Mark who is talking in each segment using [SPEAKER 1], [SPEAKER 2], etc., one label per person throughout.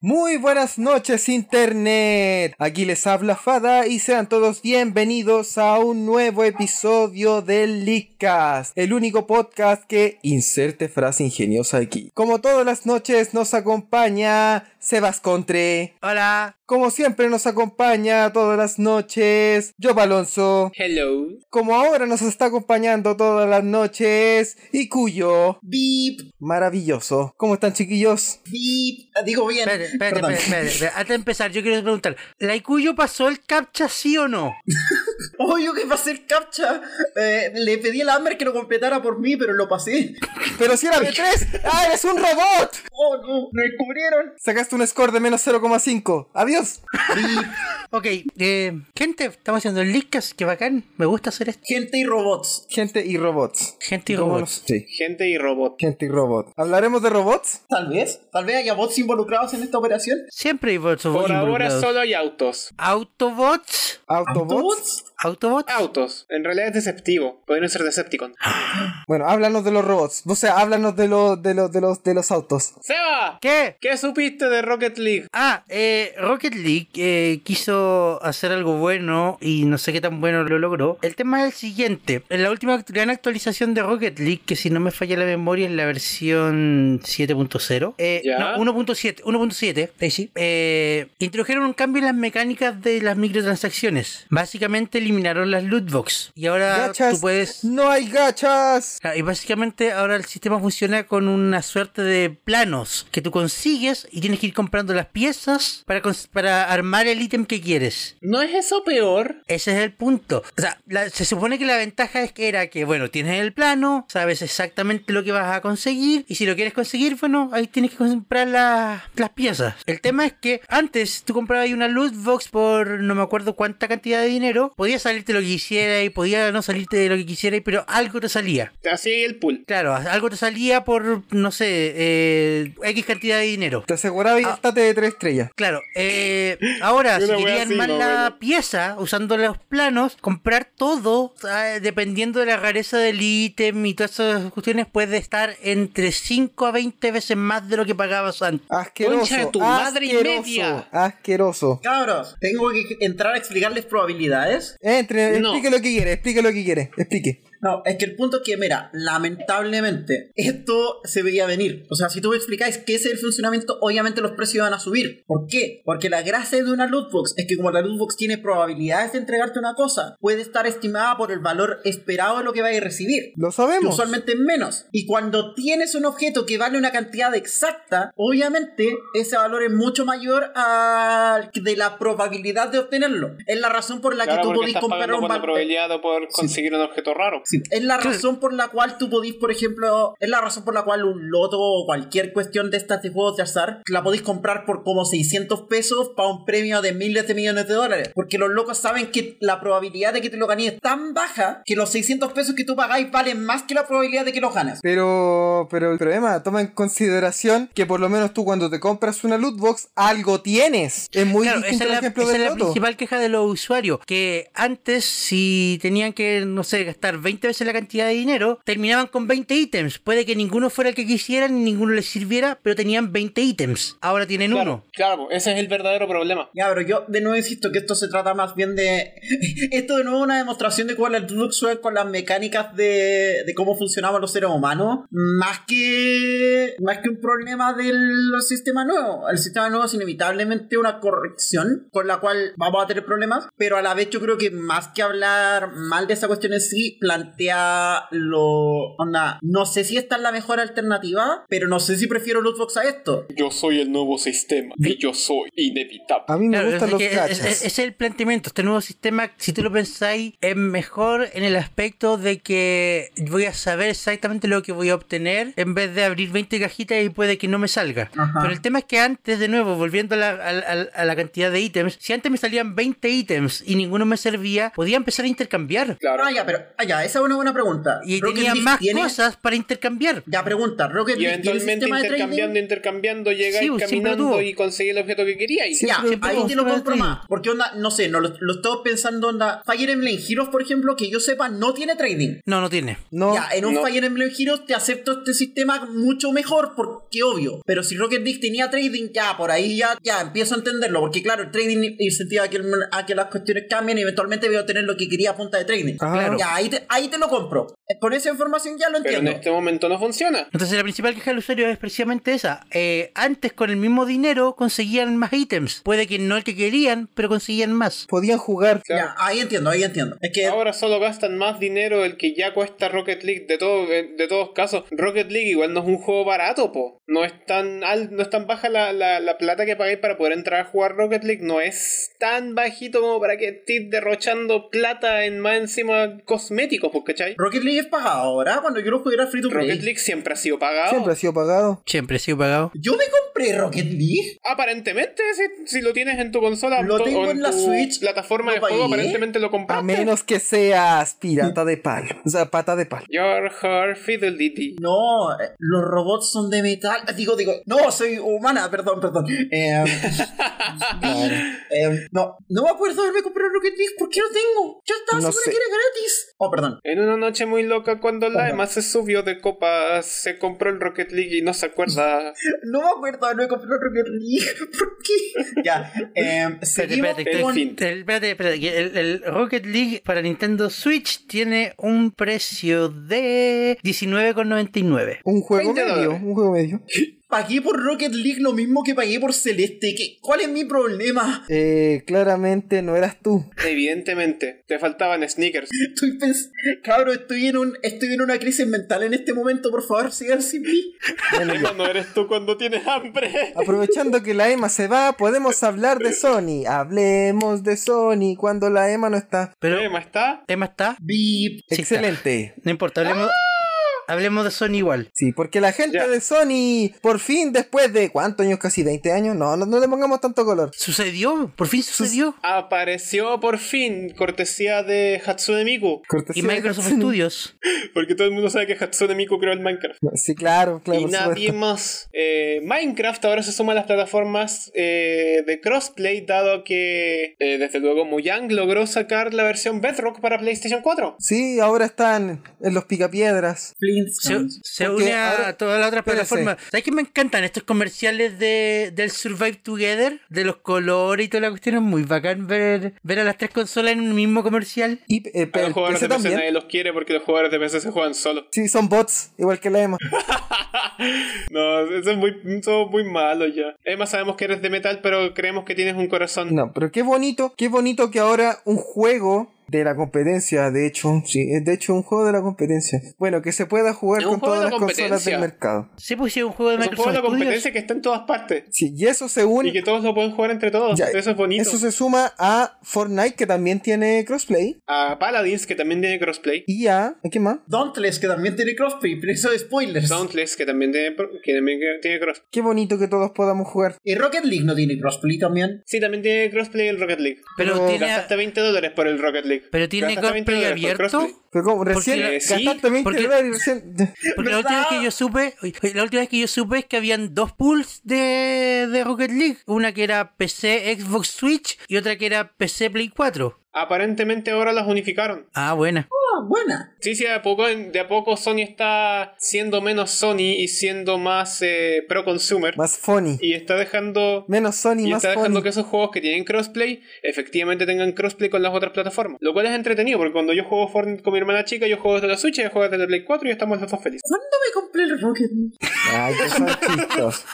[SPEAKER 1] Muy buenas noches Internet, aquí les habla Fada y sean todos bienvenidos a un nuevo episodio del Leakcast, el único podcast que inserte frase ingeniosa aquí. Como todas las noches nos acompaña Sebas Contre,
[SPEAKER 2] Hola.
[SPEAKER 1] como siempre nos acompaña todas las noches Job Alonso,
[SPEAKER 2] Hello.
[SPEAKER 1] como ahora nos está acompañando todas las noches y Cuyo.
[SPEAKER 3] Beep,
[SPEAKER 1] Maravilloso. ¿Cómo están chiquillos?
[SPEAKER 3] beep. Ah, digo bien.
[SPEAKER 2] Espérate, espérate,
[SPEAKER 3] Perdón.
[SPEAKER 2] espérate, espérate, espérate. Antes de empezar, yo quiero preguntar: ¿La Icuyo pasó el captcha sí o no?
[SPEAKER 3] Oh, yo que pasé el captcha. Eh, le pedí al Amber que lo completara por mí, pero lo pasé.
[SPEAKER 1] Pero si era B3, ¡ah, eres un robot!
[SPEAKER 3] Oh, no, me descubrieron.
[SPEAKER 1] Sacaste un score de menos 0,5. ¡Adiós!
[SPEAKER 2] Ok, eh, gente, estamos haciendo el Leakcast, que bacán. Me gusta hacer esto.
[SPEAKER 3] Gente y robots.
[SPEAKER 1] Gente y robots.
[SPEAKER 2] Gente y robots.
[SPEAKER 1] Sí.
[SPEAKER 4] Gente y robot.
[SPEAKER 1] Gente y robots. ¿Hablaremos de robots?
[SPEAKER 3] Tal vez. Tal vez haya bots involucrados en esta operación.
[SPEAKER 2] Siempre hay bots
[SPEAKER 4] Por ahora
[SPEAKER 2] involucrados.
[SPEAKER 4] solo hay autos.
[SPEAKER 2] ¿Autobots?
[SPEAKER 1] ¿Autobots?
[SPEAKER 3] ¿Bots?
[SPEAKER 2] ¿Autobots?
[SPEAKER 4] Autos. En realidad es deceptivo. Podrían ser Decepticon.
[SPEAKER 2] Ah.
[SPEAKER 1] Bueno, háblanos de los robots. O sea, háblanos de, los de, los de, los, de los autos.
[SPEAKER 4] ¡Seba!
[SPEAKER 2] ¿Qué?
[SPEAKER 4] ¿Qué supiste de Rocket League?
[SPEAKER 2] Ah, eh, Rocket League eh, quiso hacer algo bueno y no sé qué tan bueno lo logró. El tema es el siguiente. En la última act- gran actualización de Rocket League, que si no me falla la memoria es la versión 7.0. Eh,
[SPEAKER 4] Ya.
[SPEAKER 2] no, 1.7. 1.7, ahí sí. Eh, introdujeron un cambio en las mecánicas de las microtransacciones. Básicamente eliminaron las lootbox. Y
[SPEAKER 4] Ah,
[SPEAKER 2] ahora
[SPEAKER 1] ¡Gachas!
[SPEAKER 2] tú puedes...
[SPEAKER 1] ¡No hay gachas!
[SPEAKER 2] Claro, Ah, Y básicamente ahora el sistema funciona con una suerte de planos que tú consigues y tienes que ir comprando las piezas para, cons- para armar el ítem que quieres.
[SPEAKER 4] ¿No es eso peor?
[SPEAKER 2] Ese es el punto. O sea, la- se supone que la ventaja es que era que, bueno, tienes el plano, sabes exactamente lo que vas a conseguir y si lo quieres conseguir, bueno, ahí tienes que comprar la- las piezas. El tema es que antes tú comprabas ahí una loot box por no me acuerdo cuánta cantidad de dinero, podía salirte lo que quisiera y podía no salirte de lo que quisiera, pero algo te salía.
[SPEAKER 4] Así el pool.
[SPEAKER 2] Claro, algo te salía por, no sé, eh, X cantidad de dinero.
[SPEAKER 1] Te aseguraba
[SPEAKER 4] Ah.
[SPEAKER 1] y estate de tres estrellas.
[SPEAKER 2] Claro, eh, ahora, si
[SPEAKER 4] Una wea
[SPEAKER 2] querían
[SPEAKER 4] así,
[SPEAKER 2] más
[SPEAKER 4] más o
[SPEAKER 2] la
[SPEAKER 4] menos.
[SPEAKER 2] pieza, usando los planos, comprar todo, ah, dependiendo de la rareza del ítem y todas esas cuestiones, puede estar entre 5 a 20 veces más de lo que pagabas antes.
[SPEAKER 1] Asqueroso.
[SPEAKER 4] Concha de tu madre y
[SPEAKER 1] asqueroso,
[SPEAKER 4] media.
[SPEAKER 1] Asqueroso.
[SPEAKER 3] Cabros, tengo que entrar a explicarles probabilidades.
[SPEAKER 1] Entre,
[SPEAKER 4] No.
[SPEAKER 1] explique lo que quiere, explique lo que quiere, explique.
[SPEAKER 3] No, es que el punto es que, mira, lamentablemente, esto se veía venir. O sea, si tú me explicáis qué es el funcionamiento, obviamente los precios van a subir. ¿Por qué? Porque la gracia de una lootbox es que como la lootbox tiene probabilidades de entregarte una cosa, puede estar estimada por el valor esperado de lo que vayas a recibir.
[SPEAKER 1] Lo
[SPEAKER 3] que
[SPEAKER 1] sabemos.
[SPEAKER 3] Usualmente es menos. Y cuando tienes un objeto que vale una cantidad exacta, obviamente ese valor es mucho mayor al de la probabilidad de obtenerlo. Es la razón por la
[SPEAKER 4] Claro,
[SPEAKER 3] que tú
[SPEAKER 4] porque
[SPEAKER 3] podés
[SPEAKER 4] estás
[SPEAKER 3] comprar
[SPEAKER 4] pagando
[SPEAKER 3] un
[SPEAKER 4] por la
[SPEAKER 3] valor.
[SPEAKER 4] probabilidad de poder conseguir un objeto raro.
[SPEAKER 3] Sí, es la razón por la cual tú podís, por ejemplo, es la razón por la cual un loto o cualquier cuestión de estas de juegos de azar la podéis comprar por como 600 pesos para un premio de miles de millones de dólares. Porque los locos saben que la probabilidad de que te lo ganes es tan baja que los 600 pesos que tú pagáis valen más que la probabilidad de que lo ganas.
[SPEAKER 1] Pero, pero el problema, toma en consideración que por lo menos tú cuando te compras una loot box, algo tienes. Es muy
[SPEAKER 2] Claro,
[SPEAKER 1] distinto
[SPEAKER 2] esa es
[SPEAKER 1] al
[SPEAKER 2] la,
[SPEAKER 1] ejemplo
[SPEAKER 2] esa es
[SPEAKER 1] del
[SPEAKER 2] la
[SPEAKER 1] loto.
[SPEAKER 2] principal queja de los usuarios, que antes si tenían que, no sé, gastar 20 veces la cantidad de dinero, terminaban con 20 ítems. Puede que ninguno fuera el que quisieran, ni ninguno les sirviera, pero tenían 20 ítems. Ahora tienen uno.
[SPEAKER 4] Claro, claro, ese es el verdadero problema.
[SPEAKER 3] Ya, pero yo de nuevo insisto que esto se trata más bien de. Esto de nuevo es una demostración de cuál es el Dux Suel con las mecánicas de, de cómo funcionaban los seres humanos, más que. más que un problema del sistema nuevo. El sistema nuevo es inevitablemente una corrección con la cual vamos a tener problemas, pero a la vez yo creo que más que hablar mal de esa cuestión en sí, plantea lo. onda, no sé si esta es la mejor alternativa, pero no sé si prefiero Lootbox a esto.
[SPEAKER 4] Yo soy el nuevo sistema y yo soy inevitable.
[SPEAKER 1] A mí me
[SPEAKER 2] Claro,
[SPEAKER 1] gustan
[SPEAKER 2] es
[SPEAKER 1] los
[SPEAKER 2] que es-
[SPEAKER 1] gachas.
[SPEAKER 2] es- Ese es el planteamiento. Este nuevo sistema, si tú lo pensáis, es mejor en el aspecto de que voy a saber exactamente lo que voy a obtener en vez de abrir 20 cajitas y puede que no me salga.
[SPEAKER 3] Ajá.
[SPEAKER 2] Pero el tema es que antes, de nuevo, volviendo a la, a la- a la cantidad de ítems, si antes me salían 20 ítems y ninguno me servía, podía empezar a intercambiar.
[SPEAKER 4] Claro.
[SPEAKER 3] Ah, ya, pero ah, ya, esa es una buena pregunta.
[SPEAKER 2] Y
[SPEAKER 3] Rocket
[SPEAKER 2] tenían
[SPEAKER 3] League
[SPEAKER 2] más
[SPEAKER 3] tiene-
[SPEAKER 2] cosas para intercambiar.
[SPEAKER 3] Ya pregunta, Rocket
[SPEAKER 4] Y
[SPEAKER 3] League tiene
[SPEAKER 4] eventualmente
[SPEAKER 3] sistema de trading.
[SPEAKER 4] intercambiando, intercambiando, llegáis
[SPEAKER 2] Sí, pues, siempre tuvo.
[SPEAKER 4] caminando y conseguí el objeto que queríais.
[SPEAKER 3] Ya,
[SPEAKER 2] siempre
[SPEAKER 3] ahí
[SPEAKER 2] hubo
[SPEAKER 3] te lo
[SPEAKER 2] sistema de
[SPEAKER 3] compro
[SPEAKER 2] trading.
[SPEAKER 3] más. Porque onda, no sé, no lo, lo estaba pensando onda. Fire Emblem Heroes, por ejemplo, que yo sepa, no tiene trading.
[SPEAKER 2] No, no tiene.
[SPEAKER 1] No,
[SPEAKER 3] Ya, en un
[SPEAKER 4] No.
[SPEAKER 3] Fire Emblem Heroes te acepto este sistema mucho mejor, porque obvio. Pero si Rocket League tenía trading, ya, por ahí ya, ya empiezo a entenderlo. Porque claro, el trading incentiva a que, el- a que las cuestiones cambien y eventualmente voy a obtener lo que quería a punta de trading.
[SPEAKER 1] Ah.
[SPEAKER 2] Claro.
[SPEAKER 3] Ya, ahí te, ahí te lo compro. Eh, Con esa información ya lo
[SPEAKER 4] Pero en
[SPEAKER 3] entiendo.
[SPEAKER 4] este momento no funciona.
[SPEAKER 2] Entonces la principal queja del usuario es precisamente esa. Eh, antes con el mismo dinero conseguían más ítems. Puede que no el que querían, pero conseguían más.
[SPEAKER 1] podían jugar.
[SPEAKER 4] Claro.
[SPEAKER 3] Ya, ahí entiendo, ahí entiendo. Es que
[SPEAKER 4] Ahora solo gastan más dinero el que ya cuesta Rocket League de todo, eh, de todos casos. Rocket League igual no es un juego barato, po. No es tan al- no es tan baja la, la- la plata que pagáis para poder entrar a jugar Rocket League. No es tan bajito como para que estés derrochando plata en más encima cosméticos, pues, ¿cachai?
[SPEAKER 3] Rocket League es pagado ahora, cuando yo lo jugara free to play.
[SPEAKER 4] Rocket League siempre ha sido pagado.
[SPEAKER 1] Siempre ha sido pagado.
[SPEAKER 2] Siempre sigo pagado.
[SPEAKER 3] Yo me compré Rocket League.
[SPEAKER 4] Aparentemente, si, si lo tienes en tu consola
[SPEAKER 3] Lo
[SPEAKER 4] to-
[SPEAKER 3] tengo
[SPEAKER 4] o
[SPEAKER 3] en la
[SPEAKER 4] tu
[SPEAKER 3] Switch,
[SPEAKER 4] plataforma
[SPEAKER 3] lo
[SPEAKER 4] de juego,
[SPEAKER 3] pagué.
[SPEAKER 4] aparentemente lo
[SPEAKER 1] A
[SPEAKER 4] compraste.
[SPEAKER 1] menos que seas pirata de palo. O sea, pata de palo.
[SPEAKER 4] Your heart fidelity.
[SPEAKER 3] No, eh, los robots son de metal. Digo, digo, no, soy humana, perdón, perdón. Eh, eh, no, no me acuerdo de haberme comprado Rocket League. ¿Por qué lo tengo? Yo estaba
[SPEAKER 1] No
[SPEAKER 3] segura
[SPEAKER 1] sé.
[SPEAKER 3] que era gratis. Oh, perdón.
[SPEAKER 4] En una noche muy loca cuando la
[SPEAKER 3] Ajá.
[SPEAKER 4] Emma se subió de copas, se compró el Rocket League y no se acuerda.
[SPEAKER 3] No me acuerdo de haberme comprado Rocket League. ¿Por qué? Ya, eh,
[SPEAKER 2] Espérate,
[SPEAKER 3] seguimos
[SPEAKER 2] espérate,
[SPEAKER 4] En
[SPEAKER 2] espérate,
[SPEAKER 3] con-
[SPEAKER 4] fin.
[SPEAKER 2] espérate, espérate, que El, el Rocket League para Nintendo Switch tiene un precio de 19,99.
[SPEAKER 1] Un juego
[SPEAKER 4] 20
[SPEAKER 1] medio,
[SPEAKER 4] dólares.
[SPEAKER 1] un juego medio.
[SPEAKER 3] Pagué por Rocket League lo mismo que pagué por Celeste. ¿Qué- ¿Cuál es mi problema?
[SPEAKER 1] Eh, claramente no eras tú.
[SPEAKER 4] Evidentemente, te faltaban sneakers.
[SPEAKER 3] Estoy pens... Cabro, estoy en, un, estoy en una crisis mental en este momento. Por favor, sigan sin mí.
[SPEAKER 1] Bueno,
[SPEAKER 4] Emma, no eres tú cuando tienes hambre.
[SPEAKER 1] Aprovechando que la Emma se va, podemos hablar de Sony. Hablemos de Sony cuando la Emma no está.
[SPEAKER 2] Pero,
[SPEAKER 4] Emma está.
[SPEAKER 2] Emma está.
[SPEAKER 3] Beep.
[SPEAKER 2] Sí está.
[SPEAKER 1] Excelente.
[SPEAKER 2] No importa, hablemos,
[SPEAKER 4] ¡Ah!
[SPEAKER 2] hablemos de Sony igual.
[SPEAKER 1] Sí, porque la gente
[SPEAKER 4] Ya.
[SPEAKER 1] de Sony, por fin, después de cuántos años, casi 20 años, no, no, no le pongamos tanto color.
[SPEAKER 2] Sucedió, por fin sucedió.
[SPEAKER 4] Apareció por fin, cortesía de Hatsune Miku.
[SPEAKER 1] Cortesía
[SPEAKER 2] Y
[SPEAKER 1] de
[SPEAKER 2] Microsoft
[SPEAKER 1] Hatsune.
[SPEAKER 2] Studios.
[SPEAKER 4] Porque todo el mundo sabe que Hatsune Miku creó el Minecraft.
[SPEAKER 1] Sí, claro, claro.
[SPEAKER 4] y
[SPEAKER 1] por
[SPEAKER 4] nadie
[SPEAKER 1] supuesto.
[SPEAKER 4] más. Eh, Minecraft ahora se suma a las plataformas eh, de crossplay, dado que eh, desde luego Mojang logró sacar la versión Bedrock para PlayStation 4.
[SPEAKER 1] Sí, ahora están en los picapiedras.
[SPEAKER 2] Se,
[SPEAKER 3] Flintstones.
[SPEAKER 2] se
[SPEAKER 1] Mm. Porque
[SPEAKER 2] une a
[SPEAKER 1] ahora-
[SPEAKER 2] todas las otras
[SPEAKER 1] espérese.
[SPEAKER 2] plataformas. ¿Sabes que me encantan estos comerciales de, del Survive Together? De los colores y toda la cuestión. Es muy bacán ver, ver a las tres consolas en un mismo comercial.
[SPEAKER 1] Y eh,
[SPEAKER 4] A
[SPEAKER 1] pero
[SPEAKER 4] los
[SPEAKER 1] el
[SPEAKER 4] jugadores
[SPEAKER 1] PC
[SPEAKER 4] de PC
[SPEAKER 1] también.
[SPEAKER 4] nadie los quiere porque los jugadores de PC se juegan solo.
[SPEAKER 1] Sí, son bots, igual que la Emma.
[SPEAKER 4] No, eso es muy, todo muy malo ya. Emma, sabemos que eres de metal, pero creemos que tienes un corazón.
[SPEAKER 1] No, pero qué bonito, qué bonito que ahora un juego de la competencia, de hecho, sí, es de hecho un juego de la competencia. Bueno, que se pueda jugar
[SPEAKER 4] Es un
[SPEAKER 1] con
[SPEAKER 4] juego
[SPEAKER 1] todas
[SPEAKER 4] de
[SPEAKER 1] las
[SPEAKER 4] la
[SPEAKER 1] consolas del
[SPEAKER 4] competencia.
[SPEAKER 1] mercado.
[SPEAKER 2] Sí, pues sí, es un juego de
[SPEAKER 4] Es un juego
[SPEAKER 2] Microsoft
[SPEAKER 4] de la
[SPEAKER 2] Studios.
[SPEAKER 4] competencia que está en todas partes.
[SPEAKER 1] Sí, y eso se une.
[SPEAKER 4] Y que todos lo pueden jugar entre todos.
[SPEAKER 1] ya,
[SPEAKER 4] eso es bonito.
[SPEAKER 1] Eso se suma a Fortnite, que también tiene crossplay.
[SPEAKER 4] A Paladins, que también tiene crossplay.
[SPEAKER 1] Y a. ¿a ¿Qué más?
[SPEAKER 3] Dauntless, que también tiene crossplay, pero eso de spoilers.
[SPEAKER 4] Dauntless, que también tiene, pro- que también tiene crossplay.
[SPEAKER 1] Qué bonito que todos podamos jugar.
[SPEAKER 3] y Rocket League no tiene crossplay también.
[SPEAKER 4] Sí, también tiene crossplay el Rocket League.
[SPEAKER 2] Pero
[SPEAKER 1] Pero
[SPEAKER 2] tiene,
[SPEAKER 4] Gastaste 20 dólares por el Rocket League.
[SPEAKER 2] pero tiene
[SPEAKER 4] Gastaste 20
[SPEAKER 2] cosplay
[SPEAKER 4] dólares por
[SPEAKER 2] abierto.
[SPEAKER 4] crossplay.
[SPEAKER 1] Pero como recién
[SPEAKER 4] Porque- sí,
[SPEAKER 1] gastaste 20
[SPEAKER 2] porque-
[SPEAKER 1] dólares y recién.
[SPEAKER 2] Porque la última, vez que yo supe, oye, oye, la última vez que yo supe es que habían dos pools de, de Rocket League. Una que era PC, Xbox Switch y otra que era PC, Play 4.
[SPEAKER 4] Aparentemente ahora las unificaron.
[SPEAKER 2] Ah, buena.
[SPEAKER 3] Ah, buena.
[SPEAKER 4] Sí, sí, de a poco, de a poco Sony está siendo menos Sony y siendo más eh, pro-consumer.
[SPEAKER 1] Más funny.
[SPEAKER 4] Y está dejando...
[SPEAKER 1] Menos Sony,
[SPEAKER 4] Y
[SPEAKER 1] más
[SPEAKER 4] está dejando
[SPEAKER 1] funny.
[SPEAKER 4] que esos juegos que tienen crossplay efectivamente tengan crossplay con las otras plataformas. Lo cual es entretenido, porque cuando yo juego Fortnite con mi hermana chica, yo juego desde la Switch, ella juega desde la Play 4 y estamos los dos felices.
[SPEAKER 3] ¿Cuándo me compré el Rocket League?
[SPEAKER 1] Ay, que son chistos.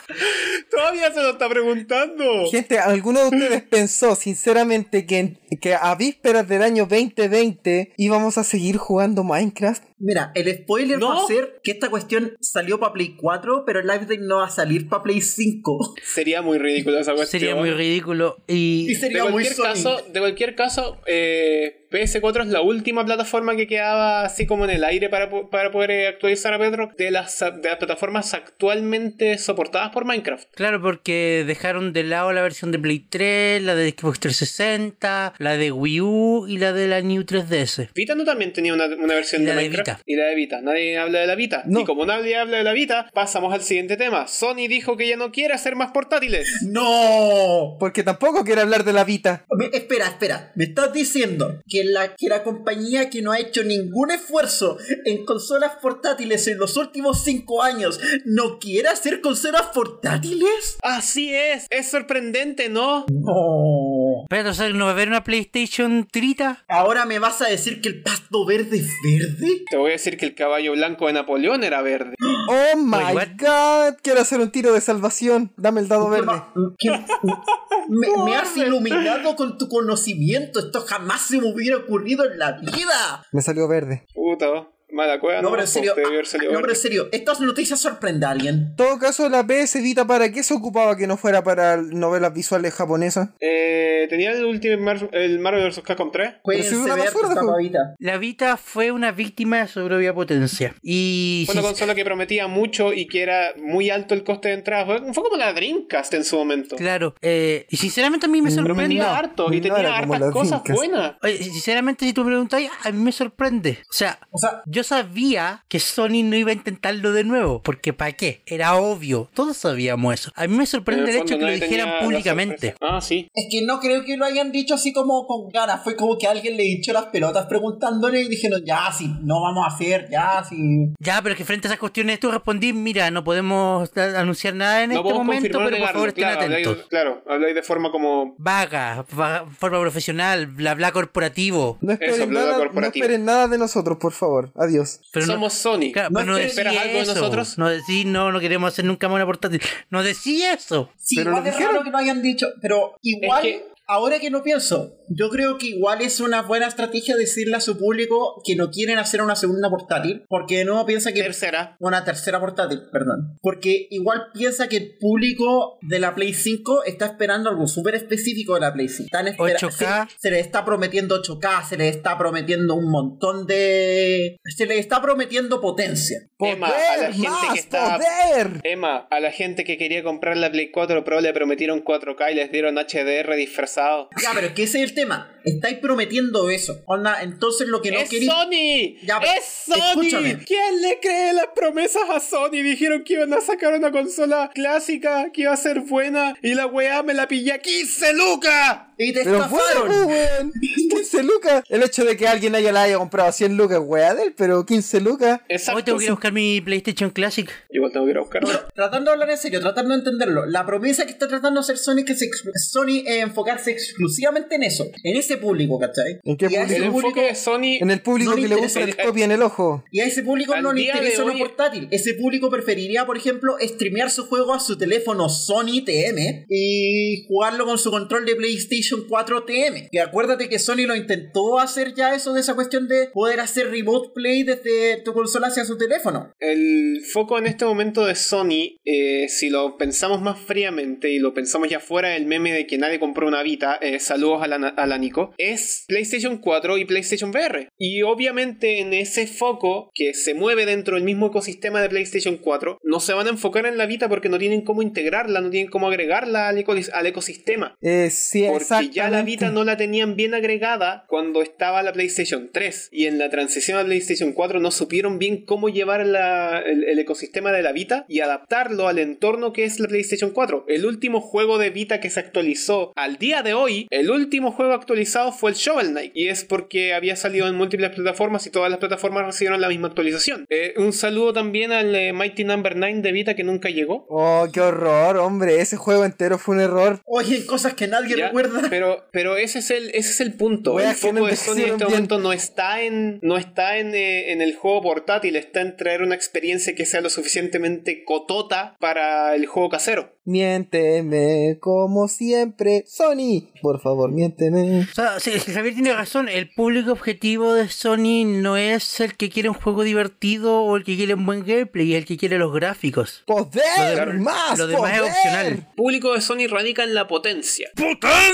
[SPEAKER 4] Todavía se lo está preguntando.
[SPEAKER 1] Gente, ¿alguno de ustedes pensó sinceramente que, en- que a vísperas del año 2020 íbamos a seguir jugando Minecraft?
[SPEAKER 3] Mira, el spoiler
[SPEAKER 4] No.
[SPEAKER 3] va a ser que esta cuestión salió para Play 4, pero el live day no va a salir para Play 5.
[SPEAKER 4] Sería muy ridículo esa cuestión.
[SPEAKER 2] Sería muy ridículo.
[SPEAKER 3] Y
[SPEAKER 2] Y
[SPEAKER 4] de
[SPEAKER 3] sería muy
[SPEAKER 4] cualquier
[SPEAKER 3] Sony.
[SPEAKER 4] caso, de cualquier caso eh, PS4 es la última plataforma que quedaba así como en el aire para, po- para poder eh, actualizar a Bedrock de las, de las plataformas actualmente soportadas por Minecraft.
[SPEAKER 2] Claro, porque dejaron de lado la versión de Play 3, la de Xbox 360, la de Wii U y la de la New 3DS.
[SPEAKER 4] Vita no también tenía una, una versión
[SPEAKER 2] Y
[SPEAKER 4] de
[SPEAKER 2] la de
[SPEAKER 4] Minecraft
[SPEAKER 2] Vita.
[SPEAKER 4] y la de Vita. Nadie habla de la Vita.
[SPEAKER 5] No.
[SPEAKER 4] Y como nadie habla de la Vita, pasamos al siguiente tema. Sony dijo que ya no quiere hacer más portátiles.
[SPEAKER 3] ¡No!
[SPEAKER 5] Porque tampoco quiere hablar de la Vita.
[SPEAKER 3] Me- espera, espera. Me estás diciendo que la, que la compañía que no ha hecho ningún esfuerzo en consolas portátiles en los últimos cinco años no quiere hacer consolas portátiles?
[SPEAKER 4] Así es, es sorprendente, ¿no?
[SPEAKER 3] No.
[SPEAKER 2] Pero, o sea, ¿no va a haber una PlayStation trita?
[SPEAKER 3] ¿Ahora me vas a decir que el pasto verde es verde?
[SPEAKER 4] Te voy a decir que el caballo blanco de Napoleón era verde.
[SPEAKER 5] Oh my
[SPEAKER 2] what?
[SPEAKER 5] god, quiero hacer un tiro de salvación. Dame el dado verde.
[SPEAKER 3] ¿Qué- Me, me has iluminado con tu conocimiento. Esto jamás se me hubiera ocurrido en la vida.
[SPEAKER 5] Me salió verde.
[SPEAKER 4] Puta, mala cueva.
[SPEAKER 3] No, pero en serio. ah,
[SPEAKER 4] Te debió haber salido
[SPEAKER 3] No, pero en
[SPEAKER 4] verde.
[SPEAKER 3] serio. Estas noticias sorprenden a alguien.
[SPEAKER 5] En todo caso, la PS Vita, ¿para qué se ocupaba que no fuera para novelas visuales japonesas?
[SPEAKER 4] Eh, ¿Tenía el último Mar- el Marvel vs. Capcom 3?
[SPEAKER 5] si es
[SPEAKER 3] Cuídense
[SPEAKER 5] una
[SPEAKER 3] de
[SPEAKER 5] basura,
[SPEAKER 3] esta
[SPEAKER 5] jo.
[SPEAKER 3] pavita.
[SPEAKER 2] La Vita fue una víctima de su propia potencia. Y...
[SPEAKER 4] Fue una
[SPEAKER 2] sí,
[SPEAKER 4] consola que prometía mucho y que era muy alto el coste de entrada. Fue, fue como la Dreamcast en su momento.
[SPEAKER 2] Claro. eh, y sinceramente a mí me sorprende.
[SPEAKER 4] Prometía harto y
[SPEAKER 5] no
[SPEAKER 4] tenía
[SPEAKER 5] era como
[SPEAKER 4] hartas
[SPEAKER 5] la
[SPEAKER 4] cosas
[SPEAKER 5] Dreamcast.
[SPEAKER 4] buenas.
[SPEAKER 2] Oye, sinceramente, si tú me preguntáis, a mí me sorprende. O sea,
[SPEAKER 3] O sea,
[SPEAKER 2] yo sabía que Sony no iba a intentarlo de nuevo, porque ¿para qué? Era obvio, todos sabíamos eso. A mí me
[SPEAKER 4] En
[SPEAKER 2] sorprende el,
[SPEAKER 4] fondo
[SPEAKER 2] hecho que lo
[SPEAKER 4] nadie tenía
[SPEAKER 2] dijeran
[SPEAKER 4] la
[SPEAKER 2] públicamente.
[SPEAKER 4] sorpresa. Ah, sí.
[SPEAKER 3] Es que no creo que lo hayan dicho así como con ganas. Fue como que alguien le hinchó las pelotas preguntándole y dijeron, ya, si no vamos a hacer, ya, si.
[SPEAKER 2] Ya, pero es que frente a esas cuestiones tú respondís, mira, no podemos a- anunciar nada en
[SPEAKER 4] no
[SPEAKER 2] este
[SPEAKER 4] podemos
[SPEAKER 2] momento,
[SPEAKER 4] confirmar o
[SPEAKER 2] pero por
[SPEAKER 4] negarlo.
[SPEAKER 2] favor estén
[SPEAKER 4] claro,
[SPEAKER 2] atentos.
[SPEAKER 4] Habláis, claro, habláis de forma como...
[SPEAKER 2] Vaga, va- forma profesional, bla bla corporativo.
[SPEAKER 5] No
[SPEAKER 4] Eso,
[SPEAKER 5] esperen,
[SPEAKER 4] hablando
[SPEAKER 5] nada, no
[SPEAKER 4] corporativo.
[SPEAKER 5] esperen nada de nosotros, por favor. Adiós.
[SPEAKER 2] Pero no-
[SPEAKER 4] Somos Sony.
[SPEAKER 2] Claro,
[SPEAKER 3] ¿No
[SPEAKER 2] pero no
[SPEAKER 3] esperas
[SPEAKER 2] decía
[SPEAKER 4] algo de
[SPEAKER 2] eso.
[SPEAKER 4] nosotros?
[SPEAKER 2] No decís, no, no queremos hacer nunca más una portátil. No decía eso.
[SPEAKER 3] Sí,
[SPEAKER 5] Pero
[SPEAKER 3] igual
[SPEAKER 5] lo
[SPEAKER 3] es
[SPEAKER 5] dijeron.
[SPEAKER 3] raro que no hayan dicho. Pero igual,
[SPEAKER 4] Es que-
[SPEAKER 3] ahora que no pienso, yo creo que igual es una buena estrategia decirle a su público que no quieren hacer una segunda portátil, porque no piensa que.
[SPEAKER 4] Tercera.
[SPEAKER 3] Una tercera portátil, perdón. Porque igual piensa que el público de la Play 5 está esperando algo súper específico de la Play 5. Están espera-
[SPEAKER 2] 8K.
[SPEAKER 3] Se, se le está prometiendo 8K, se le está prometiendo un montón de... Se le está prometiendo potencia.
[SPEAKER 4] Emma, a la
[SPEAKER 5] ¡Poder!
[SPEAKER 4] gente que
[SPEAKER 5] ¡Más
[SPEAKER 4] está-
[SPEAKER 5] poder!
[SPEAKER 4] Emma, a la gente que quería comprar la Play 4 Pro le prometieron 4K y les dieron HDR disfrazado.
[SPEAKER 3] Ya, pero es que ese es el tema. Estáis prometiendo eso. Onda, entonces lo que no
[SPEAKER 4] ¡Es
[SPEAKER 3] queréis...
[SPEAKER 4] Sony!
[SPEAKER 3] Ya, pero-
[SPEAKER 4] ¡Es Sony!
[SPEAKER 3] escúchame.
[SPEAKER 4] ¿Quién le cree las promesas a Sony? Dijeron que iban a sacar una consola clásica, que iba a ser buena, y la weá me la pillé a 15 lucas.
[SPEAKER 3] Y te
[SPEAKER 5] Pero
[SPEAKER 3] estafaron.
[SPEAKER 5] bueno, weón. 15 lucas. El hecho de que alguien haya la haya comprado a 100 lucas, weá de él, pero 15 lucas.
[SPEAKER 2] Hoy tengo que ir a buscar mi PlayStation Classic.
[SPEAKER 4] Igual tengo que ir a buscar.
[SPEAKER 3] Tratando de hablar en serio, tratando de entenderlo, la promesa que está tratando de hacer Sony es que se exclu- Sony es enfocarse exclusivamente en eso, en ese público, ¿cachai?
[SPEAKER 5] ¿En qué
[SPEAKER 3] y a
[SPEAKER 5] público?
[SPEAKER 3] ese
[SPEAKER 4] El enfoque de Sony
[SPEAKER 5] En el público
[SPEAKER 3] No le
[SPEAKER 5] que le gusta
[SPEAKER 3] interesa
[SPEAKER 5] el
[SPEAKER 4] el-
[SPEAKER 5] copia en el ojo.
[SPEAKER 3] Y a ese público
[SPEAKER 4] Al
[SPEAKER 3] no le
[SPEAKER 4] día de
[SPEAKER 3] interesa una
[SPEAKER 4] hoy-
[SPEAKER 3] portátil. Ese público preferiría, por ejemplo, streamear su juego a su teléfono Sony TM y jugarlo con su control de PlayStation 4 TM. Y acuérdate que Sony lo intentó hacer ya eso de esa cuestión de poder hacer remote play desde tu consola hacia su teléfono.
[SPEAKER 4] El foco en este momento de Sony, eh, si lo pensamos más fríamente y lo pensamos ya fuera del meme de que nadie compró una Vita, eh, saludos a la, a la Nico, es PlayStation 4 y PlayStation VR. Y obviamente en ese foco que se mueve dentro del mismo ecosistema de PlayStation 4, no se van a enfocar en la Vita porque no tienen cómo integrarla, no tienen cómo agregarla al, eco- al ecosistema.
[SPEAKER 5] Eh, sí,
[SPEAKER 4] Porque ya la
[SPEAKER 5] exactamente.
[SPEAKER 4] Vita no la tenían bien agregada cuando estaba la PlayStation 3. Y en la transición a PlayStation 4 no supieron bien cómo llevar la- el, el ecosistema de la Vita y adaptarlo al entorno que es la PlayStation 4. El último juego de Vita que se actualizó al día de hoy, el último juego actualizado fue el Shovel Knight. Y es porque había salido en múltiples plataformas y todas las plataformas recibieron la misma actualización. Eh, un saludo también al eh, Mighty Number 9 de Vita que nunca llegó.
[SPEAKER 5] Oh, qué horror, hombre. Ese juego entero fue un error.
[SPEAKER 3] Oye, cosas que nadie
[SPEAKER 4] Ya,
[SPEAKER 3] recuerda.
[SPEAKER 4] Pero, pero ese es el, ese es el punto.
[SPEAKER 5] Weas
[SPEAKER 4] el
[SPEAKER 5] que no
[SPEAKER 4] foco de Sony en este
[SPEAKER 5] envejecieron
[SPEAKER 4] momento no está en. no está en, eh, en el juego portátil, está en traer una experiencia que sea lo suficientemente cotota para el juego casero.
[SPEAKER 5] Miénteme como siempre, Sony. Por favor, miénteme.
[SPEAKER 2] O sea, sí, Javier tiene razón, el público objetivo de Sony no es el que quiere un juego divertido o el que quiere un buen gameplay, es el que quiere los gráficos.
[SPEAKER 5] ¡Poder!
[SPEAKER 2] Lo dem-
[SPEAKER 5] ¡Más!
[SPEAKER 2] lo demás es
[SPEAKER 5] poder!
[SPEAKER 2] opcional.
[SPEAKER 4] Público de Sony radica en la potencia.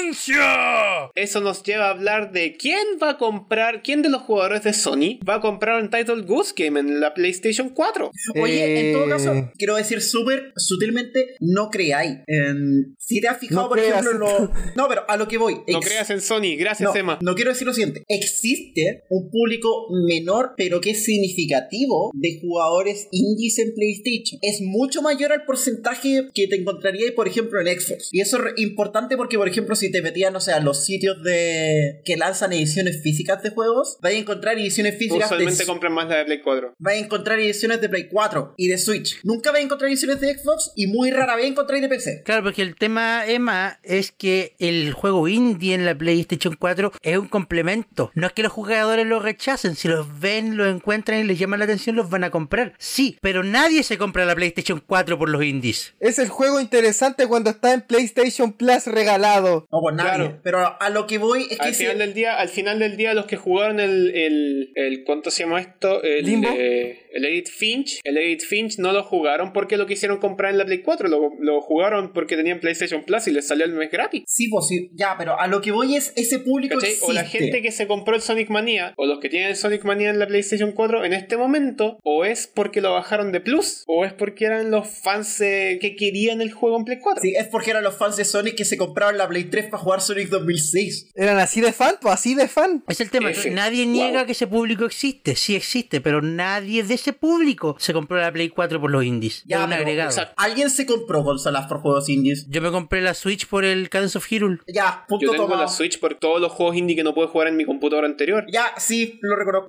[SPEAKER 6] ¡Potencia!
[SPEAKER 4] Eso nos lleva a hablar de quién va a comprar, quién de los jugadores de Sony va a comprar un Title Goose Game en la PlayStation 4.
[SPEAKER 3] Oye, en todo
[SPEAKER 5] Eh.
[SPEAKER 3] caso, quiero decir súper sutilmente, no creáis. Em, si te has fijado,
[SPEAKER 5] No
[SPEAKER 3] por
[SPEAKER 5] creas.
[SPEAKER 3] ejemplo, en lo- No, pero a lo que voy.
[SPEAKER 4] No
[SPEAKER 3] ex-
[SPEAKER 4] creas en Sony, gracias
[SPEAKER 3] no,
[SPEAKER 4] Emma.
[SPEAKER 3] no quiero decir lo siguiente. Existe un público menor, pero que es significativo, de jugadores indies en PlayStation. Es mucho mayor al porcentaje que te encontraría, por ejemplo, en Xbox. Y eso es re- importante porque, por ejemplo, si te metías, no sé, a los sitios de que lanzan ediciones físicas de juegos, vais a encontrar ediciones físicas
[SPEAKER 4] Usualmente
[SPEAKER 3] de
[SPEAKER 4] compran más la de Play 4.
[SPEAKER 3] vais a encontrar ediciones de Play 4 y de Switch. Nunca vais a encontrar ediciones de Xbox y muy rara vez encontráis de PC.
[SPEAKER 2] Claro, porque el tema, Emma, es que el juego indie en la PlayStation 4 es un complemento. No es que los jugadores lo rechacen, si los ven, los encuentran y les llama la atención, los van a comprar. Sí, pero nadie se compra la PlayStation 4 por los indies.
[SPEAKER 5] Es el juego interesante cuando está en PlayStation Plus regalado.
[SPEAKER 3] No, pues nadie.
[SPEAKER 4] Claro.
[SPEAKER 3] Pero a lo que voy es que
[SPEAKER 4] Al
[SPEAKER 3] si-
[SPEAKER 4] final, del día, al final del día, los que jugaron el, el, el- ¿cuánto se llama esto? El,
[SPEAKER 5] ¿Limbo?
[SPEAKER 4] eh, el Edit Finch. El Edit Finch no lo jugaron porque lo quisieron comprar en la Play 4. Lo, lo jugaron porque tenían PlayStation Plus y les salió el mes gratis.
[SPEAKER 3] Sí, pues sí, ya, pero a lo que voy es ese público
[SPEAKER 4] ¿Cachai?
[SPEAKER 3] existe.
[SPEAKER 4] O la gente que se compró el Sonic Mania, o los que tienen el Sonic Mania en la PlayStation 4 en este momento, o es porque lo bajaron de Plus, o es porque eran los fans eh, que querían el juego en Play 4.
[SPEAKER 3] Sí, es porque eran los fans de Sonic que se compraron la Play 3 para jugar Sonic 2006.
[SPEAKER 5] Eran así de fan, pues así de fan.
[SPEAKER 2] Es el tema,
[SPEAKER 4] Ese.
[SPEAKER 2] nadie
[SPEAKER 4] Wow.
[SPEAKER 2] niega que ese público existe, sí existe, pero nadie de ese público se compró la Play 4 por los indies.
[SPEAKER 3] Ya,
[SPEAKER 2] Es un
[SPEAKER 3] pero,
[SPEAKER 2] agregado.
[SPEAKER 3] exacto. Alguien se compró consolas por juegos indies.
[SPEAKER 2] Yo me compré la Switch por el Cadence of Hyrule.
[SPEAKER 3] Ya, punto
[SPEAKER 4] Yo tengo
[SPEAKER 3] tomado.
[SPEAKER 4] la Switch por todos los juegos indie que no pude jugar en mi computadora anterior.
[SPEAKER 3] Ya, sí, lo reconozco.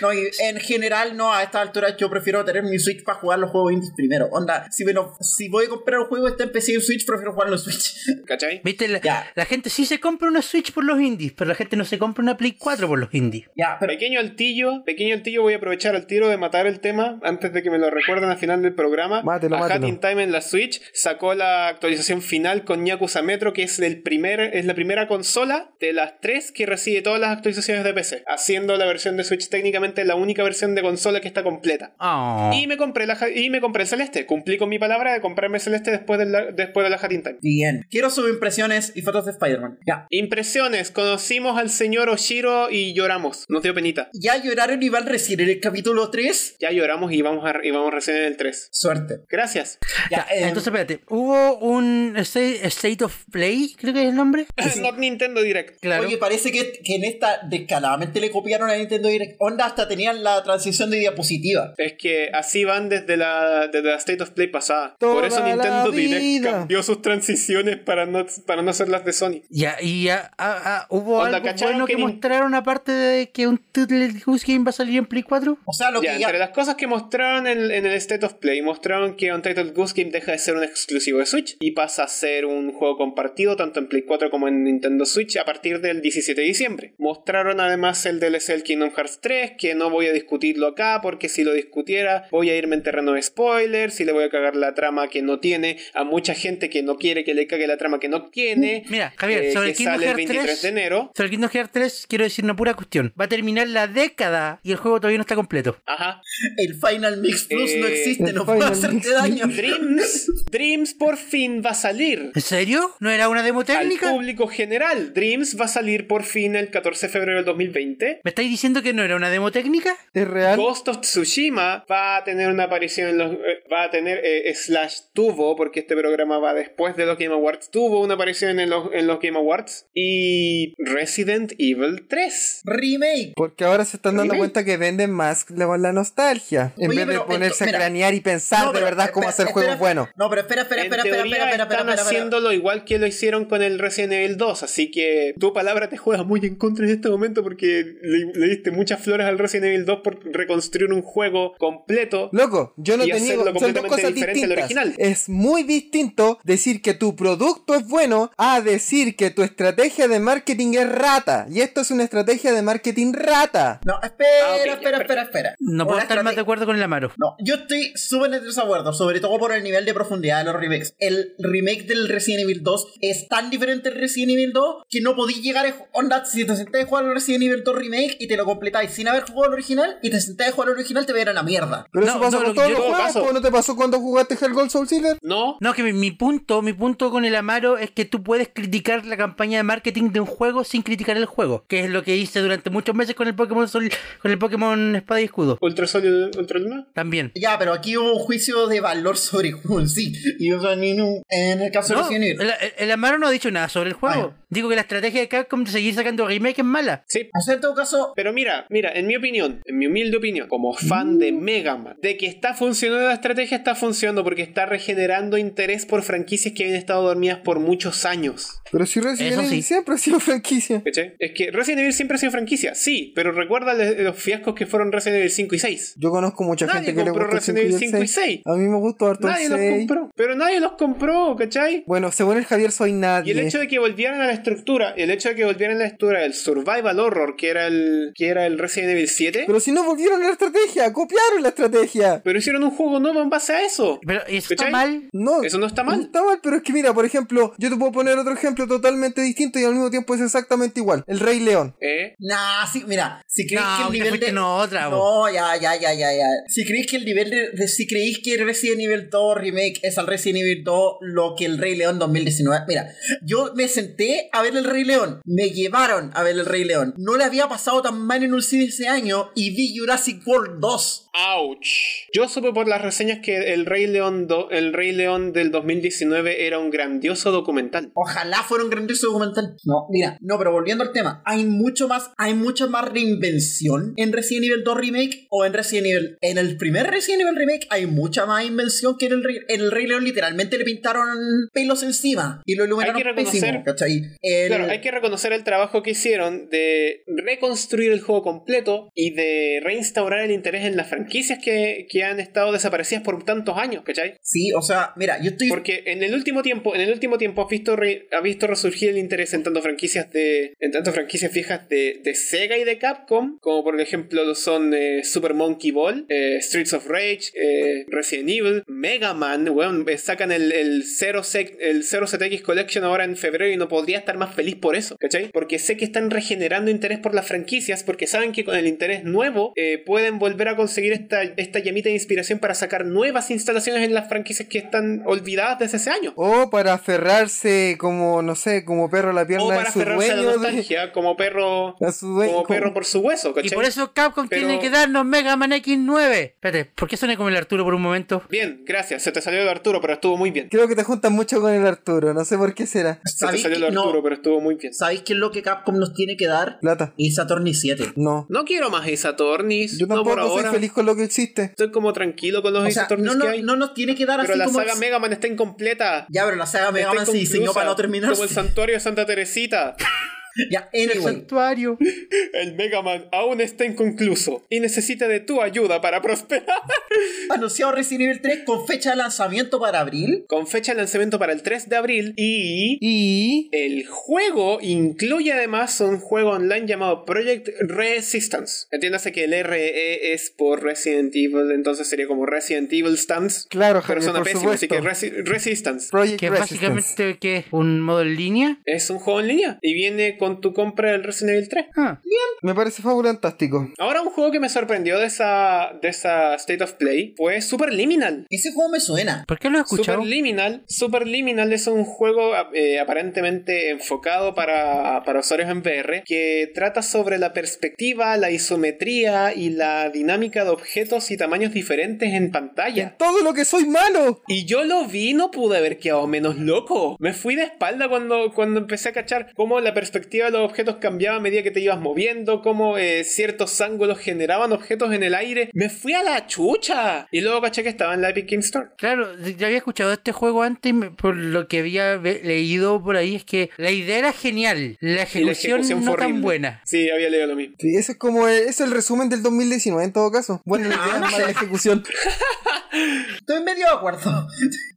[SPEAKER 3] No, y en general, no, a esta altura yo prefiero tener mi Switch para jugar los juegos indies primero. Onda, si, me lo- si voy a comprar un juego este está en PC y en Switch, prefiero jugarlo en Switch.
[SPEAKER 4] ¿Cachai?
[SPEAKER 2] ¿Viste? La,
[SPEAKER 3] Ya.
[SPEAKER 2] la gente sí se compra una Switch por los indies, pero la gente no se compra una Play 4 por los indies.
[SPEAKER 3] ya, pero
[SPEAKER 4] Pequeño altillo, pequeño altillo, voy a aprovechar al tiro de matar el tema antes de que me lo recuerden al final del programa.
[SPEAKER 5] Mátelo,
[SPEAKER 4] a
[SPEAKER 5] mátelo.
[SPEAKER 4] Hat in Time en la Switch sacó la actualización final con Yakuza Metro, que es, el primer, es la primera consola de las tres que recibe todas las actualizaciones de PC, haciendo la versión de Switch técnicamente la única versión de consola que está completa.
[SPEAKER 2] Ah.
[SPEAKER 4] Y me compré la ja- y me compré el Celeste, cumplí con mi palabra de comprarme el Celeste después de la, después de la Hat in Time.
[SPEAKER 3] bien. Quiero sus impresiones y fotos de Spider-Man. Ya.
[SPEAKER 4] Impresiones, conocimos al señor Oshiro y lloramos, nos dio penita.
[SPEAKER 3] ¿Ya lloraron y van recién en el capítulo 3?
[SPEAKER 4] Ya lloramos y vamos, a- y vamos recién en el 3.
[SPEAKER 3] Suerte.
[SPEAKER 4] Gracias.
[SPEAKER 3] Ya,
[SPEAKER 2] Ya,
[SPEAKER 3] eh,
[SPEAKER 2] entonces, espérate, hubo un State State of Play, creo que es el nombre.
[SPEAKER 4] Not Nintendo Direct.
[SPEAKER 2] Claro.
[SPEAKER 3] Oye, parece que, que en esta descaradamente le copiaron a Nintendo Direct. Onda hasta tenían la transición de diapositiva.
[SPEAKER 4] Es que así van desde la, desde la State of Play pasada.
[SPEAKER 5] Toda
[SPEAKER 4] Por eso
[SPEAKER 5] la
[SPEAKER 4] Nintendo Direct
[SPEAKER 5] vida.
[SPEAKER 4] cambió sus transiciones para no, para no ser las de Sony.
[SPEAKER 2] Ya, y ya ah, ah, hubo
[SPEAKER 4] Onda,
[SPEAKER 2] algo
[SPEAKER 4] ¿cacharon
[SPEAKER 2] bueno que,
[SPEAKER 4] que ni-
[SPEAKER 2] mostraron aparte de que un Title Goose Game va a salir en Play 4.
[SPEAKER 3] O sea, lo
[SPEAKER 4] Ya,
[SPEAKER 3] que ya.
[SPEAKER 4] entre las cosas que mostraron en, en el State of Play, mostraron que Untitled Goose Game deja de ser un exclusivo de Switch y pasa a ser un juego compartido tanto en Play 4 como en Nintendo Switch a partir del 17 de diciembre. Mostraron además el DLC del Kingdom Hearts 3, que no voy a discutirlo acá porque si lo discutiera voy a irme en terreno de spoilers y le voy a cagar la trama que no tiene a mucha gente que no quiere que le cague la trama que no tiene. eh,
[SPEAKER 2] Mm, Mira, Javier, sobre
[SPEAKER 4] que
[SPEAKER 2] el Kingdom
[SPEAKER 4] sale el
[SPEAKER 2] Hearts
[SPEAKER 4] 23
[SPEAKER 2] 3.
[SPEAKER 4] de enero.
[SPEAKER 2] Sobre el Kingdom Hearts 3, quiero decir una pura cuestión. Va a terminar la década y el juego todavía no está completo.
[SPEAKER 4] Ajá.
[SPEAKER 3] El Final Mix Plus no
[SPEAKER 4] Eh,
[SPEAKER 3] existe,
[SPEAKER 5] el
[SPEAKER 3] no puede
[SPEAKER 5] Final
[SPEAKER 3] hacerte
[SPEAKER 5] Mix
[SPEAKER 3] daño.
[SPEAKER 4] Dreams, Dreams por fin va a salir.
[SPEAKER 2] ¿En serio? ¿No era una demo
[SPEAKER 4] Al
[SPEAKER 2] técnica?
[SPEAKER 4] público general, Dreams va a salir por fin el 14 de febrero del 2020.
[SPEAKER 2] ¿Me estáis diciendo que no era una demo técnica?
[SPEAKER 5] Es real.
[SPEAKER 4] Ghost of Tsushima va a tener una aparición en los. eh, va a tener. eh, slash tuvo, porque este programa va después de los Game Awards. Tuvo una aparición en los, en los Game Awards. Y. Resident Evil 3.
[SPEAKER 3] Remake.
[SPEAKER 5] Porque ahora se están dando
[SPEAKER 4] Remake.
[SPEAKER 5] cuenta que venden más la, la nostalgia. En
[SPEAKER 3] Oye,
[SPEAKER 5] vez de
[SPEAKER 3] pero
[SPEAKER 5] ponerse
[SPEAKER 3] esto- mira.
[SPEAKER 5] a cranear y pensar
[SPEAKER 3] No,
[SPEAKER 5] de
[SPEAKER 3] pero
[SPEAKER 5] verdad cómo
[SPEAKER 3] espera,
[SPEAKER 5] hacer
[SPEAKER 3] espera,
[SPEAKER 5] juegos
[SPEAKER 3] espera.
[SPEAKER 5] buenos.
[SPEAKER 3] No, pero espera, espera,
[SPEAKER 4] En
[SPEAKER 3] espera, espera,
[SPEAKER 4] teoría
[SPEAKER 3] espera, espera,
[SPEAKER 4] están
[SPEAKER 3] espera, espera.
[SPEAKER 4] haciéndolo igual que lo hicieron con el Resident Evil 2, así que tu palabra te juega muy en contra en este momento porque le, le diste muchas flores al Resident Evil 2 por reconstruir un juego completo.
[SPEAKER 5] Loco, yo no
[SPEAKER 4] Y
[SPEAKER 5] te niego,
[SPEAKER 4] hacerlo
[SPEAKER 5] Son dos
[SPEAKER 4] completamente
[SPEAKER 5] cosas
[SPEAKER 4] diferente al
[SPEAKER 5] distintas.
[SPEAKER 4] original.
[SPEAKER 5] Es muy distinto decir que tu producto es bueno a decir que tu estrategia de marketing es rata. Y esto es una estrategia de marketing rata.
[SPEAKER 3] No, espera,
[SPEAKER 4] Ah, ok, ya,
[SPEAKER 3] espera, espera,
[SPEAKER 4] perfecto.
[SPEAKER 3] espera.
[SPEAKER 2] No puedo
[SPEAKER 3] Una
[SPEAKER 2] estar más de
[SPEAKER 3] estrategia-
[SPEAKER 2] acuerdo con el Amaro.
[SPEAKER 3] No, yo estoy súper en desacuerdo, sobre todo por el nivel de profundidad de los remakes. El remake del Resident Evil 2 es tan diferente al Resident Evil 2 que no podís llegar a... Onda, si te sentáis a jugar al Resident Evil 2 remake y te lo completáis sin haber jugado al original y te sentáis a jugar al original, te va a ir a la mierda.
[SPEAKER 5] Pero
[SPEAKER 2] No,
[SPEAKER 5] eso pasa
[SPEAKER 2] no,
[SPEAKER 5] con
[SPEAKER 2] lo que
[SPEAKER 5] todos
[SPEAKER 2] yo-
[SPEAKER 5] los
[SPEAKER 4] en todo
[SPEAKER 5] juegos.
[SPEAKER 4] caso-
[SPEAKER 5] ¿po? ¿No te pasó cuando jugaste Hellgold Soul Silver?
[SPEAKER 4] No,
[SPEAKER 2] No, que mi, mi punto, mi punto con el Amaro es que tú puedes criticar la campaña de marketing de un juego sin criticar el juego, que es lo que hice durante muchos meses con el Pokémon Sol, con el Pokémon Espada y Escudo.
[SPEAKER 4] Ultra Solid, Ultra Luna.
[SPEAKER 2] También.
[SPEAKER 3] Ya, pero aquí hubo un juicio de valor sobre el juego en sí. Y o sea, ni en- en el caso de
[SPEAKER 2] No, el,
[SPEAKER 3] Resident Evil.
[SPEAKER 2] el- el Amaro no ha dicho nada sobre el juego.
[SPEAKER 3] Ah.
[SPEAKER 2] Digo que la estrategia de Capcom de seguir sacando remake es mala.
[SPEAKER 4] Sí,
[SPEAKER 3] O sea, en todo caso,
[SPEAKER 4] Pero mira, mira, en mi opinión, en mi humilde opinión, como fan de Mega Man, de que está funcionando la estrategia, está funcionando porque está regenerando interés por franquicias que habían estado dormidas por muchos años.
[SPEAKER 5] Pero si Resident
[SPEAKER 2] Eso
[SPEAKER 5] Evil
[SPEAKER 2] sí.
[SPEAKER 5] siempre ha sido franquicia.
[SPEAKER 4] ¿Cachai? Es que Resident Evil siempre ha sido franquicia, sí, pero recuerda le- los fiascos que fueron Resident Evil 5 y 6.
[SPEAKER 5] Yo conozco mucha
[SPEAKER 4] Nadie
[SPEAKER 5] gente que le
[SPEAKER 4] compró
[SPEAKER 5] gusta el 5
[SPEAKER 4] Resident
[SPEAKER 5] y el
[SPEAKER 4] Evil 5 y
[SPEAKER 5] 6.
[SPEAKER 4] 6.
[SPEAKER 5] A mí me gustó harto el
[SPEAKER 4] Nadie los
[SPEAKER 5] 6.
[SPEAKER 4] compró. Pero nadie los compró, ¿cachai?
[SPEAKER 5] Bueno, según el Javier soy
[SPEAKER 4] Y
[SPEAKER 5] nadie.
[SPEAKER 4] el hecho de que volvieran a la estructura, el hecho de que volvieran a la estructura del Survival Horror, que era el, que era el Resident Evil 7, pero,
[SPEAKER 5] Pero si no volvieron a la estrategia, copiaron la estrategia.
[SPEAKER 4] hicieron un juego nuevo en base a eso.
[SPEAKER 2] Pero eso está
[SPEAKER 4] ¿Cachai?
[SPEAKER 2] mal.
[SPEAKER 5] No,
[SPEAKER 4] Eso no está mal.
[SPEAKER 5] Está mal, pero es que mira, por ejemplo, yo te puedo poner otro ejemplo totalmente distinto y al mismo tiempo es exactamente igual. El Rey León.
[SPEAKER 4] ¿Eh?
[SPEAKER 3] Nah, sí, mira, si creéis
[SPEAKER 2] No,
[SPEAKER 3] que el
[SPEAKER 2] te
[SPEAKER 3] nivel
[SPEAKER 2] fuiste
[SPEAKER 3] de.
[SPEAKER 2] en otra,
[SPEAKER 3] no, ya, ya, ya, ya, ya. Si creéis que el nivel de, de- Si creéis que Resident Evil 2 Remake es al Resident Evil 2 lo que el Rey León 2019. Mira, yo me senté a ver el Rey León. Me llevaron a ver el Rey León. No le había pasado tan mal en un cine ese año y vi Jurassic World 2.
[SPEAKER 4] Ouch. Yo supe por las reseñas que el Rey León do- el Rey León del 2019 era un grandioso documental.
[SPEAKER 3] Ojalá fuera un grandioso documental. No, mira, no, pero volviendo al tema, hay mucho más, hay mucha más reinvención en Resident Evil 2 Remake o en Resident Evil. En el primer Resident Evil Remake hay mucha más invención que en el Rey, en el Rey León. Literalmente le pintaron pelos encima y lo iluminaron
[SPEAKER 4] Hay que reconocer-
[SPEAKER 3] pésimo, ¿cachai? El-
[SPEAKER 4] Claro, hay que reconocer el trabajo que hicieron de reconstruir el juego completo y de reinstaurar el interés en las franquicias que, que han estado desaparecidas por tantos años, ¿cachai?
[SPEAKER 3] Sí, o sea, mira, yo estoy.
[SPEAKER 4] Porque en el último tiempo, en el último tiempo has visto, re- has visto resurgir el interés en tanto franquicias de, en tanto franquicias fijas de, de Sega y de Capcom, como por ejemplo lo son eh, Super Monkey Ball, eh, Streets of Rage, eh, Resident Evil, Mega Man, weón, eh, sacan el, el, 0 Sec- el 0ZX Collection ahora en febrero y no podría estar más feliz por eso, ¿cachai? Porque sé que están regenerando interés por las franquicias, porque saben que con el interés nuevo eh, pueden volver a conseguir esta, esta llamita de inspiración para sacar nuevas instalaciones en las franquicias que están olvidadas desde ese año.
[SPEAKER 5] O para aferrarse como, no sé, como perro a la pierna
[SPEAKER 4] O
[SPEAKER 5] de
[SPEAKER 4] para
[SPEAKER 5] su
[SPEAKER 4] aferrarse a la
[SPEAKER 5] dueño. de-
[SPEAKER 4] nostalgia como perro
[SPEAKER 5] a su dueño-
[SPEAKER 4] como perro por su hueso, ¿cachai?
[SPEAKER 2] Y por eso Capcom
[SPEAKER 4] Pero-
[SPEAKER 2] tiene que darnos Mega Man X9. Espérate, ¿por qué suena como el Arturo por un momento?
[SPEAKER 4] Bien, gracias. Se te salió el Arturo, pero estuvo muy bien.
[SPEAKER 5] Creo que te juntas mucho con el Arturo, no sé por qué será.
[SPEAKER 4] Se te
[SPEAKER 3] ¿sabéis,
[SPEAKER 4] salió el
[SPEAKER 3] que- no,
[SPEAKER 4] Arturo, pero estuvo muy bien.
[SPEAKER 3] ¿sabéis qué es lo que Capcom nos tiene que dar?
[SPEAKER 5] Plata.
[SPEAKER 3] Y Saturn y 7.
[SPEAKER 5] No.
[SPEAKER 4] No quiero más Isatornis.
[SPEAKER 5] Yo
[SPEAKER 4] no
[SPEAKER 5] tampoco
[SPEAKER 4] por
[SPEAKER 5] soy
[SPEAKER 4] ahora.
[SPEAKER 5] feliz con lo que existe.
[SPEAKER 4] Estoy como tranquilo con los
[SPEAKER 3] O sea,
[SPEAKER 4] Isatornis
[SPEAKER 3] no, no-
[SPEAKER 4] que hay.
[SPEAKER 3] no nos tiene que dar
[SPEAKER 4] pero
[SPEAKER 3] así
[SPEAKER 4] la
[SPEAKER 3] como.
[SPEAKER 4] saga Mega Man está incompleta.
[SPEAKER 3] Ya, pero la saga Mega
[SPEAKER 4] Está
[SPEAKER 3] Man se diseñó
[SPEAKER 4] inconclusa,
[SPEAKER 3] para no terminar.
[SPEAKER 4] Como el santuario de Santa Teresita.
[SPEAKER 3] Ya,
[SPEAKER 2] El
[SPEAKER 3] anyway.
[SPEAKER 2] santuario.
[SPEAKER 4] El Mega Man aún está inconcluso y necesita de tu ayuda para prosperar.
[SPEAKER 3] anunciado Resident Evil 3 con fecha de lanzamiento para abril.
[SPEAKER 4] Con fecha de lanzamiento para el 3 de abril y
[SPEAKER 5] Y...
[SPEAKER 4] El juego incluye además un juego online llamado Project Resistance. Entiéndase que el RE es por Resident Evil, entonces sería como Resident Evil Stance.
[SPEAKER 5] Claro, Javier,
[SPEAKER 4] persona
[SPEAKER 5] por
[SPEAKER 4] pésima, así que
[SPEAKER 5] supuesto.
[SPEAKER 4] Resi- Resistance.
[SPEAKER 5] Project
[SPEAKER 2] Que
[SPEAKER 5] Resistance.
[SPEAKER 2] básicamente que un modo en línea.
[SPEAKER 4] Es un juego en línea y viene con tu compra del Resident Evil 3.
[SPEAKER 2] Ah,
[SPEAKER 5] Me parece fabulantástico.
[SPEAKER 4] Ahora un juego que me sorprendió de esa, de esa State of Play fue Superliminal.
[SPEAKER 3] Ese juego me suena.
[SPEAKER 2] ¿Por qué lo he escuchado?
[SPEAKER 4] Superliminal, Superliminal es un juego eh, aparentemente enfocado para, para usuarios en VR que trata sobre la perspectiva, la isometría y la dinámica de objetos y tamaños diferentes en pantalla.
[SPEAKER 5] Todo lo que soy malo.
[SPEAKER 4] Y yo lo vi y no pude haber quedado menos loco. Me fui de espalda cuando, cuando empecé a cachar cómo la perspectiva perspectiva de los objetos cambiaba a medida que te ibas moviendo, cómo eh, ciertos ángulos generaban objetos en el aire. ¡Me fui a la chucha! Y luego caché que estaba en la Epic Game Store.
[SPEAKER 2] Claro, ya había escuchado este juego antes, y me- por lo que había ve- leído por ahí, es que la idea era genial, la
[SPEAKER 4] Y la
[SPEAKER 2] ejecución,
[SPEAKER 4] ejecución
[SPEAKER 2] no
[SPEAKER 4] fue
[SPEAKER 2] tan
[SPEAKER 4] horrible.
[SPEAKER 2] buena.
[SPEAKER 4] Sí, había leído lo mismo.
[SPEAKER 5] Sí, eso es como el, es el resumen del 2019 en todo caso. Bueno,
[SPEAKER 4] Ah.
[SPEAKER 5] la idea es mala ejecución.
[SPEAKER 3] Estoy medio de acuerdo.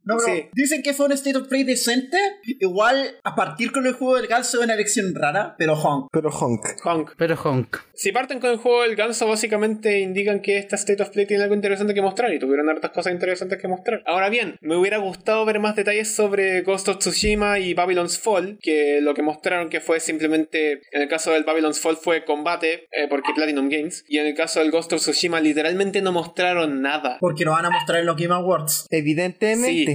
[SPEAKER 3] No, pero
[SPEAKER 4] Sí.
[SPEAKER 3] dicen que fue un state of play decente. Igual, a partir con el juego del calcio es una elección rara, pero honk.
[SPEAKER 5] Pero honk.
[SPEAKER 4] Honk.
[SPEAKER 2] Pero Honk.
[SPEAKER 4] Si parten con el juego del ganso, básicamente indican que esta State of Play tiene algo interesante que mostrar y tuvieron hartas cosas interesantes que mostrar. Ahora bien, me hubiera gustado ver más detalles sobre Ghost of Tsushima y Babylon's Fall, que lo que mostraron que fue simplemente, en el caso del Babylon's Fall fue combate, eh, porque Platinum Games, y en el caso del Ghost of Tsushima literalmente no mostraron nada.
[SPEAKER 3] Porque lo van a mostrar en los Game Awards.
[SPEAKER 5] Evidentemente.
[SPEAKER 4] Sí,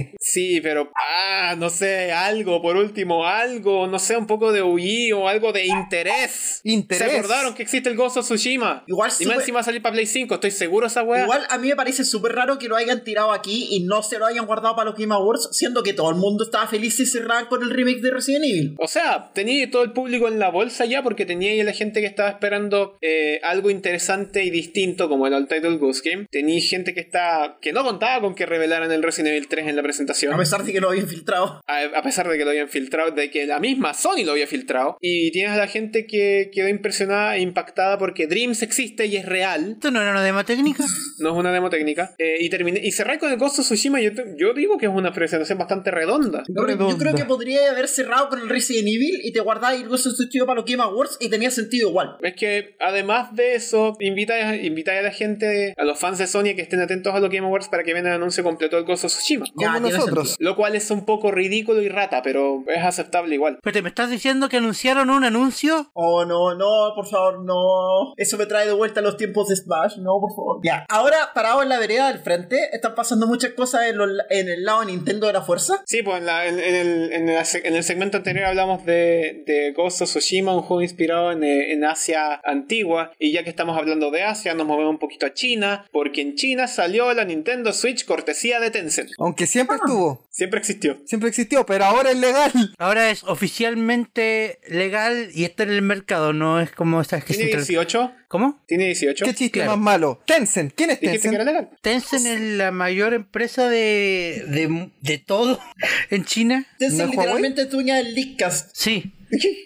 [SPEAKER 4] sí, pero ah, no sé, algo, por último, algo, no sé, un poco de UI o algo de interés.
[SPEAKER 5] Interés.
[SPEAKER 4] Se acordaron que existe el Ghost of Tsushima.
[SPEAKER 3] Igual
[SPEAKER 4] y
[SPEAKER 3] sí,
[SPEAKER 4] más
[SPEAKER 3] we-
[SPEAKER 4] encima va a salir para Play 5, estoy seguro esa weá.
[SPEAKER 3] Igual a mí me parece súper raro que lo hayan tirado aquí y no se lo hayan guardado para los Game Awards, siendo que todo el mundo estaba feliz y cerrado con el remake de Resident Evil.
[SPEAKER 4] O sea, tenía todo el público en la bolsa ya porque tenía ahí la gente que estaba esperando eh, algo interesante y distinto como el All Title Ghost Game. Tenía gente que está que no contaba con que revelaran el Resident Evil 3 en la presentación.
[SPEAKER 3] A pesar de que lo habían filtrado.
[SPEAKER 4] a, a pesar de que lo habían filtrado, de que la misma Sony lo había filtrado. Y tienes a la gente que quedó impresionada e impactada porque Dreams existe y es real,
[SPEAKER 2] ¿Esto no era una demo técnica?
[SPEAKER 4] no es una demo técnica. Eh, y terminé, y cerrar con el Ghost of Tsushima, yo, te- yo digo que es una presentación bastante redonda.
[SPEAKER 3] Yo, creo- yo
[SPEAKER 5] Redonda.
[SPEAKER 3] creo que podría haber cerrado con el Resident Evil y te guardáis el Ghost of Tsushima para los Game Awards y tenía sentido igual.
[SPEAKER 4] Es que además de eso, invita, invita a la gente, a los fans de Sony, a que estén atentos a los Game Awards para que vean el anuncio completo del Ghost of Tsushima.
[SPEAKER 5] Como
[SPEAKER 3] Ya, tiene
[SPEAKER 5] nosotros.
[SPEAKER 4] Lo cual es un poco ridículo y rata, pero es aceptable igual.
[SPEAKER 2] Pero te me estás diciendo que anunciaron un anuncio.
[SPEAKER 3] Oh, no, no, por favor, no. Eso me trae de vuelta a los tiempos de Smash, no, por favor. Ya, ahora parado en la vereda del frente, están pasando muchas cosas en, los- en el lado Nintendo de la fuerza.
[SPEAKER 4] Sí, pues en, la- en- en el, en la se- en el segmento anterior hablamos de, de Ghost of Tsushima, un juego inspirado en, eh, en Asia antigua. Y ya que estamos hablando de Asia, nos movemos un poquito a China, porque en China salió la Nintendo Switch cortesía de Tencent.
[SPEAKER 5] Aunque siempre
[SPEAKER 4] Ah.
[SPEAKER 5] estuvo.
[SPEAKER 4] Siempre existió.
[SPEAKER 5] Siempre existió, pero ahora es legal.
[SPEAKER 2] Ahora es oficialmente legal y está en el mercado, no es como esas que se
[SPEAKER 4] ¿Tiene
[SPEAKER 2] entran-
[SPEAKER 4] 18?
[SPEAKER 2] ¿Cómo?
[SPEAKER 4] ¿Tiene 18?
[SPEAKER 5] Qué chiste
[SPEAKER 2] Claro.
[SPEAKER 5] más malo. Tencent. ¿Quién es
[SPEAKER 4] Dijiste que era
[SPEAKER 5] Tencent?
[SPEAKER 4] legal.
[SPEAKER 2] Tencent es la mayor empresa de, de, de todo en China.
[SPEAKER 3] Tencent
[SPEAKER 5] ¿No es
[SPEAKER 3] literalmente tuña el Leakcast.
[SPEAKER 2] Sí.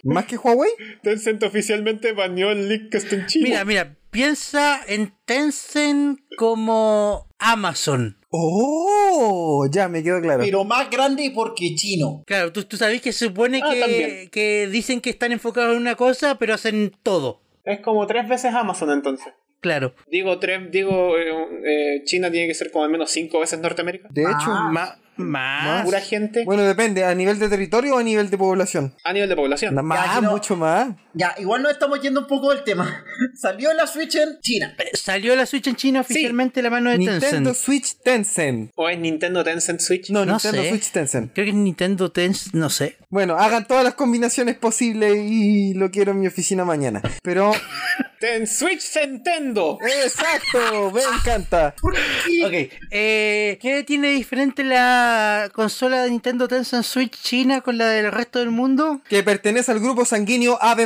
[SPEAKER 5] ¿Más que Huawei?
[SPEAKER 4] Tencent oficialmente baneó el link que está en China.
[SPEAKER 2] Mira, mira, piensa en Tencent como Amazon.
[SPEAKER 5] Oh, ya me quedó claro.
[SPEAKER 3] Pero más grande porque chino.
[SPEAKER 2] Claro, tú, tú sabes que se supone
[SPEAKER 4] Ah,
[SPEAKER 2] que,
[SPEAKER 4] también.
[SPEAKER 2] que dicen que están enfocados en una cosa, pero hacen todo.
[SPEAKER 4] Es como tres veces Amazon entonces.
[SPEAKER 2] Claro.
[SPEAKER 4] Digo, tres, digo, eh, eh, China tiene que ser como al menos cinco veces Norteamérica.
[SPEAKER 5] De hecho,
[SPEAKER 4] Ah.
[SPEAKER 2] Ma- más.
[SPEAKER 4] Pura gente
[SPEAKER 5] bueno, depende. ¿A nivel de territorio o a nivel de población?
[SPEAKER 4] a nivel de población.
[SPEAKER 5] Nada Más,
[SPEAKER 3] si no-
[SPEAKER 5] mucho más.
[SPEAKER 3] Ya, igual nos estamos yendo un poco del tema. Salió la Switch en China.
[SPEAKER 2] Salió la Switch en China oficialmente de la mano de
[SPEAKER 5] Nintendo
[SPEAKER 2] Tencent.
[SPEAKER 5] Switch Tencent.
[SPEAKER 4] ¿O es Nintendo Tencent Switch?
[SPEAKER 5] No,
[SPEAKER 2] No
[SPEAKER 5] Nintendo
[SPEAKER 2] sé.
[SPEAKER 5] Switch Tencent.
[SPEAKER 2] Creo que es Nintendo Tencent, no sé.
[SPEAKER 5] Bueno, hagan todas las combinaciones posibles y lo quiero en mi oficina mañana. Pero,
[SPEAKER 4] Ten Switch Nintendo.
[SPEAKER 1] Eh,
[SPEAKER 5] exacto, me encanta.
[SPEAKER 2] Ok, eh, ¿qué tiene diferente la consola de Nintendo Tencent Switch China con la del resto del mundo?
[SPEAKER 5] Que pertenece al grupo sanguíneo AB.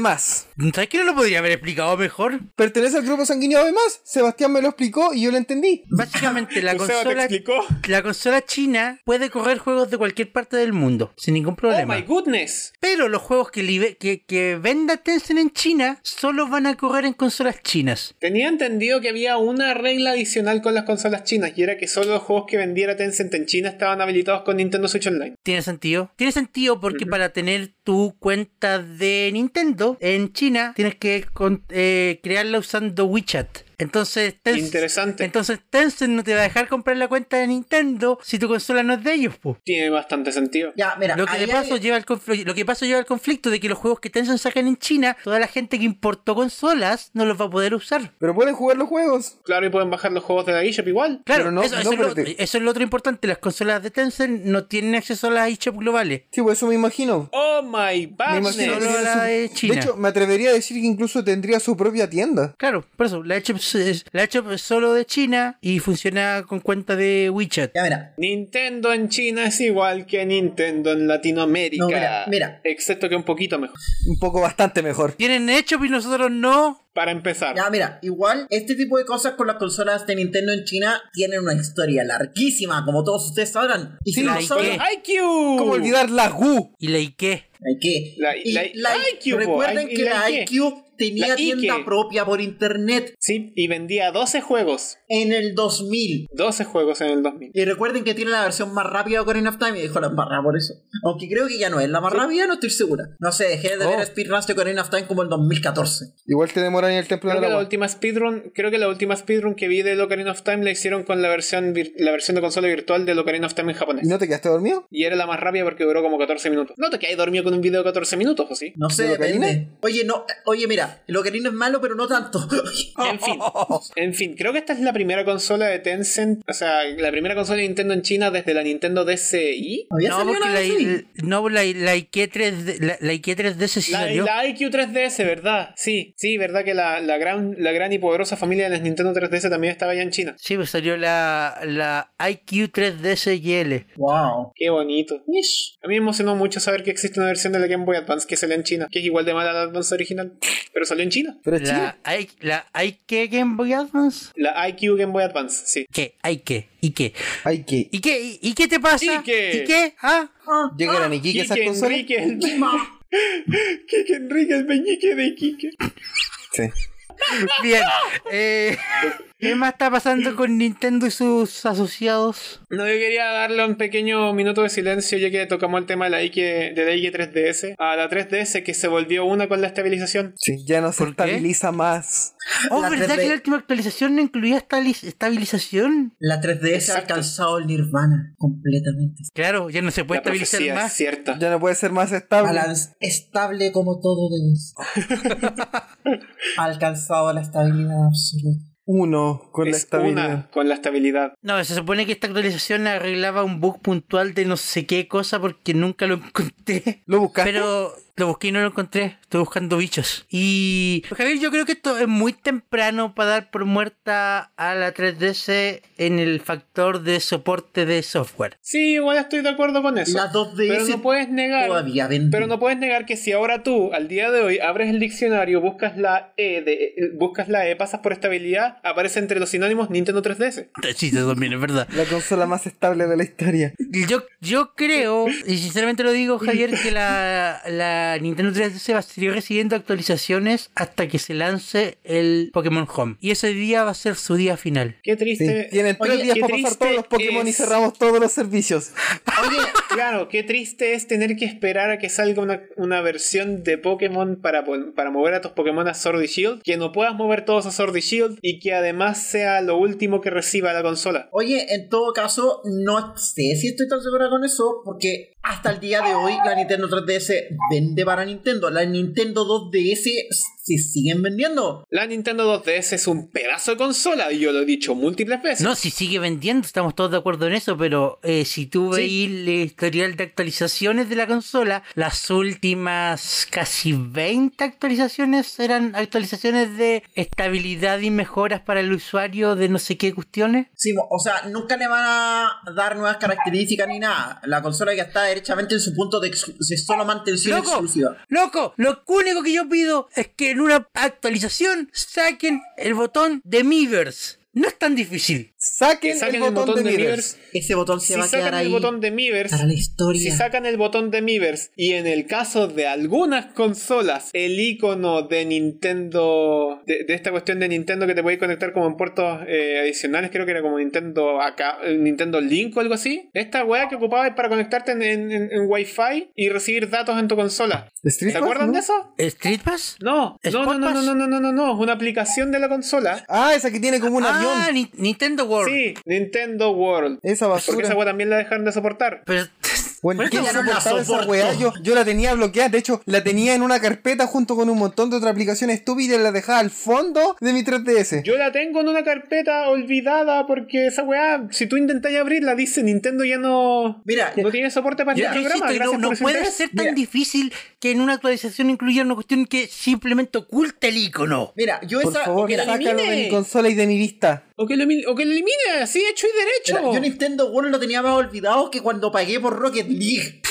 [SPEAKER 2] ¿Sabes que no lo podría haber explicado mejor?
[SPEAKER 5] ¿Pertenece al grupo sanguíneo AB? Sebastián me lo explicó y yo lo entendí.
[SPEAKER 2] Básicamente la
[SPEAKER 4] O sea, te
[SPEAKER 2] consola
[SPEAKER 4] explicó.
[SPEAKER 2] la consola china puede correr juegos de cualquier parte del mundo sin ningún
[SPEAKER 4] Oh
[SPEAKER 2] problema.
[SPEAKER 4] my goodness.
[SPEAKER 2] Pero los juegos que, libe- que, que venda Tencent en China solo van a correr en consolas chinas.
[SPEAKER 4] Tenía entendido que había una regla adicional con las consolas chinas y era que solo los juegos que vendiera Tencent en China estaban habilitados con Nintendo Switch Online.
[SPEAKER 2] ¿Tiene sentido? Tiene sentido porque para tener tu cuenta de Nintendo en China tienes que con- eh, crearla usando WeChat. Entonces Tencent,
[SPEAKER 4] Interesante.
[SPEAKER 2] entonces Tencent no te va a dejar comprar la cuenta de Nintendo si tu consola no es de ellos, po.
[SPEAKER 4] Tiene bastante sentido.
[SPEAKER 3] Ya, mira.
[SPEAKER 2] Lo que,
[SPEAKER 3] ahí
[SPEAKER 2] de paso
[SPEAKER 3] hay-
[SPEAKER 2] lleva al confl- lo que de paso lleva al conflicto de que los juegos que Tencent sacan en China, toda la gente que importó consolas no los va a poder usar.
[SPEAKER 5] Pero pueden jugar los juegos.
[SPEAKER 4] Claro, y pueden bajar los juegos de la eShop igual.
[SPEAKER 2] Claro,
[SPEAKER 5] Pero no-
[SPEAKER 2] eso,
[SPEAKER 5] no,
[SPEAKER 2] eso es lo,
[SPEAKER 5] pero te-
[SPEAKER 2] eso es lo otro importante. Las consolas de Tencent no tienen acceso a las eShop globales.
[SPEAKER 5] Sí, pues eso me imagino.
[SPEAKER 4] Oh my
[SPEAKER 5] Me imagino
[SPEAKER 2] Solo
[SPEAKER 5] que
[SPEAKER 4] badness.
[SPEAKER 5] tiene
[SPEAKER 2] la de China.
[SPEAKER 5] hecho, me atrevería a decir que incluso tendría su propia tienda.
[SPEAKER 2] Claro, por eso, las eShop es- la ha hecho solo de China y funciona con cuenta de WeChat.
[SPEAKER 3] Ya, mira.
[SPEAKER 4] Nintendo en China es igual que Nintendo en Latinoamérica.
[SPEAKER 3] No, mira, mira.
[SPEAKER 4] Excepto que un poquito mejor.
[SPEAKER 5] Un poco bastante mejor.
[SPEAKER 2] Tienen hecho y nosotros no.
[SPEAKER 4] Para empezar.
[SPEAKER 3] Ya, mira, igual este tipo de cosas con las consolas de Nintendo en China tienen una historia larguísima, como todos ustedes sabrán. Y si
[SPEAKER 2] Sí,
[SPEAKER 3] no
[SPEAKER 2] la
[SPEAKER 3] lo saben,
[SPEAKER 2] Ike.
[SPEAKER 4] IQ.
[SPEAKER 5] ¿Cómo olvidar la Gu?
[SPEAKER 2] Y la E. Ike.
[SPEAKER 3] hay que.
[SPEAKER 4] La-
[SPEAKER 3] y
[SPEAKER 4] la- la IQ, po,
[SPEAKER 3] recuerden
[SPEAKER 4] hay- y
[SPEAKER 3] que
[SPEAKER 4] la
[SPEAKER 3] la
[SPEAKER 4] Ike.
[SPEAKER 3] IQ tenía
[SPEAKER 4] La Ike.
[SPEAKER 3] tienda propia por internet
[SPEAKER 4] Sí, y vendía 12 juegos.
[SPEAKER 3] en el 2000.
[SPEAKER 4] 12 juegos en el 2000.
[SPEAKER 3] Y recuerden que tiene la versión más rápida de Ocarina of Time y dijo la barra por eso. Aunque creo que ya no es la más rápida, no estoy segura. No sé, dejé de
[SPEAKER 5] Oh.
[SPEAKER 3] ver speedruns de Ocarina of Time como en 2014.
[SPEAKER 5] Igual te demoran en el templo
[SPEAKER 4] Creo
[SPEAKER 5] de la
[SPEAKER 4] que, la
[SPEAKER 5] Gua.
[SPEAKER 4] última speedrun, creo que la última speedrun que vi de Ocarina of Time la hicieron con la versión, vir- la versión de consola virtual de Ocarina of Time en japonés.
[SPEAKER 5] ¿Y no te quedaste dormido?
[SPEAKER 4] Y era la más rápida porque duró como 14 minutos. No te quedas dormido con un video de 14 minutos, ¿o sí?
[SPEAKER 3] No sé,
[SPEAKER 5] ¿De Ocarina?
[SPEAKER 3] depende. Oye, no, oye, mira, el Ocarina es malo, pero no tanto.
[SPEAKER 4] En fin,
[SPEAKER 2] oh,
[SPEAKER 4] en fin, creo que esta es la primera consola de Tencent, o sea, la primera consola de Nintendo en China desde la Nintendo DSi.
[SPEAKER 3] ¿Había
[SPEAKER 2] No,
[SPEAKER 3] salido
[SPEAKER 2] porque
[SPEAKER 3] una
[SPEAKER 2] la,
[SPEAKER 3] vez ahí?
[SPEAKER 2] no, la, la Ike 3D, la, la Ike 3D se sí
[SPEAKER 4] La, E
[SPEAKER 2] salió.
[SPEAKER 4] la IQ 3DS, ¿verdad? Sí, sí, ¿verdad que la, la gran, la gran y poderosa familia de las Nintendo 3DS también estaba allá en China?
[SPEAKER 2] Sí, pues salió la, la E IQ 3DS YL.
[SPEAKER 3] Wow.
[SPEAKER 4] Qué bonito.
[SPEAKER 3] Ish.
[SPEAKER 4] A mí me emocionó mucho saber que existe una versión de la Game Boy Advance que salió en China, que es igual de mala a la Advance original, pero salió en China.
[SPEAKER 5] Pero chido.
[SPEAKER 2] La, I- la Ike Game Boy Advance.
[SPEAKER 4] La IQ Game Boy Advance, sí.
[SPEAKER 2] ¿Qué? E, Ike. ¿Y qué?
[SPEAKER 5] Hay que.
[SPEAKER 2] ¿Y qué? ¿Y, y qué te pasa?
[SPEAKER 4] ¿Y qué?
[SPEAKER 2] ¿Y qué? ¿Ah?
[SPEAKER 3] Ah,
[SPEAKER 5] Llegaron a Iquique esas
[SPEAKER 4] Quique
[SPEAKER 5] consolas.
[SPEAKER 4] Enrique, el... Quique Enrique, el meñique de Quique.
[SPEAKER 5] Sí.
[SPEAKER 2] Bien. Eh, ¿Qué más está pasando con Nintendo y sus asociados?
[SPEAKER 4] No, yo quería darle un pequeño minuto de silencio ya que tocamos el tema de la IQ, de la IQ 3DS. A la 3DS que se volvió una con la estabilización.
[SPEAKER 5] Sí, ya no se
[SPEAKER 2] ¿Por qué?
[SPEAKER 5] estabiliza más.
[SPEAKER 2] Oh,
[SPEAKER 3] La
[SPEAKER 2] ¿verdad
[SPEAKER 3] 3D.
[SPEAKER 2] que la última actualización no incluía estali- estabilización?
[SPEAKER 3] La 3DS ha
[SPEAKER 4] Exacto.
[SPEAKER 3] alcanzado el Nirvana completamente.
[SPEAKER 2] Claro, ya no se puede
[SPEAKER 4] La
[SPEAKER 2] estabilizar
[SPEAKER 4] profecía es
[SPEAKER 2] más.
[SPEAKER 4] cierta.
[SPEAKER 5] Ya no puede ser más estable.
[SPEAKER 3] Balance estable como todo debe ser. ha alcanzado la estabilidad absoluta.
[SPEAKER 5] Uno con la
[SPEAKER 4] es una
[SPEAKER 5] estabilidad.
[SPEAKER 4] con la estabilidad.
[SPEAKER 2] No, se supone que esta actualización arreglaba un bug puntual de no sé qué cosa porque nunca lo encontré.
[SPEAKER 5] ¿Lo buscaste?
[SPEAKER 2] Pero lo busqué y no lo encontré. Estoy buscando bichos. Y Javier, yo creo que esto es muy temprano para dar por muerta a la 3DS en el factor de soporte de software.
[SPEAKER 4] Sí, igual estoy de acuerdo con eso.
[SPEAKER 3] La 2DS
[SPEAKER 4] pero no puedes negar.
[SPEAKER 3] Todavía vende.
[SPEAKER 4] Pero no puedes negar que si ahora tú, al día de hoy, abres el diccionario, buscas la E, de, eh, buscas la E, pasas por estabilidad, aparece entre los sinónimos Nintendo 3DS.
[SPEAKER 2] Sí, eso también es verdad.
[SPEAKER 5] La consola más estable de la historia.
[SPEAKER 2] Yo, yo creo, y sinceramente lo digo, Javier, que la, la Nintendo 3DS va a seguir recibiendo actualizaciones hasta que se lance el Pokémon Home. Y ese día va a ser su día final.
[SPEAKER 4] Qué
[SPEAKER 5] Sí,
[SPEAKER 4] triste.
[SPEAKER 5] Tienen tres
[SPEAKER 4] Oye,
[SPEAKER 5] días
[SPEAKER 4] qué
[SPEAKER 5] para pasar
[SPEAKER 4] triste
[SPEAKER 5] todos los Pokémon y
[SPEAKER 4] es-
[SPEAKER 5] cerramos todos los servicios.
[SPEAKER 4] Claro, qué triste es tener que esperar a que salga una, una versión de Pokémon para, pon- para mover a tus Pokémon a Sword y Shield, que no puedas mover todos a Sword y Shield y que además sea lo último que reciba la consola.
[SPEAKER 3] Oye, en todo caso, no sé si estoy tan segura con eso, porque hasta el día de hoy la Nintendo 3DS vende para Nintendo. La Nintendo 2DS se siguen vendiendo.
[SPEAKER 4] La Nintendo 2DS es un pedazo de consola, y yo lo he dicho múltiples veces.
[SPEAKER 2] No, si sigue vendiendo, estamos todos de acuerdo en eso, pero eh, si tú
[SPEAKER 4] Sí.
[SPEAKER 2] veis el historial de actualizaciones de la consola, las últimas casi 20 actualizaciones eran actualizaciones de estabilidad y mejoras para el usuario de no sé qué cuestiones.
[SPEAKER 3] Sí, mo- o sea, nunca le van a dar nuevas características ni nada. La consola ya está derechamente en su punto de, exclu- de solo mantención
[SPEAKER 2] ¡Loco!
[SPEAKER 3] exclusiva.
[SPEAKER 2] ¡Loco! Lo único que yo pido es que en una actualización saquen el botón de Miiverse. No es tan difícil.
[SPEAKER 5] Saquen,
[SPEAKER 4] que saquen
[SPEAKER 5] el botón, de, Miiverse.
[SPEAKER 4] Miiverse.
[SPEAKER 3] Ese botón se
[SPEAKER 4] Si
[SPEAKER 3] va a quedar
[SPEAKER 4] sacan el
[SPEAKER 3] ahí
[SPEAKER 4] botón de Miiverse,
[SPEAKER 3] para la historia.
[SPEAKER 4] si sacan el botón de Miiverse y en el caso de algunas consolas, el icono de Nintendo, de, de esta cuestión de Nintendo que te podéis conectar como en puertos eh, adicionales, creo que era como Nintendo acá, eh, Nintendo Link o algo así. Esta weá que ocupabas para conectarte en, en, en- en Wi-Fi y recibir datos en tu consola.
[SPEAKER 5] ¿Street
[SPEAKER 4] ¿Se
[SPEAKER 5] Pass,
[SPEAKER 4] acuerdan
[SPEAKER 5] no?
[SPEAKER 4] de eso?
[SPEAKER 2] ¿Street Pass?
[SPEAKER 4] No, no, no,
[SPEAKER 2] ¿Spot
[SPEAKER 4] no,
[SPEAKER 2] Pass?
[SPEAKER 4] no, no, no, no, no, una aplicación de la consola.
[SPEAKER 5] Ah, esa que tiene como un
[SPEAKER 2] ah,
[SPEAKER 5] avión.
[SPEAKER 2] Ni- Nintendo World.
[SPEAKER 4] Sí, Nintendo World.
[SPEAKER 5] Esa
[SPEAKER 4] Porque
[SPEAKER 5] basura.
[SPEAKER 4] esa weá también la dejaron de soportar.
[SPEAKER 2] Pero
[SPEAKER 5] Bueno,
[SPEAKER 3] Pero
[SPEAKER 5] ¿quién
[SPEAKER 3] esta weá no la
[SPEAKER 5] soportaba esa
[SPEAKER 3] soporto.
[SPEAKER 5] weá? Yo, yo la tenía bloqueada, de hecho, la tenía en una carpeta junto con un montón de otras aplicaciones estúpidas y la dejaba al fondo de mi 3DS.
[SPEAKER 4] Yo la tengo en una carpeta olvidada porque esa weá, si tú intentas abrirla, dice Nintendo ya no,
[SPEAKER 3] Mira,
[SPEAKER 4] no tiene soporte para
[SPEAKER 2] Yo-
[SPEAKER 4] este
[SPEAKER 2] yo
[SPEAKER 4] programa.
[SPEAKER 2] insisto,
[SPEAKER 4] Gracias
[SPEAKER 2] no, no
[SPEAKER 4] por
[SPEAKER 2] puede
[SPEAKER 4] presentar.
[SPEAKER 2] ser tan
[SPEAKER 3] Mira.
[SPEAKER 2] difícil que en una actualización incluya una cuestión que simplemente oculta el icono.
[SPEAKER 3] mira, yo
[SPEAKER 5] Por
[SPEAKER 3] esa.
[SPEAKER 5] favor,
[SPEAKER 3] mira,
[SPEAKER 5] sácalo de mi
[SPEAKER 4] elimine.
[SPEAKER 5] consola y de mi vista.
[SPEAKER 4] O que, lo, elim- o que lo elimine, así hecho y
[SPEAKER 3] mira,
[SPEAKER 4] derecho.
[SPEAKER 3] yo Nintendo One lo tenía más olvidado que cuando pagué por Rocket League.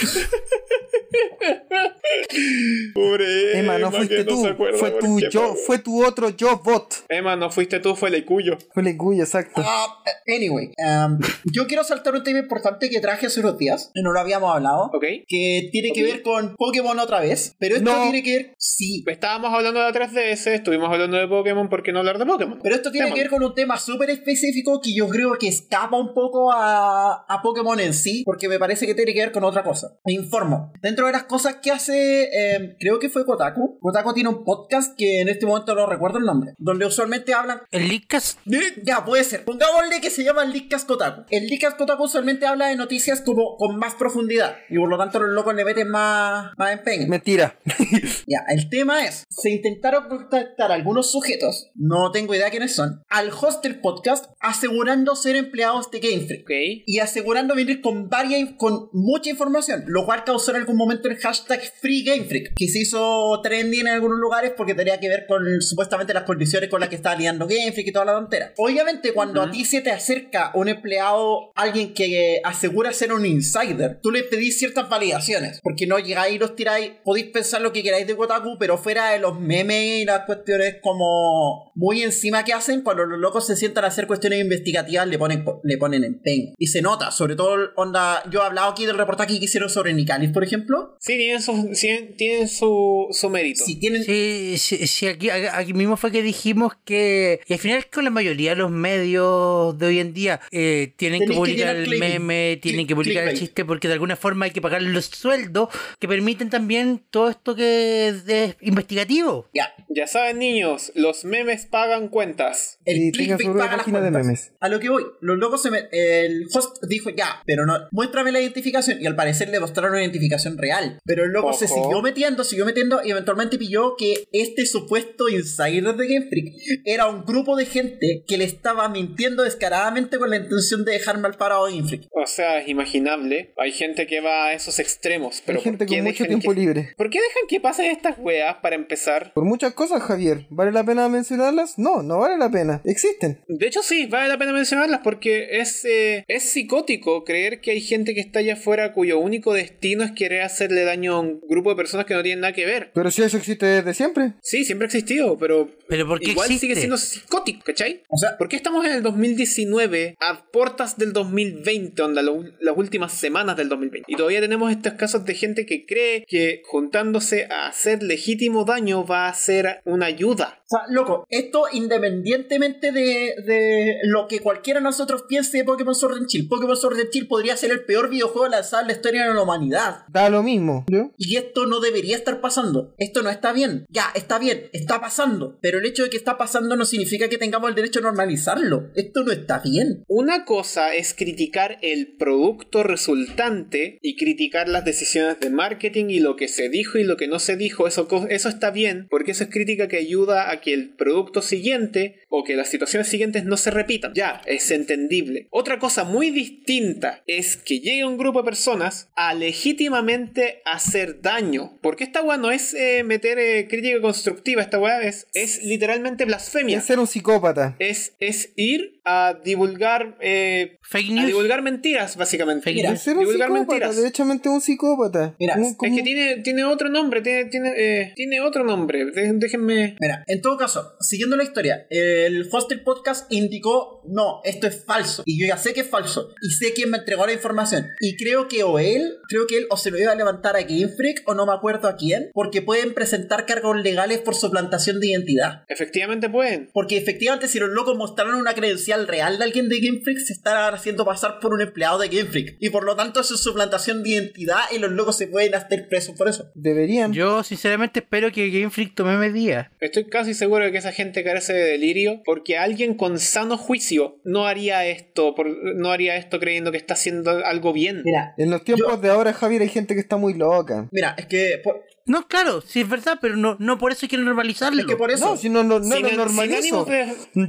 [SPEAKER 4] Pobre
[SPEAKER 5] Emma, no
[SPEAKER 4] Eh, que
[SPEAKER 5] fuiste tú,
[SPEAKER 4] se acuerda
[SPEAKER 5] fue
[SPEAKER 4] por
[SPEAKER 5] tu
[SPEAKER 4] qué
[SPEAKER 5] yo,
[SPEAKER 4] pagó.
[SPEAKER 5] fue tu otro yo bot.
[SPEAKER 4] Emma, no fuiste tú, fue el cuyo.
[SPEAKER 5] Fue el cuyo, exacto.
[SPEAKER 3] Ah, anyway, um, yo quiero saltar un tema importante que traje hace unos días, que no lo habíamos hablado,
[SPEAKER 4] Ok.
[SPEAKER 3] que tiene que
[SPEAKER 4] Ok.
[SPEAKER 3] ver con Pokémon otra vez, pero esto
[SPEAKER 5] No.
[SPEAKER 3] tiene que ver, sí,
[SPEAKER 4] Estábamos hablando de la 3DS, estuvimos hablando de Pokémon, ¿por qué no hablar de Pokémon?
[SPEAKER 3] pero esto tiene
[SPEAKER 4] Tema.
[SPEAKER 3] que ver con un tema súper específico que yo creo que escapa un poco a, a Pokémon en sí, porque me parece que tiene que ver con otra cosa. Me informo. Dentro de las cosas que hace, eh, creo que fue Kotaku, Kotaku tiene un podcast que en este momento no recuerdo el nombre, donde usualmente hablan
[SPEAKER 2] El Leadcast
[SPEAKER 3] Ya, puede ser. Pongámosle que se llama Lickas Kotaku. El Lickas Kotaku usualmente habla de noticias como con más profundidad. Y por lo tanto los locos le meten más, más empeño.
[SPEAKER 5] Mentira.
[SPEAKER 3] Ya, el tema es, se intentaron contactar a algunos sujetos, no tengo idea quiénes son, al host del podcast asegurando ser empleados de Game Freak.
[SPEAKER 4] Ok.
[SPEAKER 3] Y asegurando venir con varias, con mucha información, lo cual causó en algún momento el hashtag Free Game Freak, que se hizo trending en algunos lugares porque tenía que ver con supuestamente las condiciones con las que estaba lidiando Game Freak y toda la tontera. Obviamente, cuando a ti se te acerca un empleado, alguien que asegura ser un insider, tú le pedís ciertas validaciones, porque no llegáis y los tiráis, podéis pensar lo que queráis de Kotaku, pero fuera de los memes y las cuestiones como muy encima que hacen, cuando los locos se sientan a hacer cuestiones investigativas le ponen, le ponen empeño. Y se nota, sobre todo, onda, yo he hablado aquí del reportaje que hicieron sobre Nicalis, por ejemplo.
[SPEAKER 4] Sí, tienen su, sí, tienen su, su mérito.
[SPEAKER 3] Si tienen...
[SPEAKER 2] Sí, sí, sí, aquí, aquí mismo fue que dijimos que, y al final con la mayoría de los medios de hoy en día eh,
[SPEAKER 3] Tenéis
[SPEAKER 2] tienen que
[SPEAKER 3] que
[SPEAKER 2] publicar
[SPEAKER 3] llenar
[SPEAKER 2] el
[SPEAKER 3] clickbait.
[SPEAKER 2] meme, tienen
[SPEAKER 3] Click-
[SPEAKER 2] que publicar el
[SPEAKER 3] clickbait.
[SPEAKER 2] chiste porque de alguna forma hay que pagar los sueldos que permiten también todo esto que es de- investigativo.
[SPEAKER 3] Ya,
[SPEAKER 4] Ya saben, niños, los memes pagan cuentas.
[SPEAKER 5] Y tenga
[SPEAKER 3] El
[SPEAKER 5] su
[SPEAKER 3] clickbait
[SPEAKER 5] propia
[SPEAKER 3] paga las
[SPEAKER 5] página de
[SPEAKER 3] cuentas.
[SPEAKER 5] memes.
[SPEAKER 3] A lo que voy, los locos se me- El host dijo ya, pero no, muéstrame la identificación. Y al parecer le mostraron una identificación real. Pero el loco se
[SPEAKER 4] Ojo.
[SPEAKER 3] siguió metiendo, siguió metiendo y eventualmente pilló que este supuesto insider de Game Freak era un grupo de gente que le estaba mintiendo descaradamente con la intención de dejar mal parado a Game Freak.
[SPEAKER 4] O sea, es imaginable. Hay gente que va a esos extremos, pero
[SPEAKER 5] Hay gente
[SPEAKER 4] ¿por qué
[SPEAKER 5] con mucho
[SPEAKER 4] dejan
[SPEAKER 5] tiempo
[SPEAKER 4] que-
[SPEAKER 5] libre.
[SPEAKER 4] ¿Por qué dejan que pasen estas weas para empezar?
[SPEAKER 5] Por muchas cosas, Javier. ¿Vale la pena mencionarlas? No, no vale la pena. Existen.
[SPEAKER 4] De hecho, sí, vale la pena mencionarlas porque es, eh, es psicótico creer que hay gente que está allá afuera cuyo único destino es querer hacerle daño a un grupo de personas que no tienen nada que ver.
[SPEAKER 5] Pero si eso existe desde siempre.
[SPEAKER 4] Sí, siempre ha existido, pero,
[SPEAKER 2] Pero ¿por qué
[SPEAKER 4] igual
[SPEAKER 2] existe?
[SPEAKER 4] sigue siendo psicótico, ¿cachai?
[SPEAKER 3] O sea,
[SPEAKER 4] ¿Por qué estamos en el 2019 a puertas del 2020, onda, lo- las últimas semanas del 2020? Y todavía tenemos estos casos de gente que cree que juntándose a hacer legítimo daño va a ser una ayuda.
[SPEAKER 3] O sea, loco, esto independientemente de, de lo que cualquiera de nosotros piense de Pokémon Sword and Shield. Pokémon Sword and Shield podría ser el peor videojuego lanzado en la historia de la humanidad.
[SPEAKER 5] Da lo mismo. ¿Yo?
[SPEAKER 3] Y esto no debería estar pasando. Esto no está bien. Ya, está bien, está pasando. Pero el hecho de que está pasando no significa que tengamos el derecho a normalizarlo. Esto no está bien.
[SPEAKER 4] Una cosa es criticar el producto resultante y criticar las decisiones de marketing y lo que se dijo y lo que no se dijo. Eso, co- eso está bien, porque eso es crítica que ayuda a que el producto siguiente o que las situaciones siguientes no se repitan. Ya, es entendible. Otra cosa muy distinta es que llegue un grupo de personas a legítimamente hacer daño. Porque esta weá no es eh, meter eh, crítica constructiva, esta weá es, es literalmente blasfemia.
[SPEAKER 5] Es ser un psicópata.
[SPEAKER 4] Es, es ir a divulgar eh,
[SPEAKER 3] Ah,
[SPEAKER 2] Fake
[SPEAKER 4] a
[SPEAKER 2] news.
[SPEAKER 4] divulgar mentiras, básicamente.
[SPEAKER 2] Mira,
[SPEAKER 5] Es ser un
[SPEAKER 4] divulgar
[SPEAKER 5] psicópata.
[SPEAKER 4] mentiras.
[SPEAKER 5] Derechamente un psicópata.
[SPEAKER 3] Mira,
[SPEAKER 5] Un-
[SPEAKER 3] es
[SPEAKER 5] como-
[SPEAKER 4] Es que tiene, tiene otro nombre, tiene, tiene, eh, tiene otro nombre. De- déjenme.
[SPEAKER 3] Mira, en todo caso, siguiendo la historia, el host del podcast indicó, no, esto es falso. Y yo ya sé que es falso. Y sé quién me entregó la información. Y creo que o él, creo que él o se lo iba a levantar a Game Freak o no me acuerdo a quién, porque pueden presentar cargos legales por suplantación de identidad.
[SPEAKER 4] Efectivamente pueden.
[SPEAKER 3] Porque efectivamente si los locos mostraron una credencial real de alguien de Game Freak, se están haciendo pasar por un empleado de Game Freak. Y por lo tanto eso es suplantación de identidad y los locos se pueden hacer presos por eso.
[SPEAKER 5] Deberían.
[SPEAKER 2] Yo sinceramente espero que Game Freak tome medidas día.
[SPEAKER 4] Estoy casi seguro de que esa gente carece de delirio, porque alguien con sano juicio no haría esto, por- no haría esto creyendo que está haciendo algo bien.
[SPEAKER 3] Mira,
[SPEAKER 5] En los tiempos de ahora, Javier, hay gente que está muy loca.
[SPEAKER 3] mira, es que por,
[SPEAKER 2] No, claro, sí es verdad, pero no, no por eso quiero normalizarlo.
[SPEAKER 3] es que por eso.
[SPEAKER 5] No, si no, no, no
[SPEAKER 4] Sin
[SPEAKER 5] lo
[SPEAKER 4] an-
[SPEAKER 5] normalizo.
[SPEAKER 4] sin ánimos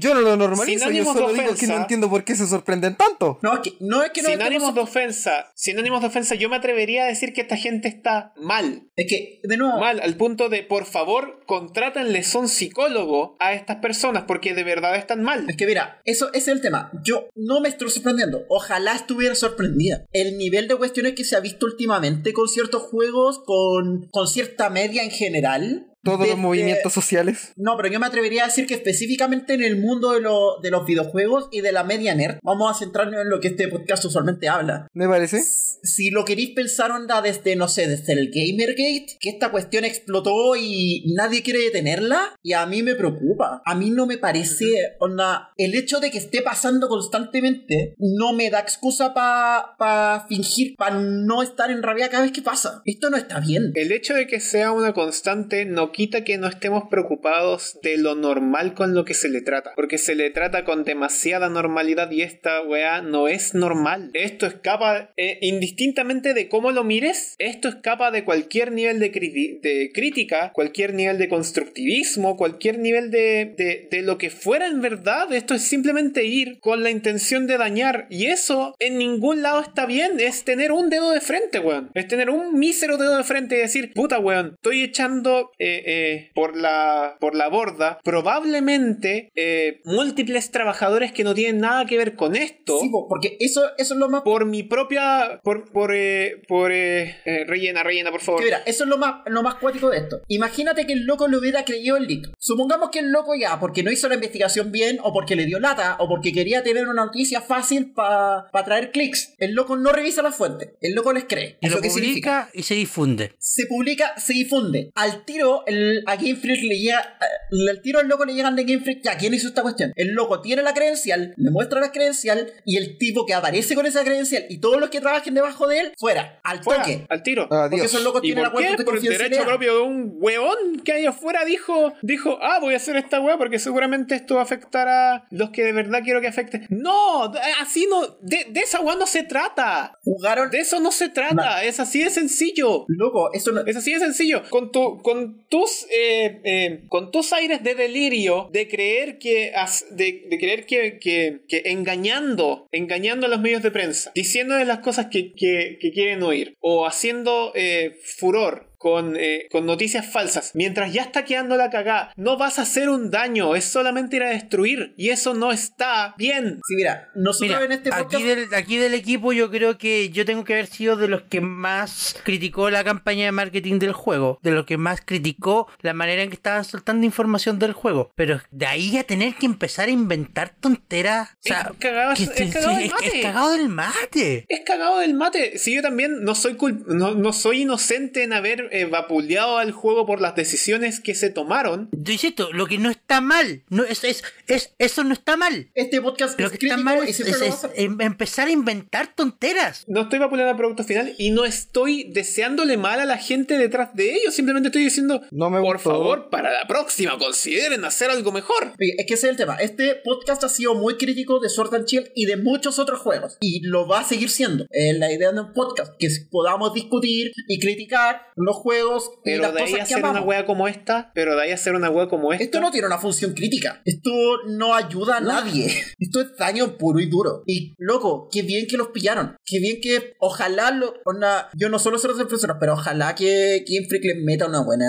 [SPEAKER 5] Yo no lo normalizo,
[SPEAKER 4] sin
[SPEAKER 5] yo
[SPEAKER 4] ánimos
[SPEAKER 5] solo
[SPEAKER 4] de
[SPEAKER 5] digo que no
[SPEAKER 4] ofensa.
[SPEAKER 5] entiendo por qué se sorprenden tanto.
[SPEAKER 3] No, es que no es que no
[SPEAKER 4] sin
[SPEAKER 3] es que no
[SPEAKER 4] ánimos
[SPEAKER 3] se-
[SPEAKER 4] de ofensa, sin ánimos de ofensa, yo me atrevería a decir que esta gente está mal.
[SPEAKER 3] Es que, de nuevo,
[SPEAKER 4] Mal, al punto de, por favor, contrátenles un psicólogo a estas personas, porque de verdad están mal.
[SPEAKER 3] es que mira, eso ese es el tema. Yo no me estoy sorprendiendo. Ojalá estuviera sorprendida. El nivel de cuestiones que se ha visto últimamente con ciertos juegos, con, con cierta media en general.
[SPEAKER 5] Todos los
[SPEAKER 3] desde-
[SPEAKER 5] movimientos sociales.
[SPEAKER 3] No, pero yo me atrevería a decir que específicamente en el mundo de, lo- de los videojuegos y de la media nerd, vamos a centrarnos en lo que este podcast usualmente habla.
[SPEAKER 5] ¿Me parece?
[SPEAKER 3] si lo queréis pensar onda desde, no sé, desde el Gamergate, que esta cuestión explotó y nadie quiere detenerla, y a mí me preocupa. A mí no me parece, onda, el hecho de que esté pasando constantemente no me da excusa para fingir, para no estar en rabia cada vez que pasa. Esto no está bien.
[SPEAKER 4] El hecho de que sea una constante no quita que no estemos preocupados de lo normal con lo que se le trata, porque se le trata con demasiada normalidad y esta weá no es normal. Esto escapa, eh, indistintamente de cómo lo mires, esto escapa de cualquier nivel de, criti- de crítica, cualquier nivel de constructivismo, cualquier nivel de, de- de lo que fuera en verdad. Esto es simplemente ir con la intención de dañar y eso en ningún lado está bien. Es tener un dedo de frente, weón. Es tener un mísero dedo de frente y decir, puta, weón, estoy echando eh, eh, por, la, por la borda probablemente eh, múltiples trabajadores que no tienen nada que ver con esto.
[SPEAKER 3] Sí, po, porque eso, eso es lo más...
[SPEAKER 4] por mi propia. Por. Por. eh, por eh, eh, rellena, rellena, por favor.
[SPEAKER 3] que mira, eso es lo más, lo más cuático de esto. Imagínate que el loco le hubiera creído el leak. Supongamos que el loco ya, porque no hizo la investigación bien, o porque le dio lata, o porque quería tener una noticia fácil para traer clics. El loco no revisa la fuente. El loco les cree.
[SPEAKER 2] Y lo
[SPEAKER 3] ¿Eso qué significa?
[SPEAKER 2] publica y se difunde.
[SPEAKER 3] Se publica, se difunde. Al tiro, el, a Game Freak le llega. a- Al tiro al loco le llegan de Game Freak. Ya, ¿quién hizo esta cuestión? El loco tiene la credencial, le muestra la credencial, y el tipo que aparece con esa credencial y todos los que trabajen debajo de él, fuera, al
[SPEAKER 4] Fuera,
[SPEAKER 3] toque. Ah.
[SPEAKER 4] al tiro.
[SPEAKER 3] Porque
[SPEAKER 5] Adiós.
[SPEAKER 3] esos locos
[SPEAKER 4] ¿Y
[SPEAKER 3] tienen la
[SPEAKER 4] por
[SPEAKER 3] cuenta
[SPEAKER 4] qué?
[SPEAKER 3] de
[SPEAKER 4] Por el
[SPEAKER 3] confianza
[SPEAKER 4] derecho propio de un weón que ahí afuera dijo, dijo, ah, voy a hacer esta weá porque seguramente esto va a afectar a los que de verdad quiero que afecte. No, eh, así no, de, de esa weá no se trata.
[SPEAKER 3] Jugaron.
[SPEAKER 4] De eso no se trata,
[SPEAKER 3] No.
[SPEAKER 4] es así de sencillo.
[SPEAKER 3] Loco, eso no.
[SPEAKER 4] Es así de sencillo. Con, tu, con, tus, eh, eh, con tus aires de delirio, de creer que, as- de, de creer que, que- que engañando, engañando a los medios de prensa, diciéndoles las cosas que, que- que quieren oír, o haciendo eh, furor. Con, eh, con noticias falsas. Mientras ya está quedando la cagada, no vas a hacer un daño, es solamente ir a destruir. Y eso no está bien.
[SPEAKER 3] Sí, mira, nosotros
[SPEAKER 2] Mira,
[SPEAKER 3] en este podcast.
[SPEAKER 2] aquí, del, aquí del equipo yo creo que yo tengo que haber sido de los que más criticó la campaña de marketing del juego, de los que más criticó la manera en que estaban soltando información del juego. Pero de ahí a tener que empezar a inventar tonteras... O sea,
[SPEAKER 4] Es cagado-
[SPEAKER 2] que-
[SPEAKER 4] es cagado del
[SPEAKER 2] es-
[SPEAKER 4] mate.
[SPEAKER 2] es cagado del mate.
[SPEAKER 4] Es cagado del mate. Si yo también no soy cul- no, no soy inocente en haber eh, vapuleado al juego por las decisiones que se tomaron.
[SPEAKER 2] Yo insisto, lo que no está mal, no, es, es, es- eso no está mal.
[SPEAKER 3] Este podcast
[SPEAKER 2] Lo
[SPEAKER 3] es
[SPEAKER 2] que
[SPEAKER 3] crítico
[SPEAKER 2] está mal
[SPEAKER 3] y
[SPEAKER 2] es,
[SPEAKER 3] siempre
[SPEAKER 2] es-
[SPEAKER 3] lo
[SPEAKER 2] es
[SPEAKER 3] va a hacer.
[SPEAKER 2] em- empezar a inventar tonteras.
[SPEAKER 4] No estoy vapuleando al producto final y no estoy deseándole mal a la gente detrás de ellos. Simplemente estoy diciendo,
[SPEAKER 5] No me
[SPEAKER 4] por
[SPEAKER 5] gustó.
[SPEAKER 4] favor, para la próxima consideren hacer algo mejor.
[SPEAKER 3] Oye, Es que ese es el tema. Este podcast ha sido muy crítico de Sword and Shield y de muchos otros juegos. Y lo va a seguir siendo. Es la idea de un podcast. Que podamos discutir y criticar los juegos y
[SPEAKER 4] Pero
[SPEAKER 3] las
[SPEAKER 4] de ahí
[SPEAKER 3] cosas que
[SPEAKER 4] hacer una
[SPEAKER 3] amamos.
[SPEAKER 4] wea como esta, pero de ahí hacer una wea como esta.
[SPEAKER 3] Esto no tiene una función crítica. Esto no ayuda a nadie. Esto es daño puro y duro. Y loco, qué bien que los pillaron. Qué bien que ojalá lo, onda, yo no solo se los influencers, pero ojalá que quien Freak les meta una buena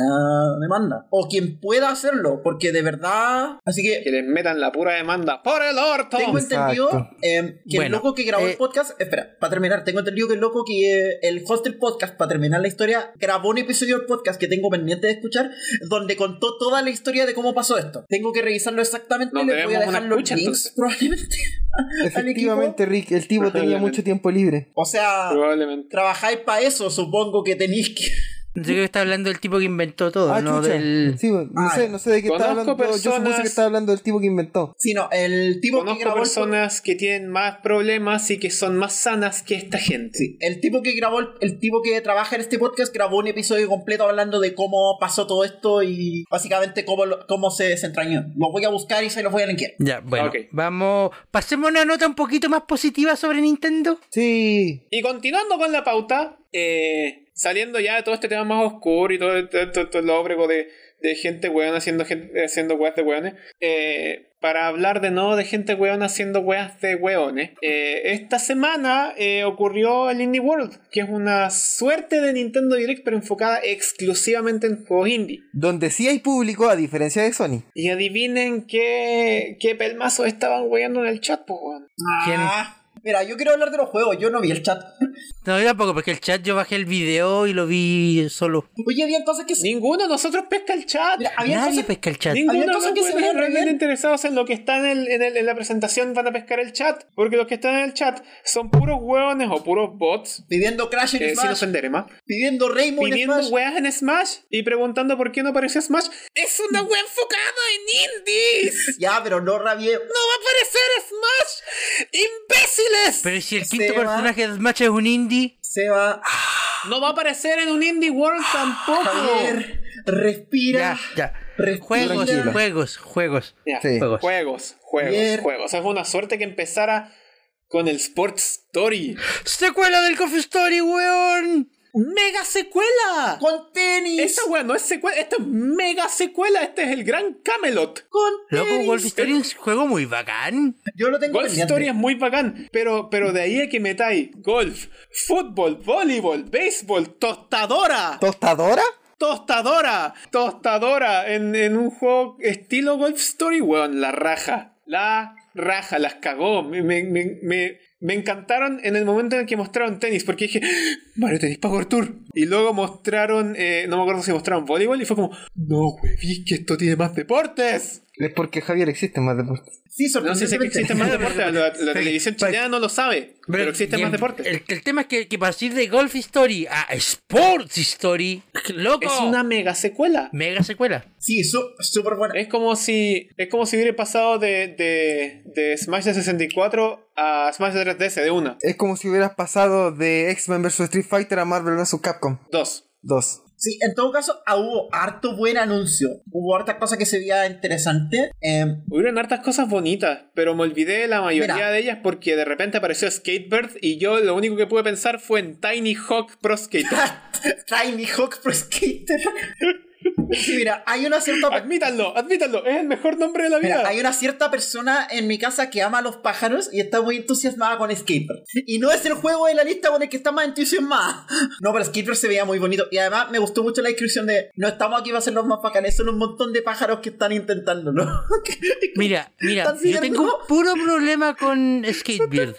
[SPEAKER 3] demanda. O quien pueda hacerlo, porque de verdad. Así
[SPEAKER 4] Que
[SPEAKER 3] que
[SPEAKER 4] les metan la pura demanda por el orto.
[SPEAKER 3] tengo entendido
[SPEAKER 5] Exacto.
[SPEAKER 3] eh, que el
[SPEAKER 2] Bueno,
[SPEAKER 3] loco que grabó
[SPEAKER 2] eh,
[SPEAKER 3] el podcast. Espera, para terminar, tengo entendido que el loco que eh, el host del podcast, para terminar la historia, grabó un episodio del podcast que tengo pendiente de escuchar, donde contó toda la historia de cómo pasó esto. Tengo que revisarlo exactamente.
[SPEAKER 4] Nos
[SPEAKER 3] Les voy a
[SPEAKER 4] debemos una
[SPEAKER 3] dejar los
[SPEAKER 4] escucha,
[SPEAKER 3] links,
[SPEAKER 4] entonces.
[SPEAKER 3] probablemente. al equipo.
[SPEAKER 5] Efectivamente, Rick, el tipo tenía
[SPEAKER 4] Probablemente.
[SPEAKER 5] mucho tiempo libre.
[SPEAKER 3] O sea,
[SPEAKER 4] Probablemente.
[SPEAKER 3] trabajáis para eso, supongo que tenéis que.
[SPEAKER 2] Yo creo que está hablando del tipo que inventó todo,
[SPEAKER 5] Ah,
[SPEAKER 2] ¿no?
[SPEAKER 5] chucha.
[SPEAKER 2] Del...
[SPEAKER 5] Sí, bueno, no
[SPEAKER 3] Ah,
[SPEAKER 5] sé, no sé de qué está
[SPEAKER 4] conozco
[SPEAKER 5] hablando. Yo supuse
[SPEAKER 4] personas-
[SPEAKER 5] que está hablando del tipo que inventó.
[SPEAKER 3] Sí, no, el tipo que
[SPEAKER 4] Conozco
[SPEAKER 3] grabó el
[SPEAKER 4] personas que tienen más problemas y que son más sanas que esta gente.
[SPEAKER 3] Sí, el tipo que grabó, el, el tipo que trabaja en este podcast grabó un episodio completo hablando de cómo pasó todo esto y básicamente cómo, lo- cómo se desentrañó. Lo voy a buscar y se los voy a linkear.
[SPEAKER 2] Ya, bueno,
[SPEAKER 4] Ok.
[SPEAKER 2] vamos. Pasemos a una nota un poquito más positiva sobre Nintendo.
[SPEAKER 5] Sí.
[SPEAKER 4] Y continuando con la pauta, eh, saliendo ya de todo este tema más oscuro y todo este, esto lo óbrego de, de gente weón haciendo, gen- haciendo weas de weones, eh, para hablar de nuevo de gente weón haciendo weas de weones, eh, esta semana eh, ocurrió el Indie World, que es una suerte de Nintendo Direct pero enfocada exclusivamente en juegos indie.
[SPEAKER 5] Donde sí hay público, a diferencia de Sony.
[SPEAKER 4] Y adivinen qué, qué pelmazos estaban weando en el chat, po, weón.
[SPEAKER 2] ¿Quién?
[SPEAKER 3] Ah, mira, yo quiero hablar de los juegos, yo no vi el chat.
[SPEAKER 2] No, yo tampoco, porque el chat yo bajé el video y lo vi solo.
[SPEAKER 3] Oye, había entonces que se...
[SPEAKER 4] Ninguno de nosotros pesca el chat.
[SPEAKER 3] Mira, había
[SPEAKER 2] Nadie
[SPEAKER 3] entonces...
[SPEAKER 2] pesca el chat.
[SPEAKER 4] Ninguno de
[SPEAKER 3] Había
[SPEAKER 4] los
[SPEAKER 3] cosas que se
[SPEAKER 4] buenos
[SPEAKER 3] veían re
[SPEAKER 4] realmente
[SPEAKER 3] bien.
[SPEAKER 4] interesados en lo que está en, el- en el- en la presentación van a pescar el chat. Porque los que están en el chat son puros hueones o puros bots.
[SPEAKER 3] Pidiendo Crash en
[SPEAKER 4] Eh, sin
[SPEAKER 3] Smash,
[SPEAKER 4] ofender, Emma.
[SPEAKER 3] pidiendo Rainbow en
[SPEAKER 4] Pidiendo
[SPEAKER 3] Smash.
[SPEAKER 4] weas en Smash y preguntando por qué no apareció Smash. ¡Es una wea enfocada en indies!
[SPEAKER 3] Ya, pero no rabié.
[SPEAKER 4] ¡No va a aparecer Smash! ¡Imbéciles!
[SPEAKER 2] Pero si el quinto
[SPEAKER 3] Seba.
[SPEAKER 2] personaje de Smash es un indie,
[SPEAKER 3] Se va.
[SPEAKER 4] No va a aparecer en un Indie World tampoco.
[SPEAKER 3] Javier, respira.
[SPEAKER 2] ya, ya.
[SPEAKER 3] Respira.
[SPEAKER 2] Juegos,
[SPEAKER 5] Tranquilo.
[SPEAKER 2] juegos, juegos.
[SPEAKER 4] Ya,
[SPEAKER 5] Sí.
[SPEAKER 4] Juegos, juegos, juegos,
[SPEAKER 3] Javier.
[SPEAKER 4] juegos. Es una suerte que empezara con el Sports Story.
[SPEAKER 2] ¡Secuela del Coffee Story, weón!
[SPEAKER 4] ¡Mega secuela!
[SPEAKER 3] Con tenis.
[SPEAKER 4] Esta weá no es secuela, esta es mega secuela, este es el gran Camelot.
[SPEAKER 3] Con
[SPEAKER 2] Loco,
[SPEAKER 3] tenis.
[SPEAKER 2] Wolf Story es un juego muy bacán.
[SPEAKER 3] Yo lo tengo
[SPEAKER 4] Golf
[SPEAKER 3] pendiente.
[SPEAKER 4] Story es muy bacán, pero, pero de ahí a que metáis golf, fútbol, voleibol, béisbol, tostadora,
[SPEAKER 5] ¿Tostadora?
[SPEAKER 4] tostadora, tostadora en, en un juego estilo Golf Story, weón, la raja, la raja, las cagó, me, me, me, me- me encantaron en el momento en el que mostraron tenis, porque dije, "Ah, Mario Tenis Power Tour. Y luego mostraron, eh, no me acuerdo si mostraron voleibol, y fue como, no, wey, vi que esto tiene más deportes.
[SPEAKER 5] Es porque Javier existe más deportes.
[SPEAKER 3] Sí,
[SPEAKER 4] No sé si
[SPEAKER 3] sorprendentemente.
[SPEAKER 4] existen más deportes, la, la
[SPEAKER 2] Pero-
[SPEAKER 4] televisión chilena no lo sabe, pero, existen
[SPEAKER 2] y
[SPEAKER 4] más
[SPEAKER 2] el-
[SPEAKER 4] deportes.
[SPEAKER 2] El, el tema es que, que partir de Golf Story a Sports Story, loco,
[SPEAKER 4] es una mega secuela.
[SPEAKER 2] mega secuela.
[SPEAKER 3] Sí, su- súper buena.
[SPEAKER 4] Es como si es como si hubiera pasado de, de, de Smash de 64 a Smash de 3DS de una,
[SPEAKER 5] Es como si hubieras pasado de X-Men vs Street Fighter a Marvel vs Capcom
[SPEAKER 4] dos.
[SPEAKER 5] 2.
[SPEAKER 3] Sí, en todo caso, ah, hubo harto buen anuncio. Hubo hartas cosas que se veía interesante. Em,
[SPEAKER 4] Hubieron hartas cosas bonitas, pero me olvidé de la mayoría
[SPEAKER 3] Mira.
[SPEAKER 4] de ellas porque de repente apareció Skatebird y yo lo único que pude pensar fue en Tiny Hawk Pro Skater.
[SPEAKER 3] Tiny Hawk Pro Skater. Sí, mira, hay una cierta.
[SPEAKER 4] admítanlo, admítanlo, es el mejor nombre de la vida.
[SPEAKER 3] Ah, Mira, hay una cierta persona en mi casa que ama a los pájaros y está muy entusiasmada con Skater. Y no es el juego de la lista con el que está más entusiasmada. No, pero Skater se veía muy bonito. Y además me gustó mucho la descripción de no estamos aquí para ser los más bacanes, son un montón de pájaros que están intentando, ¿no?
[SPEAKER 2] Mira, mira,
[SPEAKER 3] ¿Estás
[SPEAKER 2] yo
[SPEAKER 3] viendo?
[SPEAKER 2] tengo un puro problema con Skatebird.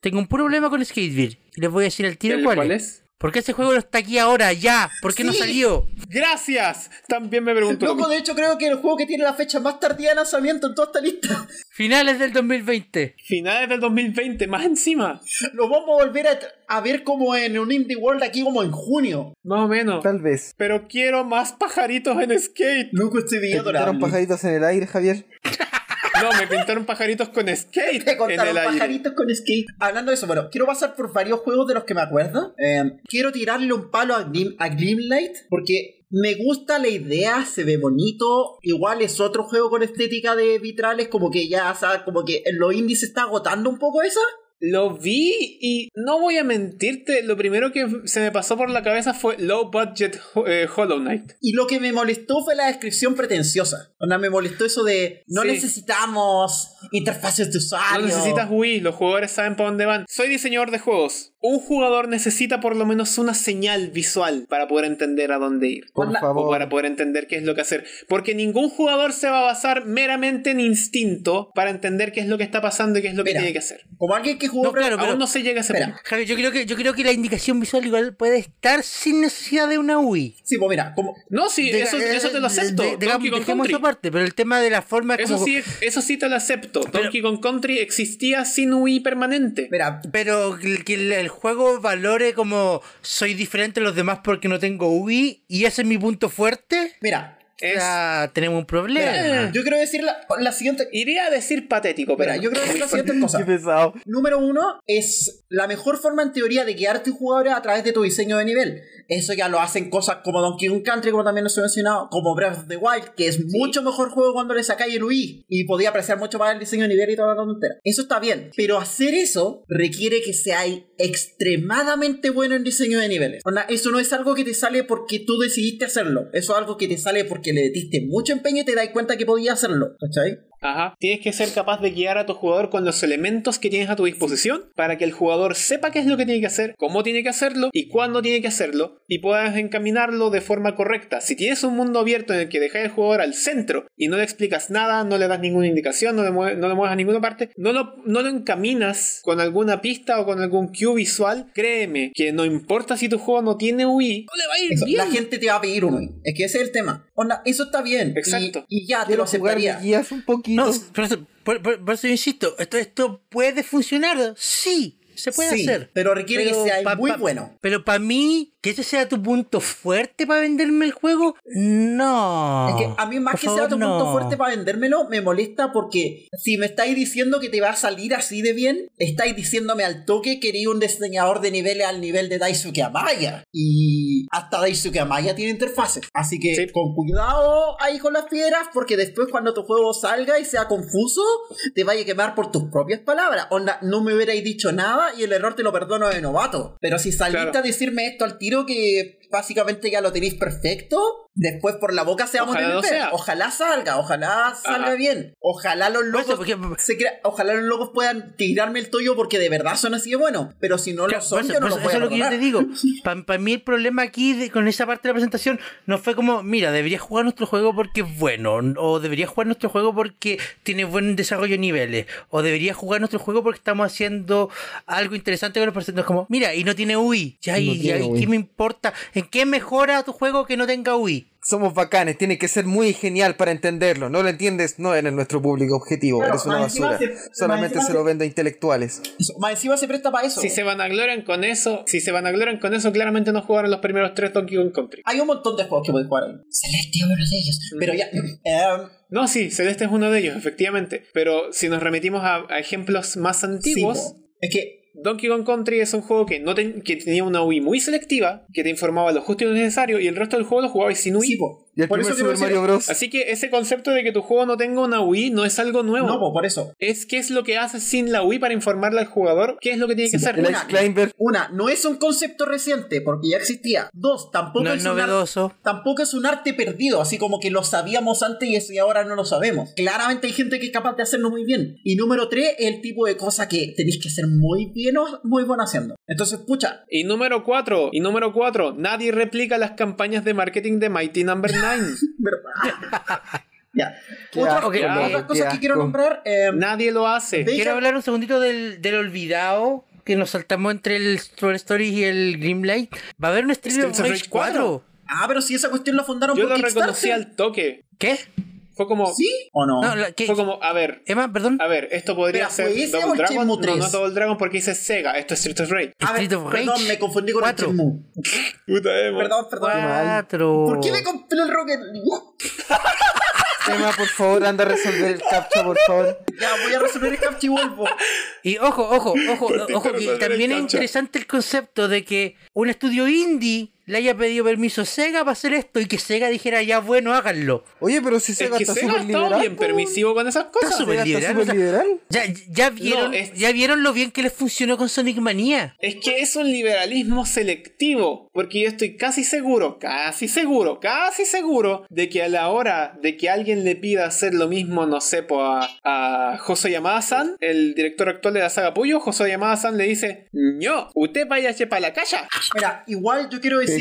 [SPEAKER 2] Tengo un puro problema con Skatebird. Y les voy a decir al tiro
[SPEAKER 4] ¿El
[SPEAKER 2] cuál,
[SPEAKER 4] cuál
[SPEAKER 2] es.
[SPEAKER 4] es?
[SPEAKER 2] ¿Por qué ese juego no está aquí ahora, ya? ¿Por qué no
[SPEAKER 3] Sí.
[SPEAKER 2] salió?
[SPEAKER 4] Gracias. También me pregunto. lo
[SPEAKER 3] Loco,
[SPEAKER 4] mismo.
[SPEAKER 3] de hecho creo que el juego que tiene la fecha más tardía de lanzamiento en toda esta lista.
[SPEAKER 2] Finales del 2020.
[SPEAKER 4] Finales del 2020, más encima.
[SPEAKER 3] Lo vamos a volver a, a ver como en un Indie World aquí como en junio.
[SPEAKER 4] Más o menos.
[SPEAKER 5] Tal vez.
[SPEAKER 4] Pero quiero más pajaritos en skate.
[SPEAKER 3] Loco, este
[SPEAKER 5] ¿Te
[SPEAKER 3] video
[SPEAKER 5] pintaron pajaritos en el aire, Javier?
[SPEAKER 4] No, me pintaron pajaritos con skate
[SPEAKER 3] Te
[SPEAKER 4] en
[SPEAKER 3] contaron
[SPEAKER 4] el aire.
[SPEAKER 3] pajaritos con skate. Hablando de eso, bueno, quiero pasar por varios juegos de los que me acuerdo. Eh, quiero tirarle un palo a, Glim, a Glimlight porque me gusta la idea, se ve bonito. Igual es otro juego con estética de vitrales, como que ya, o sea, como que en los indies se está agotando un poco esa.
[SPEAKER 4] Lo vi y no voy a mentirte, lo primero que se me pasó por la cabeza fue Low Budget Ho- eh, Hollow Knight.
[SPEAKER 3] Y lo que me molestó fue la descripción pretenciosa. O sea, me molestó eso de no
[SPEAKER 4] Sí.
[SPEAKER 3] necesitamos interfaces
[SPEAKER 4] No
[SPEAKER 3] de usuario.
[SPEAKER 4] necesitas Wii, los jugadores saben para dónde van. Soy diseñador de juegos. Un jugador necesita por lo menos una señal visual para poder entender a dónde ir.
[SPEAKER 5] Por
[SPEAKER 3] Hola.
[SPEAKER 4] o
[SPEAKER 5] favor.
[SPEAKER 4] para poder entender qué es lo que hacer. Porque ningún jugador se va a basar meramente en instinto para entender qué es lo que está pasando y qué es lo que
[SPEAKER 3] Mira.
[SPEAKER 4] tiene que hacer.
[SPEAKER 3] Como alguien que jugó
[SPEAKER 2] No, claro, pero-
[SPEAKER 4] Aún no se llega a ese
[SPEAKER 3] Espera.
[SPEAKER 4] punto.
[SPEAKER 2] Javier, yo creo que, yo creo que la indicación visual igual puede estar sin necesidad de una Wii.
[SPEAKER 3] Sí, pues mira, como
[SPEAKER 4] No, sí,
[SPEAKER 2] Diga-
[SPEAKER 4] eso, eso te lo
[SPEAKER 2] eh,
[SPEAKER 4] acepto.
[SPEAKER 2] de- digamos,
[SPEAKER 4] Donkey Kong
[SPEAKER 2] dejemos
[SPEAKER 4] Country.
[SPEAKER 2] esa parte, pero el tema de la forma es
[SPEAKER 4] Eso
[SPEAKER 2] como-
[SPEAKER 4] sí, eso sí te lo acepto.
[SPEAKER 2] Pero-
[SPEAKER 4] Donkey Kong Country existía sin Wii permanente.
[SPEAKER 3] mira,
[SPEAKER 2] Pero que el, que el- el juego valore como soy diferente a los demás porque no tengo UI y ese es mi punto fuerte,
[SPEAKER 3] Mira,
[SPEAKER 4] Es-
[SPEAKER 2] ya tenemos un problema.
[SPEAKER 3] mira, yo quiero decir la, la siguiente.
[SPEAKER 4] Iría a decir patético, pero
[SPEAKER 3] Mira, yo creo que es la siguiente cosa.
[SPEAKER 5] Qué pesado.
[SPEAKER 3] Número uno es la mejor forma en teoría de guiar a tus jugadores a través de tu diseño de nivel. Eso ya lo hacen cosas como Donkey Kong Country, como también les he mencionado, como Breath of the Wild, que es mucho mejor juego cuando le sacáis el UI y podía apreciar mucho más el diseño de nivel y toda la tontera. Eso está bien, pero hacer eso requiere que seáis extremadamente bueno en diseño de niveles. Onda, Eso no es algo que te sale porque tú decidiste hacerlo, eso es algo que te sale porque le metiste mucho empeño y te dais cuenta que podías hacerlo, ¿cachai?
[SPEAKER 4] Ajá. Tienes que ser capaz de guiar a tu jugador con los elementos que tienes a tu disposición para que el jugador sepa qué es lo que tiene que hacer, cómo tiene que hacerlo y cuándo tiene que hacerlo y puedas encaminarlo de forma correcta. Si tienes un mundo abierto en el que dejas al jugador al centro y no le explicas nada, no le das ninguna indicación, no le mueves, no lo mueves a ninguna parte, no lo, no lo encaminas con alguna pista o con algún cue visual, créeme que no importa si tu juego no tiene UI, no le va a ir
[SPEAKER 3] Eso,
[SPEAKER 4] bien.
[SPEAKER 3] la gente te va a pedir uno. Es que ese es el tema. Onda, eso está bien. y-
[SPEAKER 4] Exacto.
[SPEAKER 3] Y, ya te lo
[SPEAKER 5] Quiero jugar
[SPEAKER 3] aceptaría.
[SPEAKER 5] mis guías un poquito.
[SPEAKER 2] No, por eso, por- por- por eso yo insisto, esto, esto puede funcionar, sí, se puede
[SPEAKER 3] Sí,
[SPEAKER 2] hacer.
[SPEAKER 3] pero requiere que sea
[SPEAKER 2] pa-
[SPEAKER 3] muy
[SPEAKER 2] pa-
[SPEAKER 3] bueno.
[SPEAKER 2] Pero para mí, que ese sea tu punto fuerte para venderme el juego, no.
[SPEAKER 3] Es que a mí más
[SPEAKER 2] Por
[SPEAKER 3] que
[SPEAKER 2] favor,
[SPEAKER 3] sea tu
[SPEAKER 2] no.
[SPEAKER 3] punto fuerte para vendérmelo, me molesta porque si me estáis diciendo que te va a salir así de bien, estáis diciéndome al toque que quería un diseñador de niveles al nivel de Daisuke Amaya. Y hasta Daisuke Amaya tiene interfaces. Así que
[SPEAKER 4] Sí.
[SPEAKER 3] con cuidado ahí con las piedras porque después cuando tu juego salga y sea confuso, te vaya a quemar por tus propias palabras. Onda, no me hubierais dicho nada y el error te lo perdono de novato. Pero si saliste
[SPEAKER 4] Claro.
[SPEAKER 3] a decirme esto al tiro que básicamente ya lo tenéis perfecto, después por la boca se Vamos
[SPEAKER 4] Ojalá
[SPEAKER 3] a tener
[SPEAKER 4] no
[SPEAKER 3] fe.
[SPEAKER 4] sea.
[SPEAKER 3] Ojalá salga, ojalá salga
[SPEAKER 4] Ajá.
[SPEAKER 3] bien. Ojalá los
[SPEAKER 2] Por eso,
[SPEAKER 3] locos
[SPEAKER 2] porque-
[SPEAKER 3] se crea- ojalá los locos puedan tirarme el toyo porque de verdad son así de bueno. Pero si no lo
[SPEAKER 2] Claro,
[SPEAKER 3] son,
[SPEAKER 2] por eso-
[SPEAKER 3] yo no
[SPEAKER 2] por
[SPEAKER 3] los
[SPEAKER 2] pues
[SPEAKER 3] voy
[SPEAKER 2] eso- eso
[SPEAKER 3] a
[SPEAKER 2] es lo que yo te
[SPEAKER 3] perdonar.
[SPEAKER 2] digo. Para mí el problema aquí de- con esa parte de la presentación no fue como, mira, deberías jugar nuestro juego porque es bueno, o deberías jugar nuestro juego porque tiene buen desarrollo de niveles, o deberías jugar nuestro juego porque estamos haciendo algo interesante con los personajes. Como, mira, y no tiene UI. Ya,
[SPEAKER 5] No
[SPEAKER 2] y,
[SPEAKER 5] tiene
[SPEAKER 2] ya, ¿y
[SPEAKER 5] UI.
[SPEAKER 2] ¿qué me importa? ¿En qué mejora tu juego que no tenga UI?
[SPEAKER 5] Somos bacanes, tiene que ser muy genial para entenderlo. No lo entiendes, no eres nuestro público objetivo,
[SPEAKER 3] Claro,
[SPEAKER 5] eres una
[SPEAKER 3] más encima
[SPEAKER 5] basura.
[SPEAKER 3] se- más
[SPEAKER 5] Solamente
[SPEAKER 3] encima
[SPEAKER 5] se
[SPEAKER 3] se-
[SPEAKER 5] lo vende a intelectuales.
[SPEAKER 3] Eso, Más encima se presta para eso.
[SPEAKER 4] Si se vanagloran con eso, si se vanagloran con eso, claramente no jugaron los primeros tres Donkey Kong Country.
[SPEAKER 3] Hay un montón de juegos que puedes jugar ahí. Celeste es uno de ellos. Pero ya. em,
[SPEAKER 4] No, sí, Celeste es uno de ellos, efectivamente. Pero si nos remitimos a, a ejemplos más
[SPEAKER 3] sí,
[SPEAKER 4] antiguos,
[SPEAKER 3] po. es que.
[SPEAKER 4] Donkey Kong Country es un juego que, no ten- que tenía una UI muy selectiva, que te informaba lo justo y lo necesario, y el resto del juego lo jugabas sin UI.
[SPEAKER 3] sí, po.
[SPEAKER 5] Y el
[SPEAKER 3] por
[SPEAKER 5] primer
[SPEAKER 3] eso quiero
[SPEAKER 5] Super Mario
[SPEAKER 3] decir-
[SPEAKER 5] Bros.
[SPEAKER 4] Así que ese concepto de que tu juego no tenga una UI no es algo nuevo.
[SPEAKER 3] No, po, por eso.
[SPEAKER 4] Es que es lo que haces sin la UI para informarle al jugador qué es lo que tiene que hacer.
[SPEAKER 5] El
[SPEAKER 3] una-
[SPEAKER 5] Ice Climber.
[SPEAKER 3] Una, no es un concepto reciente porque ya existía. Dos, tampoco
[SPEAKER 2] No
[SPEAKER 3] es
[SPEAKER 2] es
[SPEAKER 3] un ar-
[SPEAKER 2] novedoso.
[SPEAKER 3] tampoco es un arte perdido, así como que lo sabíamos antes y eso- y ahora no lo sabemos. Claramente hay gente que es capaz de hacerlo muy bien. Y número tres, es el tipo de cosa que tenéis que ser muy bien o muy bueno haciendo. Entonces, pucha,
[SPEAKER 4] Y número 4, y número 4, nadie replica las campañas de marketing de Mighty Number 9.
[SPEAKER 3] ¿verdad? ya.
[SPEAKER 5] Qué
[SPEAKER 3] Otras,
[SPEAKER 5] asco,
[SPEAKER 1] Ah,
[SPEAKER 4] ya,
[SPEAKER 3] otras
[SPEAKER 5] qué
[SPEAKER 3] cosas que
[SPEAKER 5] asco.
[SPEAKER 3] quiero nombrar, eh,
[SPEAKER 4] nadie lo hace.
[SPEAKER 3] Ve-
[SPEAKER 2] Quiero hablar un segundito del, del olvidado que nos saltamos entre el Story Stories y el Grimlight. Va a haber un Street
[SPEAKER 4] Streets
[SPEAKER 2] of Rage 4.
[SPEAKER 3] ah, pero si esa cuestión la fundaron
[SPEAKER 4] Yo
[SPEAKER 3] por
[SPEAKER 4] lo
[SPEAKER 3] Kickstarter.
[SPEAKER 4] reconocí al toque.
[SPEAKER 2] ¿Qué?
[SPEAKER 4] Fue como,
[SPEAKER 3] ¿Sí o no?
[SPEAKER 2] No, la- ¿qué?
[SPEAKER 4] fue como, Ah. a ver,
[SPEAKER 2] Emma, perdón.
[SPEAKER 4] a ver, esto podría
[SPEAKER 3] Pero,
[SPEAKER 4] ser
[SPEAKER 3] ¿fue ese o
[SPEAKER 4] Double
[SPEAKER 3] el
[SPEAKER 4] Dragon.
[SPEAKER 3] Shenmue
[SPEAKER 4] No,
[SPEAKER 3] 3?
[SPEAKER 4] no es Double Dragon porque dice Sega, esto es Street of Rage.
[SPEAKER 3] A ver,
[SPEAKER 2] Street of Rage.
[SPEAKER 3] perdón, me confundí con el
[SPEAKER 2] Cuatro.
[SPEAKER 3] Shenmue. Eh,
[SPEAKER 4] Puta emo.
[SPEAKER 3] Perdón, perdón.
[SPEAKER 2] Cuatro.
[SPEAKER 3] ¿Por qué me compré el Rocket League?
[SPEAKER 5] Emma, por favor, anda a resolver el captcha, por favor.
[SPEAKER 3] Ya, voy a resolver el captcha y vuelvo.
[SPEAKER 2] Y ojo, ojo, ojo,
[SPEAKER 4] Cortito,
[SPEAKER 2] ojo, que
[SPEAKER 4] resolver
[SPEAKER 2] también
[SPEAKER 4] el
[SPEAKER 2] es
[SPEAKER 4] captcha.
[SPEAKER 2] interesante el concepto de que un estudio indie le haya pedido permiso a Sega para hacer esto y que Sega dijera ya bueno, háganlo.
[SPEAKER 5] Oye, pero si
[SPEAKER 4] Es
[SPEAKER 5] Sega
[SPEAKER 4] que
[SPEAKER 5] está
[SPEAKER 4] Sega ha
[SPEAKER 5] súper
[SPEAKER 4] estado
[SPEAKER 5] liberal.
[SPEAKER 4] bien
[SPEAKER 5] po.
[SPEAKER 4] permisivo con esas
[SPEAKER 2] Está
[SPEAKER 4] cosas.
[SPEAKER 2] súper
[SPEAKER 5] Sega está
[SPEAKER 2] liberal,
[SPEAKER 5] súper
[SPEAKER 2] o sea,
[SPEAKER 5] liberal.
[SPEAKER 2] Ya, ya vieron,
[SPEAKER 4] No, es-
[SPEAKER 2] ya vieron lo bien que les funcionó con Sonic Manía.
[SPEAKER 4] Es que es un liberalismo selectivo, porque yo estoy casi seguro, casi seguro, casi seguro de que a la hora de que alguien le pida hacer lo mismo, no sé, po, a, a José Yamada-san, el director actual de la saga Puyo, José Yamada-san le dice, no, usted vaya para la calle.
[SPEAKER 3] Mira, igual yo quiero decir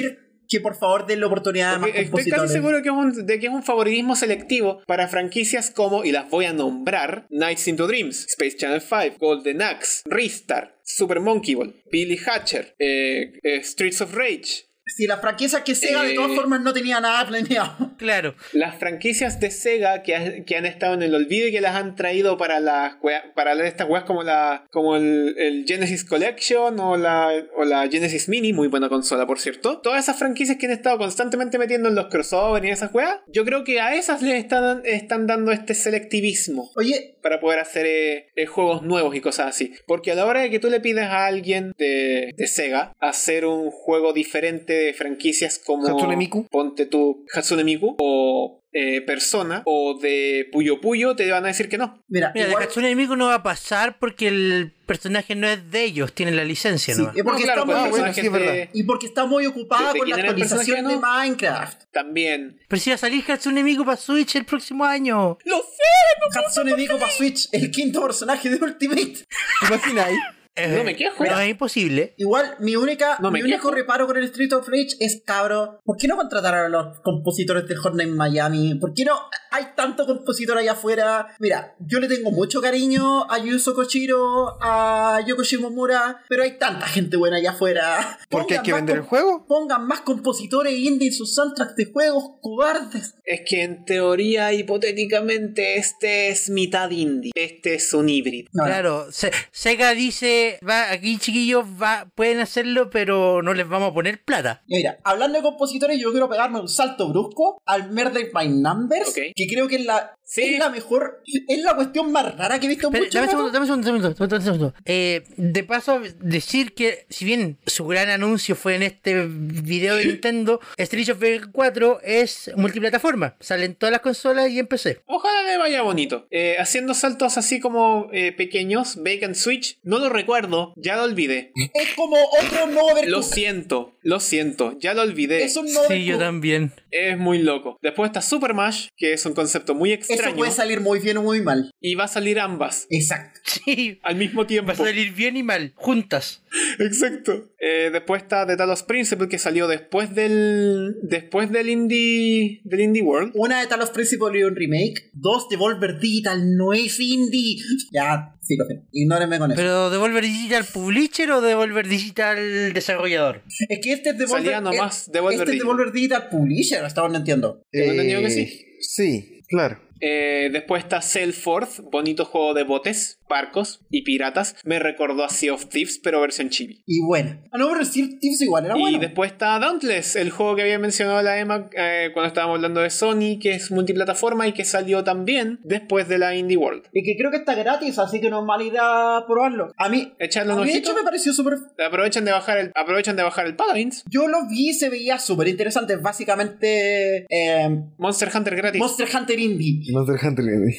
[SPEAKER 3] que por favor den la oportunidad a más
[SPEAKER 4] Porque Estoy casi
[SPEAKER 3] compositores.
[SPEAKER 4] seguro que es un- de que es un favoritismo selectivo para franquicias como, y las voy a nombrar, Nights into Dreams, Space Channel 5, Golden Axe, Ristar, Super Monkey Ball, Billy Hatcher, eh, eh, Streets of Rage.
[SPEAKER 3] Si la franquicia que Sega de todas
[SPEAKER 4] Eh.
[SPEAKER 3] formas no tenía nada planeado.
[SPEAKER 2] Claro.
[SPEAKER 4] Las franquicias de Sega que, ha- que han estado en el olvido y que las han traído para las wea- para la- estas weas como la como el, el Genesis Collection o la, o la Genesis Mini, muy buena consola por cierto. Todas esas franquicias que han estado constantemente metiendo en los crossovers y esas weas, yo creo que a esas les están, están dando este selectivismo
[SPEAKER 3] Oye,
[SPEAKER 4] para poder hacer eh, eh, juegos nuevos y cosas así. Porque a la hora de que tú le pides a alguien de, de Sega hacer un juego diferente de franquicias como
[SPEAKER 5] Hatsune Miku.
[SPEAKER 4] ponte tú Hatsune Miku o eh, Persona o de Puyo Puyo, te van a decir que no.
[SPEAKER 3] mira,
[SPEAKER 2] Mira,
[SPEAKER 3] igual-
[SPEAKER 2] de Hatsune Miku no va a pasar porque el personaje no es de ellos, tienen la licencia,
[SPEAKER 3] Sí,
[SPEAKER 2] ¿no?
[SPEAKER 3] es porque
[SPEAKER 4] No, claro,
[SPEAKER 3] está muy,
[SPEAKER 4] pues,
[SPEAKER 5] Ah, bueno,
[SPEAKER 4] personajes
[SPEAKER 5] sí, es verdad.
[SPEAKER 4] de-
[SPEAKER 3] y porque está muy ocupada
[SPEAKER 4] ¿De- de
[SPEAKER 3] con la
[SPEAKER 4] quién era el personaje,
[SPEAKER 3] actualización de
[SPEAKER 4] no?
[SPEAKER 3] Minecraft.
[SPEAKER 4] también.
[SPEAKER 2] Pero si va a salir Hatsune Miku para Switch el próximo año.
[SPEAKER 4] ¡Lo sé!
[SPEAKER 3] Hatsune Miku para Switch, el quinto personaje de Ultimate.
[SPEAKER 5] ¿Te imagináis?
[SPEAKER 2] Eh,
[SPEAKER 4] No me quejo.
[SPEAKER 2] No es imposible.
[SPEAKER 3] Igual, mi única,
[SPEAKER 4] No me
[SPEAKER 3] mi único
[SPEAKER 4] quejo.
[SPEAKER 3] reparo con el Street of Rage es, cabro, ¿por qué no contrataron a los compositores del Hotline Miami? ¿Por qué no hay tanto compositor allá afuera? Mira, yo le tengo mucho cariño a Yuzo Koshiro, a Yoko Shimomura, pero hay tanta gente buena allá afuera.
[SPEAKER 5] Porque hay
[SPEAKER 3] Pongan
[SPEAKER 5] que
[SPEAKER 3] más
[SPEAKER 5] vender el
[SPEAKER 3] com-
[SPEAKER 5] juego.
[SPEAKER 3] Pongan más compositores indie en sus soundtracks de juegos cobardes.
[SPEAKER 4] Es que en teoría, hipotéticamente, este es mitad indie. Este es un híbrido.
[SPEAKER 3] No, no.
[SPEAKER 2] Claro, Se- Sega dice, va, aquí chiquillos va, pueden hacerlo, pero no les vamos a poner plata.
[SPEAKER 3] Mira, hablando de compositores, yo quiero pegarme un salto brusco al Murder by Numbers,
[SPEAKER 4] Ok.
[SPEAKER 3] que creo que es la,
[SPEAKER 4] Sí.
[SPEAKER 3] es la mejor, es la cuestión más rara que he visto en
[SPEAKER 2] Espera,
[SPEAKER 3] mucho
[SPEAKER 2] dame un
[SPEAKER 3] rato.
[SPEAKER 2] segundo, dame un segundo, dame un segundo, dame un segundo. Eh, de paso, decir que, si bien su gran anuncio fue en este video de Nintendo, Street of Rage 4 es multiplataforma. Salen todas las consolas y en PC.
[SPEAKER 4] Ojalá le vaya bonito. Eh, haciendo saltos así como eh, pequeños, Bacon Switch, no lo recuerdo, ya lo olvidé.
[SPEAKER 3] Es como otro no
[SPEAKER 4] Lo
[SPEAKER 3] overcook.
[SPEAKER 4] siento, lo siento, ya lo olvidé.
[SPEAKER 3] Es un no
[SPEAKER 2] Sí, yo también.
[SPEAKER 4] Es muy loco. Después está Super Mash, que es un concepto muy
[SPEAKER 3] Eso
[SPEAKER 4] extraño,
[SPEAKER 3] puede salir muy bien o muy mal.
[SPEAKER 4] y va a salir ambas
[SPEAKER 3] Exacto.
[SPEAKER 2] Sí,
[SPEAKER 4] al mismo
[SPEAKER 2] va
[SPEAKER 4] tiempo.
[SPEAKER 2] a salir bien y mal, juntas.
[SPEAKER 4] Exacto. Eh, después está The Talos Principle, que salió después del después del indie del indie World.
[SPEAKER 3] Una de Talos Principle y un remake. Dos de Volver Digital no es indie. Ya, sí, lo sé. Ignórenme con eso.
[SPEAKER 2] ¿Pero Devolver Digital Publisher o Devolver Digital Desarrollador?
[SPEAKER 3] es que este es de Volver,
[SPEAKER 4] Salía nomás
[SPEAKER 3] es-
[SPEAKER 4] de Volver
[SPEAKER 3] este es de
[SPEAKER 4] Digital.
[SPEAKER 3] Volver Digital Publisher, hasta ahora no entiendo.
[SPEAKER 4] Tengo entendido que sí.
[SPEAKER 5] Sí, claro.
[SPEAKER 4] Eh, después está Selforth, bonito juego de botes, barcos y piratas. Me recordó a Sea of Thieves, pero versión chibi.
[SPEAKER 3] Y bueno. Ah, no, pero Steel Tips igual era
[SPEAKER 4] y
[SPEAKER 3] bueno.
[SPEAKER 4] después está Dauntless, el juego que había mencionado la Emma eh, cuando estábamos hablando de Sony, que es multiplataforma y que salió también después de la Indie World.
[SPEAKER 3] Y que creo que está gratis, así que no es mala idea probarlo. A mí,
[SPEAKER 4] Echarle
[SPEAKER 3] a
[SPEAKER 4] un
[SPEAKER 3] mí Ah, de
[SPEAKER 4] ojito.
[SPEAKER 3] hecho me pareció súper...
[SPEAKER 4] Aprovechan de bajar el, aprovechan de bajar el Paladins.
[SPEAKER 3] Yo lo vi y se veía súper interesante. Básicamente, eh,
[SPEAKER 4] Monster Hunter gratis.
[SPEAKER 3] Monster Hunter Indie.
[SPEAKER 5] Monster Hunter Game.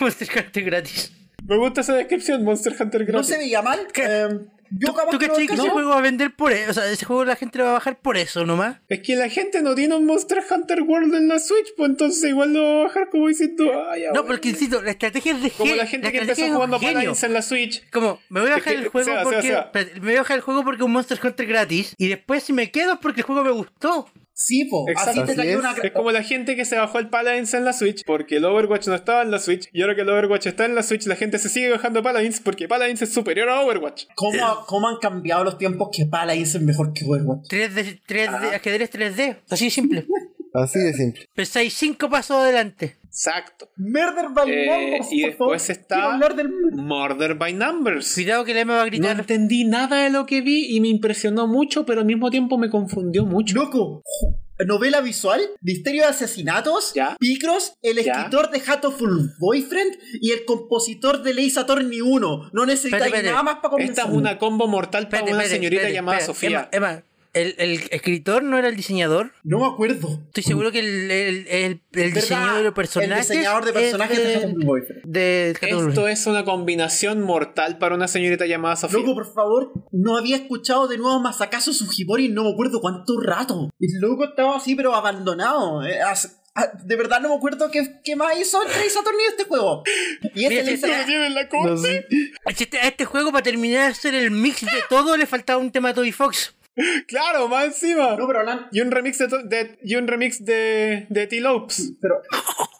[SPEAKER 2] Monster Hunter gratis.
[SPEAKER 4] me gusta esa descripción, Monster Hunter
[SPEAKER 3] No
[SPEAKER 4] gratis.
[SPEAKER 3] se veía mal.
[SPEAKER 2] ¿Qué?
[SPEAKER 3] eh, yo capaz
[SPEAKER 2] ¿Tú
[SPEAKER 3] que lo
[SPEAKER 2] cachai que ese
[SPEAKER 3] alcanzo.
[SPEAKER 2] juego va a vender por eso? O sea, ese juego la gente lo va a bajar por eso nomás.
[SPEAKER 4] Es que la gente no tiene un Monster Hunter World en la Switch, pues entonces igual lo va a bajar como diciendo, ay,
[SPEAKER 2] No,
[SPEAKER 4] ahora".
[SPEAKER 2] porque insisto, la estrategia es de
[SPEAKER 4] Como
[SPEAKER 2] gen-
[SPEAKER 4] la gente que
[SPEAKER 2] estrategia
[SPEAKER 4] empezó jugando a
[SPEAKER 2] es un genio.
[SPEAKER 4] Paladins en la Switch.
[SPEAKER 2] Como, me voy a
[SPEAKER 4] Es
[SPEAKER 2] bajar
[SPEAKER 4] que-
[SPEAKER 2] el juego
[SPEAKER 4] Seba, Seba,
[SPEAKER 2] porque.
[SPEAKER 4] Seba.
[SPEAKER 2] espérate, Me voy a bajar el juego porque un Monster Hunter gratis. Y después si me quedo es porque el juego me gustó.
[SPEAKER 3] Sí, po.
[SPEAKER 4] Exacto.
[SPEAKER 3] Así te
[SPEAKER 5] Así
[SPEAKER 3] traía
[SPEAKER 5] es.
[SPEAKER 3] una...
[SPEAKER 4] Es como la gente que se bajó el Paladins en la Switch porque el Overwatch no estaba en la Switch y ahora que el Overwatch está en la Switch la gente se sigue bajando Paladins porque Paladins es superior a Overwatch.
[SPEAKER 3] ¿Cómo, cómo han cambiado los tiempos que Paladins es mejor que Overwatch?
[SPEAKER 2] 3D,
[SPEAKER 4] Ah.
[SPEAKER 2] 3D, ajedrez 3D. Así de simple.
[SPEAKER 5] Así de simple.
[SPEAKER 2] Pensáis cinco pasos adelante.
[SPEAKER 4] Exacto.
[SPEAKER 3] Murder by
[SPEAKER 4] Eh,
[SPEAKER 3] Numbers,
[SPEAKER 4] y
[SPEAKER 3] por
[SPEAKER 4] después
[SPEAKER 3] favor.
[SPEAKER 4] está-
[SPEAKER 3] Quiero hablar del...
[SPEAKER 4] Murder by Numbers.
[SPEAKER 2] Cuidado que la M va a
[SPEAKER 4] No
[SPEAKER 2] gritar.
[SPEAKER 4] entendí nada de lo que vi y me impresionó mucho, pero al mismo tiempo me confundió mucho.
[SPEAKER 3] Loco, ju- novela visual, misterio de asesinatos,
[SPEAKER 4] Ya.
[SPEAKER 3] Picross, el
[SPEAKER 4] Ya.
[SPEAKER 3] escritor de Hatoful Boyfriend y el compositor de Ley Attorney 1. No necesitáis
[SPEAKER 2] Espérate, espérate.
[SPEAKER 3] nada más para comenzar.
[SPEAKER 4] Esta es una combo mortal para
[SPEAKER 2] Espérate,
[SPEAKER 4] una
[SPEAKER 2] espérate,
[SPEAKER 4] señorita
[SPEAKER 2] espérate,
[SPEAKER 4] llamada
[SPEAKER 2] espérate.
[SPEAKER 4] Sofía.
[SPEAKER 2] Emma, Emma, ¿el, el escritor no era el diseñador?
[SPEAKER 3] No me acuerdo.
[SPEAKER 2] Estoy seguro que el, el, el, el
[SPEAKER 3] ¿Verdad?
[SPEAKER 2] diseñador de los personajes.
[SPEAKER 3] El diseñador de
[SPEAKER 2] es
[SPEAKER 3] personajes de Hatoful
[SPEAKER 2] de,
[SPEAKER 3] Boyfriend.
[SPEAKER 2] de Cthulhu.
[SPEAKER 4] Esto es una combinación mortal para una señorita llamada Sofía.
[SPEAKER 3] Loco, por favor, no había escuchado de nuevo Masakazu Sugimori, no me acuerdo cuánto rato. El loco estaba así, pero abandonado. eh, as- ah, de verdad no me acuerdo qué, qué más hizo el Rey Saturn en este juego. Y este
[SPEAKER 2] Mira,
[SPEAKER 3] Rey
[SPEAKER 2] si
[SPEAKER 3] Saturn-
[SPEAKER 4] en la
[SPEAKER 5] No sé.
[SPEAKER 2] Si este- A este juego, para terminar de hacer el mix de todo, le faltaba un tema Toby Fox.
[SPEAKER 4] Claro, más encima.
[SPEAKER 3] No, pero hablan-
[SPEAKER 4] Y un remix de, to- de- y un remix de, de T-Lopes.
[SPEAKER 3] Pero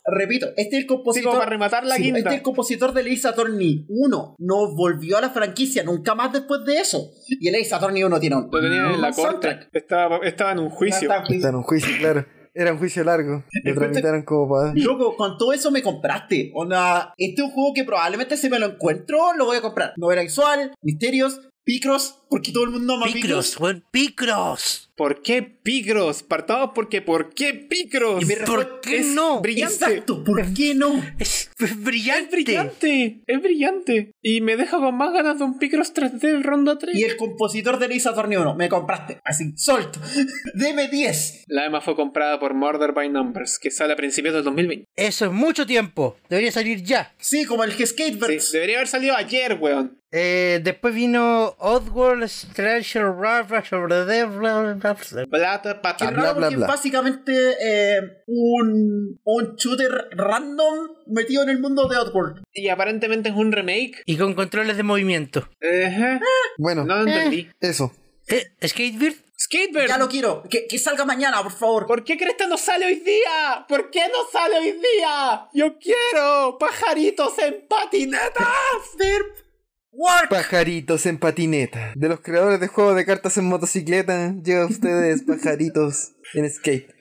[SPEAKER 3] Repito, este es el compositor.
[SPEAKER 4] como para rematar la quinta.
[SPEAKER 3] Este es el compositor de Ace Attorney 1. No volvió a la franquicia nunca más después de eso. Y el Ace Attorney 1 tiene un.
[SPEAKER 4] Lo tenían en Pues la
[SPEAKER 3] un
[SPEAKER 4] corte.
[SPEAKER 3] soundtrack.
[SPEAKER 4] Estaba, estaba en un juicio.
[SPEAKER 3] Hasta-
[SPEAKER 1] Está en un juicio, claro. Era un juicio largo. Lo tramitaron como para.
[SPEAKER 3] Loco, con todo eso me compraste. Onda, este es un juego que probablemente si me lo encuentro, lo voy a comprar. Novela visual, misterios, picros, porque todo el mundo ama picros.
[SPEAKER 2] Picros, weón, picros.
[SPEAKER 4] ¿Por qué Picros? Partamos porque ¿por qué Picros?
[SPEAKER 3] Y mi
[SPEAKER 2] ¿Por qué
[SPEAKER 4] es
[SPEAKER 2] no?
[SPEAKER 4] brillante.
[SPEAKER 3] Exacto, ¿por qué no?
[SPEAKER 2] Es brillante.
[SPEAKER 4] brillante, es brillante. Y me deja con más ganas de un Picross 3D ronda 3.
[SPEAKER 3] Y el compositor de Lisa Torneo 1, me compraste. Así, solto. Deme 10.
[SPEAKER 4] La EMA fue comprada por Murder by Numbers, que sale a principios del 2020.
[SPEAKER 2] Eso es mucho tiempo. Debería salir ya.
[SPEAKER 3] Sí, como el que Skatebirds.
[SPEAKER 4] Sí, debería haber salido ayer, weón.
[SPEAKER 2] Eh, después vino Oddworld, Treasure, Rara, sobre the bla, bla, bla.
[SPEAKER 4] Plata,
[SPEAKER 3] Que
[SPEAKER 4] pata.
[SPEAKER 3] es
[SPEAKER 1] Bla,
[SPEAKER 3] raro
[SPEAKER 1] bla,
[SPEAKER 3] porque
[SPEAKER 1] bla.
[SPEAKER 3] es básicamente eh, un, un shooter random metido en el mundo de Outworld.
[SPEAKER 4] Y aparentemente es un remake.
[SPEAKER 2] Y con controles de movimiento.
[SPEAKER 4] Ajá.
[SPEAKER 1] Bueno,
[SPEAKER 4] No lo entendí.
[SPEAKER 1] eso.
[SPEAKER 2] Eh, Skatebird,
[SPEAKER 4] Skatebird.
[SPEAKER 3] Ya lo quiero. Que, que salga mañana, por favor.
[SPEAKER 4] ¿Por qué Cresta no sale hoy día? ¿Por qué no sale hoy día? Yo quiero pajaritos en patinetas.
[SPEAKER 3] Derp. Work.
[SPEAKER 1] Pajaritos en patineta. De los creadores de juegos de cartas en motocicleta, llega a ustedes pajaritos en skate.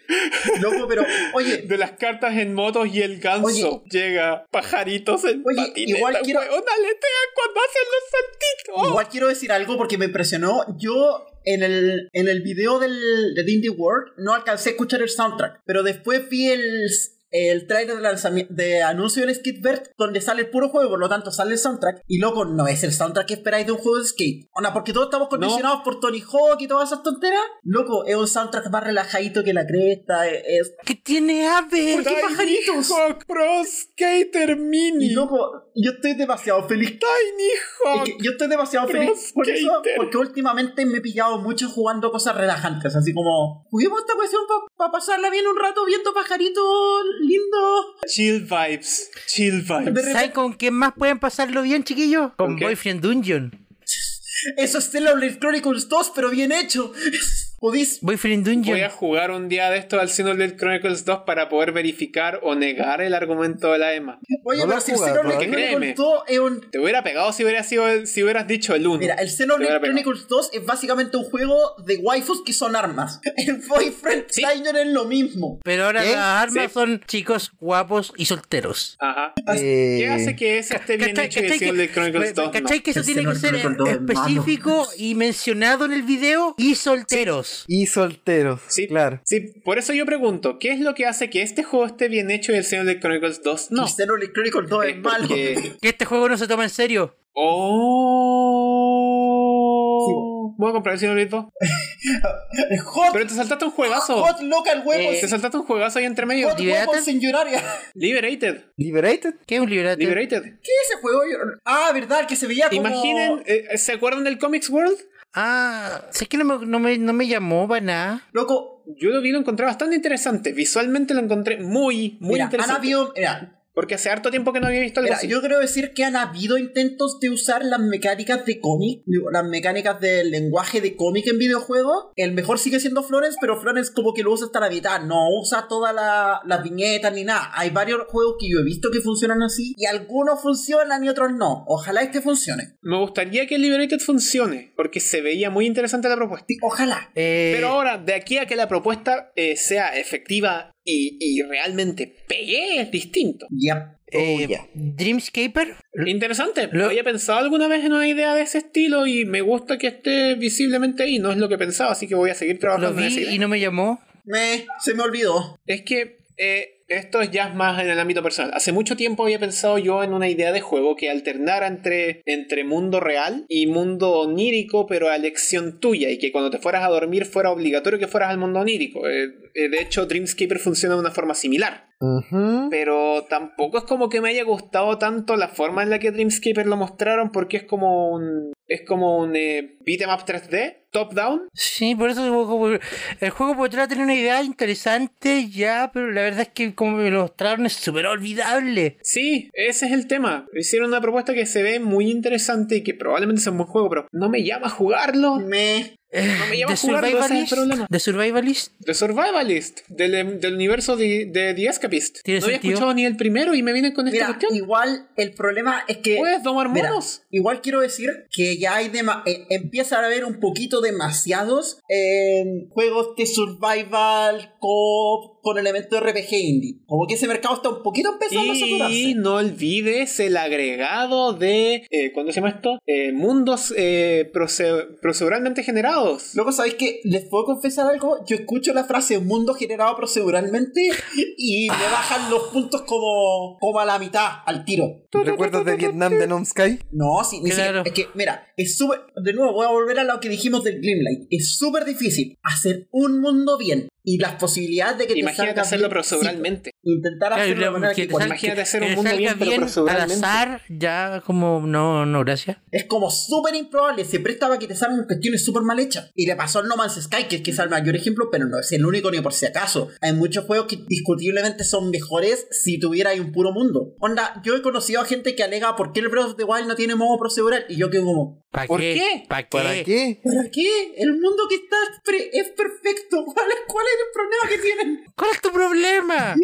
[SPEAKER 3] Loco, pero oye,
[SPEAKER 4] De las cartas en motos y el ganso
[SPEAKER 3] Oye.
[SPEAKER 4] llega pajaritos en
[SPEAKER 3] Oye,
[SPEAKER 4] patinetas.
[SPEAKER 3] igual quiero-
[SPEAKER 4] weón, aletean cuando hacen los saltitos.
[SPEAKER 3] igual quiero decir algo porque me impresionó. Yo en el, en el video del, del Indie World no alcancé a escuchar el soundtrack, pero después vi el, el trailer de, lanzami- de anuncio del Skatebird donde sale el puro juego, por lo tanto sale el soundtrack. Y loco, no es el soundtrack que esperáis de un juego de skate. Onda, porque todos estamos condicionados por Tony Hawk y todas esas tonteras. Loco, es un soundtrack más relajadito que la cresta. Es, es-
[SPEAKER 2] que tiene ave.
[SPEAKER 4] Tiny
[SPEAKER 3] pajaritos?
[SPEAKER 4] Hawk Pro Skater
[SPEAKER 3] Y
[SPEAKER 4] Mini.
[SPEAKER 3] loco, yo estoy demasiado feliz
[SPEAKER 4] Tiny Hawk.
[SPEAKER 3] Es que yo estoy demasiado
[SPEAKER 4] Pro
[SPEAKER 3] feliz por eso,
[SPEAKER 4] skater.
[SPEAKER 3] porque últimamente me he pillado mucho jugando cosas relajantes, así como, juguemos esta cuestión para pasarla bien un rato viendo pajaritos lindos.
[SPEAKER 4] Chill vibes. Chill vibes.
[SPEAKER 2] ¿Saben con quién más pueden pasarlo bien, chiquillos? Con
[SPEAKER 4] qué?
[SPEAKER 2] Boyfriend Dungeon.
[SPEAKER 3] Eso es Xenoblade Chronicles 2, pero bien hecho. Podís...
[SPEAKER 2] Boyfriend
[SPEAKER 4] Voy a
[SPEAKER 2] Dungeon.
[SPEAKER 4] jugar un día de esto al Xenoblade Chronicles 2 para poder verificar o negar el argumento de la EMA.
[SPEAKER 3] Oye,
[SPEAKER 1] No lo
[SPEAKER 3] pero
[SPEAKER 1] has
[SPEAKER 3] si el
[SPEAKER 1] jugado,
[SPEAKER 3] Xenoblade
[SPEAKER 4] ¿eh? Créeme.
[SPEAKER 3] Chronicles 2 es un...
[SPEAKER 4] Te hubiera pegado si hubiera sido el- si hubieras dicho el 1.
[SPEAKER 3] Mira, el
[SPEAKER 4] Te
[SPEAKER 3] Xenoblade
[SPEAKER 4] hubiera pegado.
[SPEAKER 3] Chronicles 2 es básicamente un juego de waifus que son armas. El Boyfriend
[SPEAKER 4] Sí.
[SPEAKER 3] Trainer es lo mismo.
[SPEAKER 2] Pero ahora
[SPEAKER 1] ¿Eh?
[SPEAKER 2] las armas
[SPEAKER 4] Sí.
[SPEAKER 2] son chicos guapos y solteros.
[SPEAKER 4] Ajá.
[SPEAKER 1] Eh,
[SPEAKER 4] Ah, ¿Qué hace que ese esté bien
[SPEAKER 2] ¿Cachai-
[SPEAKER 4] hecho y el
[SPEAKER 2] cachai
[SPEAKER 4] Xenoblade
[SPEAKER 2] que-
[SPEAKER 4] Chronicles 2 no?
[SPEAKER 2] ¿Cachai que eso
[SPEAKER 3] El
[SPEAKER 2] tiene que
[SPEAKER 3] Xenoblade
[SPEAKER 2] ser
[SPEAKER 3] Chronicles 2 es malo.
[SPEAKER 2] específico y mencionado en el video? Y solteros.
[SPEAKER 1] Y solteros,
[SPEAKER 4] Sí,
[SPEAKER 1] claro.
[SPEAKER 4] sí, por eso yo pregunto, ¿qué es lo que hace que este juego esté bien hecho y el Xenoblade Chronicles 2 no?
[SPEAKER 3] El Xenoblade Chronicles 2 es
[SPEAKER 4] Es
[SPEAKER 3] malo.
[SPEAKER 4] porque-
[SPEAKER 2] Que este juego no se toma en serio.
[SPEAKER 4] Oh. Voy a comprar el Xenoblade 2.
[SPEAKER 3] Es hot,
[SPEAKER 4] Pero te saltaste un juegazo. Eh,
[SPEAKER 3] hot loca el huevo.
[SPEAKER 4] Te
[SPEAKER 3] se-
[SPEAKER 4] saltaste un juegazo ahí entre medio.
[SPEAKER 3] Hot
[SPEAKER 2] Liberate.
[SPEAKER 3] huevo sin llorar. ya.
[SPEAKER 4] Liberated.
[SPEAKER 1] ¿Liberated?
[SPEAKER 4] Oh,
[SPEAKER 2] ¿Qué es un liberato?
[SPEAKER 4] Liberated.
[SPEAKER 3] ¿Qué es ese juego? Yo- Ah, verdad, el que se veía como...
[SPEAKER 4] Imaginen, eh, ¿se acuerdan del Comics World?
[SPEAKER 2] Ah, sé que no me, no me, no me llamó para nada.
[SPEAKER 3] Loco,
[SPEAKER 4] Yo lo vi, lo encontré bastante interesante. Visualmente lo encontré muy, muy
[SPEAKER 3] mira, han
[SPEAKER 4] interesante.
[SPEAKER 3] habido... Mira,
[SPEAKER 4] Porque hace harto tiempo que no había visto algo
[SPEAKER 3] mira,
[SPEAKER 4] así.
[SPEAKER 3] yo quiero decir que han habido intentos de usar las mecánicas de cómic, digo, las mecánicas del lenguaje de cómic en videojuegos. El mejor sigue siendo Florence, pero Florence como que lo usa hasta la mitad. No usa todas la- las viñetas ni nada. Hay varios juegos que yo he visto que funcionan así y algunos funcionan y otros no. Ojalá este funcione.
[SPEAKER 4] Me gustaría que Liberated funcione, porque se veía muy interesante la propuesta.
[SPEAKER 3] Sí, Ojalá.
[SPEAKER 2] Eh,
[SPEAKER 4] Pero ahora, de aquí a que la propuesta eh, sea efectiva y, y realmente pegue, es distinto.
[SPEAKER 3] Ya.
[SPEAKER 2] eh,
[SPEAKER 3] Oh, ya.
[SPEAKER 2] Dreamscaper.
[SPEAKER 4] Interesante.
[SPEAKER 2] Lo-
[SPEAKER 4] Había pensado alguna vez en una idea de ese estilo y me gusta que esté visiblemente ahí. No es lo que pensaba, así que voy a seguir
[SPEAKER 2] Lo
[SPEAKER 4] trabajando en esa
[SPEAKER 2] vi
[SPEAKER 4] idea.
[SPEAKER 2] y no me llamó.
[SPEAKER 3] Me, se me olvidó.
[SPEAKER 4] Es que eh, esto ya es más en el ámbito personal. Hace mucho tiempo había pensado yo en una idea de juego que alternara entre, entre mundo real y mundo onírico, pero a elección tuya, y que cuando te fueras a dormir fuera obligatorio que fueras al mundo onírico. Eh, eh, de hecho, Dreamscaper funciona de una forma similar.
[SPEAKER 1] Ujú.
[SPEAKER 4] Pero tampoco es como que me haya gustado tanto la forma en la que Dreamscaper lo mostraron, porque es como un. Es como un eh, beat'em up 3D, top down.
[SPEAKER 2] Sí, por eso digo, como- el juego podrá tener una idea interesante ya, pero la verdad es que como me lo mostraron es súper olvidable.
[SPEAKER 4] Sí, ese es el tema. Hicieron una propuesta que se ve muy interesante y que probablemente sea un buen juego, pero no me llama a jugarlo.
[SPEAKER 3] Me.
[SPEAKER 2] Eh,
[SPEAKER 4] me llama jugarlo, ese
[SPEAKER 2] de,
[SPEAKER 4] es el
[SPEAKER 2] survivalist,
[SPEAKER 4] problema.
[SPEAKER 2] de Survivalist.
[SPEAKER 4] The Survivalist, del, del universo de, de The Escapist. No
[SPEAKER 2] ¿Tiene
[SPEAKER 4] había
[SPEAKER 2] sentido?
[SPEAKER 4] escuchado ni el primero y me vienen con esta
[SPEAKER 3] Mira,
[SPEAKER 4] cuestión.
[SPEAKER 3] igual el problema es que.
[SPEAKER 4] Puedes domar
[SPEAKER 3] Mira,
[SPEAKER 4] monos.
[SPEAKER 3] igual quiero decir que ya hay dema- eh, empieza a haber un poquito demasiados eh, juegos de survival co con elementos RPG indie. Como que ese mercado está un poquito empezando a
[SPEAKER 4] Y
[SPEAKER 3] saturarse.
[SPEAKER 4] no olvides el agregado de. Eh, ¿Cuándo se llama esto? Eh, mundos eh, proce- proceduralmente generados.
[SPEAKER 3] Luego, ¿sabéis que ¿Les puedo confesar algo? Yo escucho la frase mundo generado proceduralmente y me bajan los puntos como, como a la mitad, al tiro.
[SPEAKER 1] ¿Recuerdos de Vietnam de Nom Sky?
[SPEAKER 3] No, sí, ni siquiera-
[SPEAKER 2] Claro.
[SPEAKER 3] Es que, mira, es súper. De nuevo, voy a volver a lo que dijimos del Glimlight. Es súper difícil hacer un mundo bien y las posibilidades de que te
[SPEAKER 4] Imagínate
[SPEAKER 3] salga
[SPEAKER 4] hacerlo
[SPEAKER 3] bien,
[SPEAKER 4] proceduralmente.
[SPEAKER 3] sí, intentar
[SPEAKER 2] Claro, y
[SPEAKER 3] hacerlo de
[SPEAKER 2] la-
[SPEAKER 3] manera
[SPEAKER 2] que
[SPEAKER 3] que
[SPEAKER 2] te
[SPEAKER 3] con-
[SPEAKER 2] salga-
[SPEAKER 4] imagínate hacer
[SPEAKER 2] que
[SPEAKER 4] un
[SPEAKER 2] te
[SPEAKER 4] mundo
[SPEAKER 2] salga
[SPEAKER 4] bien, pero
[SPEAKER 2] al
[SPEAKER 4] proceduralmente.
[SPEAKER 2] azar, ya como, no, no, gracias.
[SPEAKER 3] Es como súper improbable, se presta para que te salgan cuestiones súper mal hechas. Y le pasó al No Man's Sky, que es quizá el mayor ejemplo, pero no es el único ni por si acaso. Hay muchos juegos que discutiblemente son mejores si tuviera ahí un puro mundo. Onda, yo he conocido a gente que alega por qué el Breath of the Wild no tiene modo procedural. Y yo quedo como,
[SPEAKER 2] ¿Para
[SPEAKER 4] ¿Por
[SPEAKER 2] qué?
[SPEAKER 4] qué?
[SPEAKER 2] ¿Para qué?
[SPEAKER 1] ¿Para qué?
[SPEAKER 3] ¿Para qué? El mundo que está es pre- es perfecto. ¿Cuál es, ¿Cuál es el problema que tienen?
[SPEAKER 2] ¿Cuál es tu problema?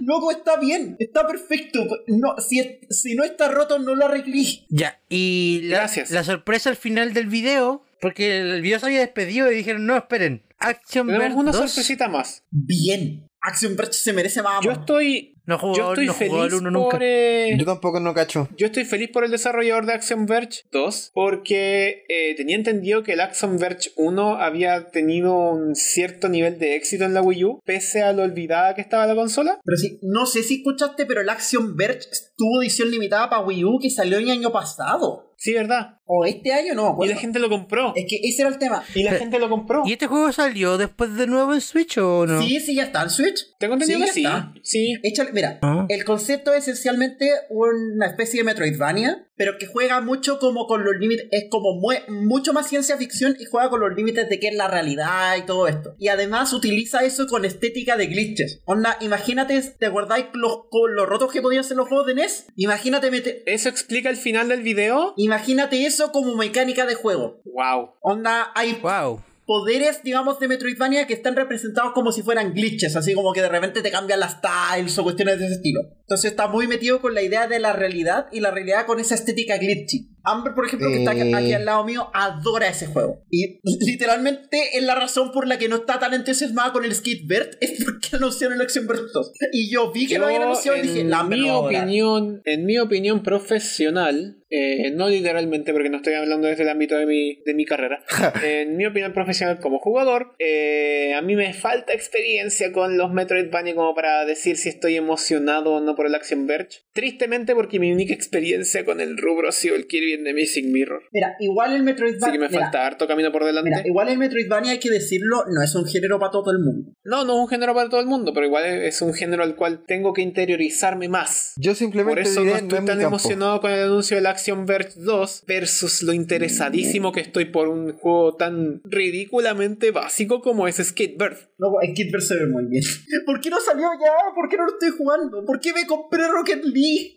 [SPEAKER 3] Loco, está bien. Está perfecto. No, si, es- si no está roto, no lo arreglís.
[SPEAKER 2] Ya, y la,
[SPEAKER 4] Gracias.
[SPEAKER 2] la sorpresa al final del video, porque el video se había despedido y dijeron, no, esperen, Action
[SPEAKER 4] Tenemos
[SPEAKER 2] Verse
[SPEAKER 4] una
[SPEAKER 2] 2
[SPEAKER 4] sorpresita más.
[SPEAKER 3] Bien. Action Verge se merece más amor.
[SPEAKER 4] Yo estoy.
[SPEAKER 2] no jugó,
[SPEAKER 4] Yo estoy
[SPEAKER 2] no jugó
[SPEAKER 4] feliz
[SPEAKER 2] al uno nunca.
[SPEAKER 4] por. eh,
[SPEAKER 1] Yo tampoco no cacho.
[SPEAKER 4] Yo estoy feliz por el desarrollador de Action Verge 2 porque eh, tenía entendido que el Action Verge 1 había tenido un cierto nivel de éxito en la Wii U, pese a lo olvidada que estaba la consola.
[SPEAKER 3] Pero sí, no sé si escuchaste, pero el Action Verge tuvo edición limitada para Wii U que salió el año pasado.
[SPEAKER 4] Sí, ¿verdad?
[SPEAKER 3] O este año, no. me
[SPEAKER 4] Y
[SPEAKER 3] acuerdo. Eh,
[SPEAKER 4] la gente lo compró.
[SPEAKER 3] Es que ese era el tema.
[SPEAKER 4] Y la
[SPEAKER 2] Pero-
[SPEAKER 4] gente lo compró.
[SPEAKER 2] ¿Y este juego salió después de nuevo en Switch o no?
[SPEAKER 3] Sí, sí, ya está en Switch.
[SPEAKER 4] Tengo entendido
[SPEAKER 3] Sí,
[SPEAKER 4] que
[SPEAKER 3] ya
[SPEAKER 4] sí.
[SPEAKER 3] está.
[SPEAKER 4] Sí.
[SPEAKER 3] Échale- mira,
[SPEAKER 2] Ah.
[SPEAKER 3] el concepto es esencialmente una especie de Metroidvania, pero que juega mucho como con los límites, es como mue- mucho más ciencia ficción y juega con los límites de qué es la realidad y todo esto. Y además utiliza eso con estética de glitches. Onda, imagínate, ¿te acordáis los, con los rotos que podían ser los juegos de NES? Imagínate, mete-
[SPEAKER 4] ¿Eso explica el final del video?
[SPEAKER 3] imagínate eso como mecánica de juego.
[SPEAKER 4] ¡Wow!
[SPEAKER 3] Onda, hay
[SPEAKER 2] Wow.
[SPEAKER 3] poderes, digamos, de Metroidvania que están representados como si fueran glitches, así como que de repente te cambian las tiles o cuestiones de ese estilo. Entonces está muy metido con la idea de la realidad y la realidad con esa estética glitchy. Amber, por ejemplo, que está aquí
[SPEAKER 1] Eh.
[SPEAKER 3] aquí al lado mío, adora ese juego. Y literalmente es la razón por la que no está tan entusiasmada con el Skatebird, es porque anunciaron el Action Bird 2. Y yo vi que lo habían anunciado y dije,
[SPEAKER 4] en
[SPEAKER 3] la Amber
[SPEAKER 4] mi
[SPEAKER 3] lo va a adorar".
[SPEAKER 4] opinión, en mi opinión profesional, eh, no literalmente porque no estoy hablando desde el ámbito de mi, de mi carrera, en mi opinión profesional como jugador, eh, a mí me falta experiencia con los Metroidvania como para decir si estoy emocionado o no por el Action Verge. Tristemente porque mi única experiencia con el rubro ha sido el Kirby and the Missing Mirror.
[SPEAKER 3] Mira, igual el Metroidvania...
[SPEAKER 4] Así que me
[SPEAKER 3] mira,
[SPEAKER 4] falta harto camino por delante.
[SPEAKER 3] mira, igual el Metroidvania, hay que decirlo, no es un género para todo el mundo.
[SPEAKER 4] No, no es un género para todo el mundo, pero igual es un género al cual tengo que interiorizarme más.
[SPEAKER 1] Yo
[SPEAKER 4] Por
[SPEAKER 1] simplemente
[SPEAKER 4] eso no
[SPEAKER 1] diré, no
[SPEAKER 4] estoy
[SPEAKER 1] es mi
[SPEAKER 4] tan
[SPEAKER 1] campo.
[SPEAKER 4] emocionado con el anuncio del Action Verge 2 versus lo interesadísimo que estoy por un juego tan ridículamente básico como es Skatebird.
[SPEAKER 3] No, el Kid Verse se ve muy bien. ¿Por qué no salió ya? ¿Por qué no lo estoy jugando? ¿Por qué me compré Rocket League?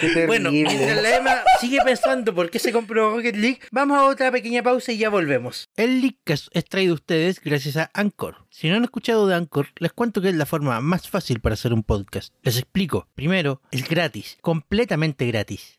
[SPEAKER 1] Qué
[SPEAKER 2] Bueno,
[SPEAKER 1] terrible.
[SPEAKER 2] mientras la Emma sigue pensando por qué se compró Rocket League, vamos a otra pequeña pausa y ya volvemos. El Leaguecast es traído a ustedes gracias a Anchor. Si no han escuchado de Anchor, les cuento que es la forma más fácil para hacer un podcast. Les explico. Primero, es gratis, completamente gratis.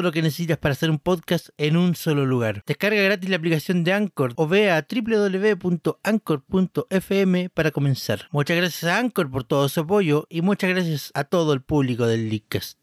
[SPEAKER 2] lo que necesitas para hacer un podcast en un solo lugar. Descarga gratis la aplicación de Anchor o ve a www.anchor.fm para comenzar. Muchas gracias a Anchor por todo su apoyo y muchas gracias a todo el público del Leadcast.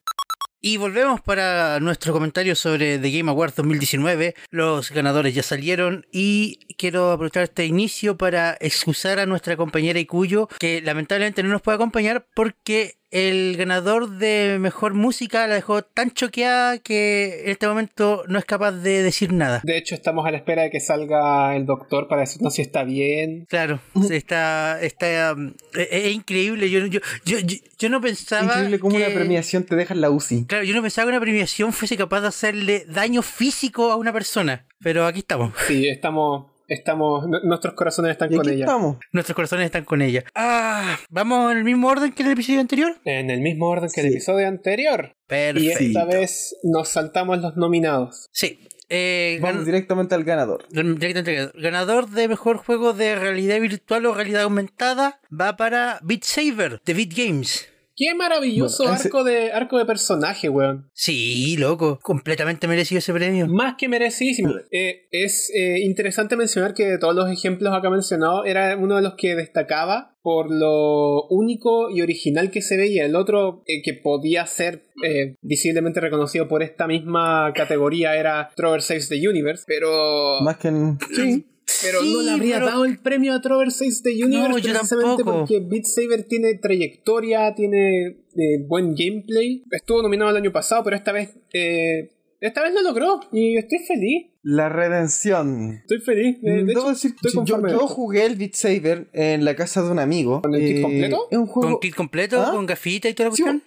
[SPEAKER 2] Y volvemos para nuestro comentario sobre The Game Awards 2019. Los ganadores ya salieron y quiero aprovechar este inicio para excusar a nuestra compañera Icuyo, que lamentablemente no nos puede acompañar porque el ganador de mejor música la dejó tan choqueada que en este momento no es capaz de decir nada.
[SPEAKER 4] De hecho, estamos a la espera de que salga el doctor para decirnos si está bien.
[SPEAKER 2] Claro, sí, está, está um, es, es increíble. Yo, yo, yo, yo- yo no pensaba.
[SPEAKER 1] Increíble cómo una
[SPEAKER 2] que-
[SPEAKER 1] premiación te deja en la UCI.
[SPEAKER 2] Claro, yo no pensaba que una premiación fuese capaz de hacerle daño físico a una persona. Pero aquí estamos.
[SPEAKER 4] Sí, estamos. estamos n- nuestros corazones están
[SPEAKER 1] Y
[SPEAKER 4] con
[SPEAKER 1] aquí
[SPEAKER 4] ella.
[SPEAKER 1] estamos.
[SPEAKER 2] Nuestros corazones están con ella. Ah, vamos en el mismo orden que en el episodio anterior.
[SPEAKER 4] En el mismo orden que el
[SPEAKER 1] Sí.
[SPEAKER 4] episodio anterior. Y eh,
[SPEAKER 2] Perfecto.
[SPEAKER 4] esta vez nos saltamos los nominados.
[SPEAKER 2] Sí. Eh, gan-
[SPEAKER 1] Vamos directamente al ganador.
[SPEAKER 2] Directo entregador. Ganador de mejor juego de realidad virtual o realidad aumentada va para Beat Saber de Beat Games.
[SPEAKER 4] Qué maravilloso
[SPEAKER 1] Bueno, ese-
[SPEAKER 4] arco de arco de personaje, weón.
[SPEAKER 2] Sí, loco, completamente merecido ese premio.
[SPEAKER 4] Más que merecidísimo. Eh, es eh, interesante mencionar que de todos los ejemplos acá mencionados, era uno de los que destacaba por lo único y original que se veía. El otro eh, que podía ser eh, visiblemente reconocido por esta misma categoría era Trover Saves the Universe, pero,
[SPEAKER 1] Más que en... Sí.
[SPEAKER 4] pero
[SPEAKER 2] Sí,
[SPEAKER 4] no le habría
[SPEAKER 2] pero-
[SPEAKER 4] dado el premio a Trover Saves the Universe
[SPEAKER 2] No, yo
[SPEAKER 4] precisamente
[SPEAKER 2] tampoco.
[SPEAKER 4] porque Beat Saber tiene trayectoria, tiene eh, buen gameplay. Estuvo nominado el año pasado, pero esta vez... eh, esta vez lo logró y estoy feliz.
[SPEAKER 1] La redención.
[SPEAKER 4] Estoy feliz. De, de
[SPEAKER 1] Debo
[SPEAKER 4] hecho,
[SPEAKER 1] decir que
[SPEAKER 4] estoy
[SPEAKER 1] yo,
[SPEAKER 4] conforme.
[SPEAKER 1] yo jugué el Beat Saber en la casa de un amigo. Eh,
[SPEAKER 4] ¿Con el kit completo?
[SPEAKER 1] Es un
[SPEAKER 2] Con
[SPEAKER 1] juego...
[SPEAKER 2] kit completo,
[SPEAKER 1] ¿Ah?
[SPEAKER 2] con gafita y toda la
[SPEAKER 1] Sí,
[SPEAKER 2] cuestión.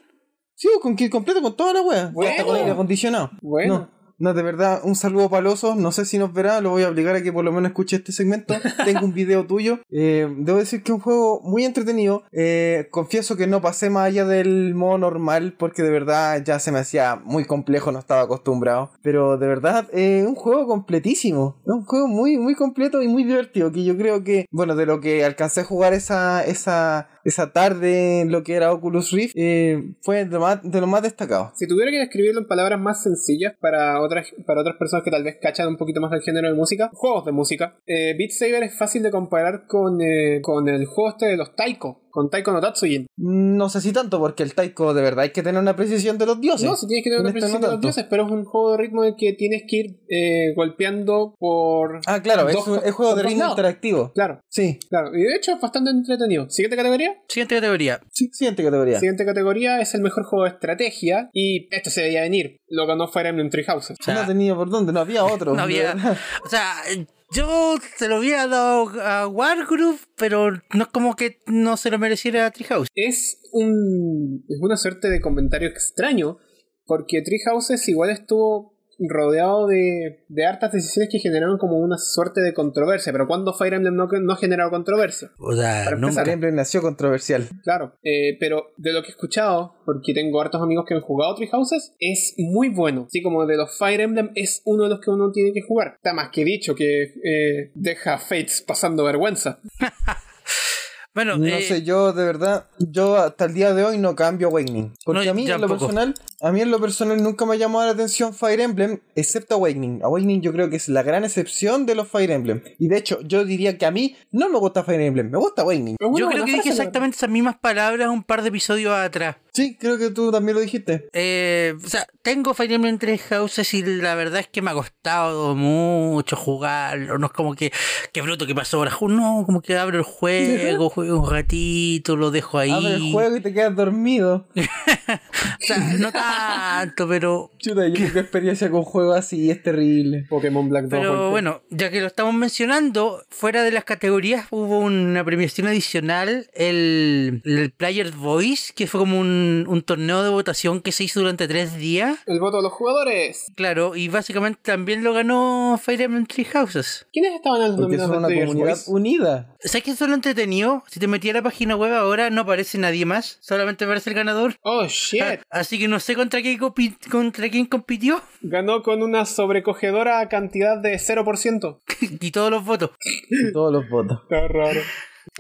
[SPEAKER 1] Sí, con kit completo, con toda la wea.
[SPEAKER 4] Bueno.
[SPEAKER 1] Hasta con aire acondicionado.
[SPEAKER 4] Bueno.
[SPEAKER 1] No. No, de verdad, un saludo paloso. No sé si nos verá, lo voy a obligar a que por lo menos escuche este segmento. Tengo un video tuyo. Eh, debo decir que es un juego muy entretenido. Eh, confieso que no pasé más allá del modo normal porque de verdad ya se me hacía muy complejo, no estaba acostumbrado. Pero de verdad, eh, un juego completísimo. Es un juego muy, muy completo y muy divertido. Que yo creo que, bueno, de lo que alcancé a jugar esa, esa, esa tarde en lo que era Oculus Rift, eh, fue de lo más, de lo más destacado.
[SPEAKER 4] Si tuviera que describirlo en palabras más sencillas para otras, para otras personas que tal vez cachan un poquito más del género de música, juegos de música, eh, Beat Saber es fácil de comparar con, eh, con el juego este de los Taiko, con Taiko no Tatsujin.
[SPEAKER 1] No sé si tanto, porque el taiko de verdad hay que tener una precisión de los dioses.
[SPEAKER 4] No, si tienes que tener una
[SPEAKER 1] En este
[SPEAKER 4] precisión
[SPEAKER 1] no
[SPEAKER 4] de los
[SPEAKER 1] tanto.
[SPEAKER 4] dioses, pero es un juego de ritmo en el que tienes que ir eh, golpeando por.
[SPEAKER 1] Ah, claro, es,
[SPEAKER 4] Dos-
[SPEAKER 1] un- es juego de
[SPEAKER 4] dos
[SPEAKER 1] ritmo
[SPEAKER 4] lados.
[SPEAKER 1] interactivo.
[SPEAKER 4] Claro,
[SPEAKER 1] Sí.
[SPEAKER 4] claro. Y de hecho es bastante entretenido. ¿Siguiente categoría?
[SPEAKER 2] Siguiente categoría.
[SPEAKER 1] sí. Siguiente categoría.
[SPEAKER 4] Siguiente categoría es el mejor juego de estrategia. Y este se veía venir. Lo ganó Fire Emblem Three Houses.
[SPEAKER 2] O sea,
[SPEAKER 1] no tenía por dónde, no había otro.
[SPEAKER 2] no había-
[SPEAKER 1] de verdad.
[SPEAKER 2] O sea, yo se lo hubiera dado a Wargroove, pero no es como que no se lo mereciera a Treehouse.
[SPEAKER 4] es un es una suerte de comentario extraño porque Three Houses igual estuvo rodeado de, de hartas decisiones que generaron como una suerte de controversia, pero cuando Fire Emblem no, no ha generado controversia,
[SPEAKER 2] O sea,
[SPEAKER 4] Para
[SPEAKER 2] no.
[SPEAKER 4] empezar.
[SPEAKER 1] Fire Emblem nació controversial.
[SPEAKER 4] claro, Eh, pero de lo que he escuchado, porque tengo hartos amigos que han jugado Three Houses, es muy bueno, así como de los Fire Emblem es uno de los que uno tiene que jugar, está más que dicho que eh, deja a Fates pasando vergüenza.
[SPEAKER 2] Bueno,
[SPEAKER 1] No
[SPEAKER 2] eh,
[SPEAKER 1] sé, yo de verdad, yo hasta el día de hoy no cambio Awakening. Porque
[SPEAKER 2] No,
[SPEAKER 1] a mí
[SPEAKER 2] yo
[SPEAKER 1] en lo
[SPEAKER 2] tampoco.
[SPEAKER 1] personal, a mí en lo personal nunca me ha llamado la atención Fire Emblem, excepto Awakening. Awakening yo creo que es la gran excepción de los Fire Emblem. Y de hecho, yo diría que a mí no me gusta Fire Emblem, me gusta Awakening.
[SPEAKER 4] Es una
[SPEAKER 2] yo
[SPEAKER 4] buena
[SPEAKER 2] creo que dije
[SPEAKER 4] frase, la verdad.
[SPEAKER 2] exactamente esas mismas palabras un par de episodios atrás.
[SPEAKER 1] Sí, creo que tú también lo dijiste.
[SPEAKER 2] Eh, o sea, tengo Fire Emblem Tres Houses y la verdad es que me ha costado mucho jugarlo. No es como que, qué bruto que pasó ahora. No, como que abro el juego, juego un ratito, lo dejo ahí.
[SPEAKER 1] Abre el juego y te quedas dormido.
[SPEAKER 2] O sea, no tanto, pero.
[SPEAKER 1] Chuta, yo tengo experiencia con juegos así y es terrible.
[SPEAKER 4] Pokémon Black
[SPEAKER 2] Pero
[SPEAKER 4] Dawn.
[SPEAKER 2] bueno, ya que lo estamos mencionando, fuera de las categorías hubo una premiación adicional, el, el Player Voice, que fue como un, un torneo de votación que se hizo durante tres días.
[SPEAKER 4] El voto de los jugadores.
[SPEAKER 2] Claro, y básicamente también lo ganó Fire Emblem Three Houses.
[SPEAKER 4] ¿Quiénes estaban en los
[SPEAKER 1] Porque
[SPEAKER 4] nominados
[SPEAKER 1] son
[SPEAKER 4] de
[SPEAKER 1] una
[SPEAKER 4] Players
[SPEAKER 1] comunidad
[SPEAKER 4] Voice?
[SPEAKER 1] unida.
[SPEAKER 2] ¿Sabes qué es lo entretenido? Si te metí a la página web ahora no aparece nadie más, solamente aparece el ganador. Ah,
[SPEAKER 4] Oh shit.
[SPEAKER 2] Así que no sé contra quién, compi- contra quién compitió
[SPEAKER 4] Ganó con una sobrecogedora cantidad de 0%.
[SPEAKER 2] y todos los votos.
[SPEAKER 1] y Todos los votos.
[SPEAKER 4] Está raro. Está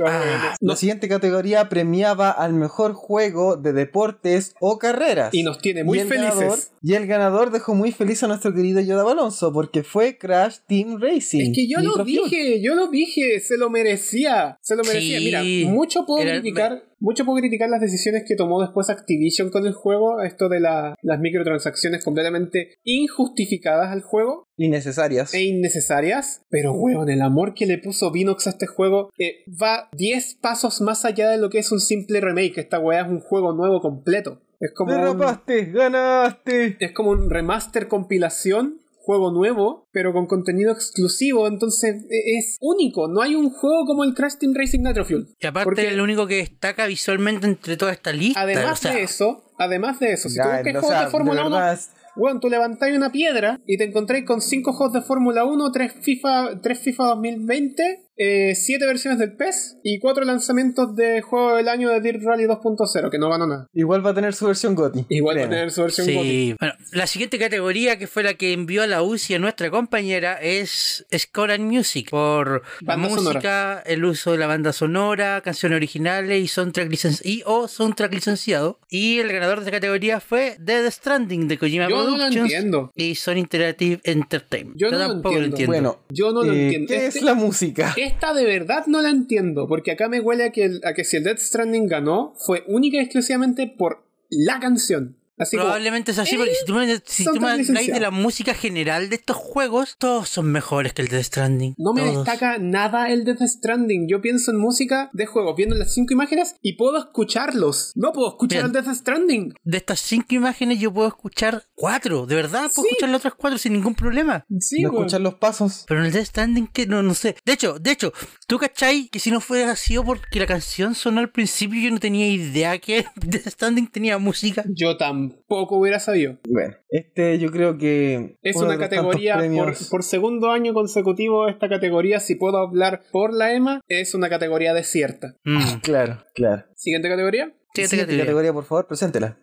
[SPEAKER 1] Ah,
[SPEAKER 4] bueno.
[SPEAKER 1] La siguiente categoría premiaba al mejor juego de deportes o carreras.
[SPEAKER 4] Y nos tiene muy
[SPEAKER 1] el
[SPEAKER 4] felices.
[SPEAKER 1] ganador- y el ganador dejó muy feliz a nuestro querido Yoda Alonso porque fue Crash Team Racing.
[SPEAKER 4] Es que yo
[SPEAKER 1] Nitro
[SPEAKER 4] lo
[SPEAKER 1] Fuel.
[SPEAKER 4] dije, yo lo dije, se lo merecía. Se lo merecía.
[SPEAKER 2] Sí.
[SPEAKER 4] Mira, mucho puedo
[SPEAKER 2] Era-
[SPEAKER 4] criticar Mucho puedo criticar las decisiones que tomó después Activision con el juego, esto de la- las microtransacciones completamente injustificadas al juego
[SPEAKER 1] Innecesarias.
[SPEAKER 4] e innecesarias, pero weón, el amor que le puso Vinox a este juego eh, va 10 pasos más allá de lo que es un simple remake, esta weá es un juego nuevo completo. Es como un-
[SPEAKER 1] Derrapaste, ganaste.
[SPEAKER 4] es como un remaster compilación, juego nuevo, pero con contenido exclusivo, entonces e- es único. No hay un juego como el Crash Team Racing Nitro Fuel.
[SPEAKER 2] Y aparte
[SPEAKER 4] Porque-
[SPEAKER 2] es el único que destaca visualmente entre toda esta lista.
[SPEAKER 4] Además
[SPEAKER 2] o sea,
[SPEAKER 4] de eso, además de eso, si tú
[SPEAKER 1] Ya,
[SPEAKER 4] buscas
[SPEAKER 1] o
[SPEAKER 4] juegos
[SPEAKER 1] sea,
[SPEAKER 4] de Fórmula
[SPEAKER 1] de
[SPEAKER 4] 1,
[SPEAKER 1] verdad,
[SPEAKER 4] weón, tú levantáis una piedra y te encontráis con 5 juegos de Fórmula 1, 3 FIFA, 3 FIFA 2020, 7 eh, versiones del PES y 4 lanzamientos de juego del año de Dirt Rally 2.0, que no ganó nada.
[SPEAKER 1] Igual va a tener su versión GOTY.
[SPEAKER 4] Igual va a
[SPEAKER 1] créeme.
[SPEAKER 4] tener su versión GOTY.
[SPEAKER 2] Sí. Bueno, la siguiente categoría que fue la que envió a la UCI a nuestra compañera es Score and Music por
[SPEAKER 4] Banda
[SPEAKER 2] música,
[SPEAKER 4] sonora.
[SPEAKER 2] el uso de la banda sonora, canciones originales y soundtrack licenci- y o soundtrack licenciado. Y el ganador de esta categoría fue Dead Stranding de Kojima
[SPEAKER 4] Yo no lo
[SPEAKER 2] Productions
[SPEAKER 4] entiendo.
[SPEAKER 2] y Sony Interactive Entertainment.
[SPEAKER 4] Yo no lo
[SPEAKER 2] tampoco lo
[SPEAKER 4] entiendo.
[SPEAKER 2] entiendo.
[SPEAKER 1] Bueno,
[SPEAKER 4] Yo no lo
[SPEAKER 1] eh,
[SPEAKER 4] entiendo.
[SPEAKER 1] ¿Qué
[SPEAKER 4] Este-
[SPEAKER 1] es la música?
[SPEAKER 4] Esta de verdad no la entiendo, porque acá me huele a que, el- a que si el Death Stranding ganó, fue única y exclusivamente por la canción. Así como,
[SPEAKER 2] Probablemente es así, porque si tú me, si tú
[SPEAKER 4] soundtrack
[SPEAKER 2] me habláis de
[SPEAKER 4] licenciado.
[SPEAKER 2] la música general de estos juegos, todos son mejores que el de Stranding.
[SPEAKER 4] no me
[SPEAKER 2] Todos.
[SPEAKER 4] destaca nada el Death Stranding. Yo pienso en música de juego, viendo las cinco imágenes y puedo escucharlos. No puedo escuchar
[SPEAKER 2] Bien.
[SPEAKER 4] el Death Stranding.
[SPEAKER 2] De estas cinco imágenes yo puedo escuchar cuatro, de verdad, puedo escuchar las otras cuatro sin ningún problema.
[SPEAKER 4] Sí,
[SPEAKER 1] no
[SPEAKER 4] weón.
[SPEAKER 1] escuchar los pasos.
[SPEAKER 2] Pero en el Death Stranding que no, no sé. De hecho, de hecho, ¿tú cachai que si no fuera sido porque la canción sonó al principio yo no tenía idea que Death Stranding tenía música?
[SPEAKER 4] Yo tampoco hubiera sabido.
[SPEAKER 1] Bueno, este yo creo que.
[SPEAKER 4] Es
[SPEAKER 1] uno
[SPEAKER 4] una
[SPEAKER 1] de los tantos
[SPEAKER 4] categoría, por,
[SPEAKER 1] premios-
[SPEAKER 4] por segundo año consecutivo, esta categoría, si puedo hablar por la EMA, es una categoría desierta.
[SPEAKER 2] Mm.
[SPEAKER 1] Claro, claro.
[SPEAKER 4] Siguiente categoría.
[SPEAKER 2] Siguiente
[SPEAKER 1] Siguiente
[SPEAKER 2] categoría.
[SPEAKER 1] categoría, por favor, preséntela.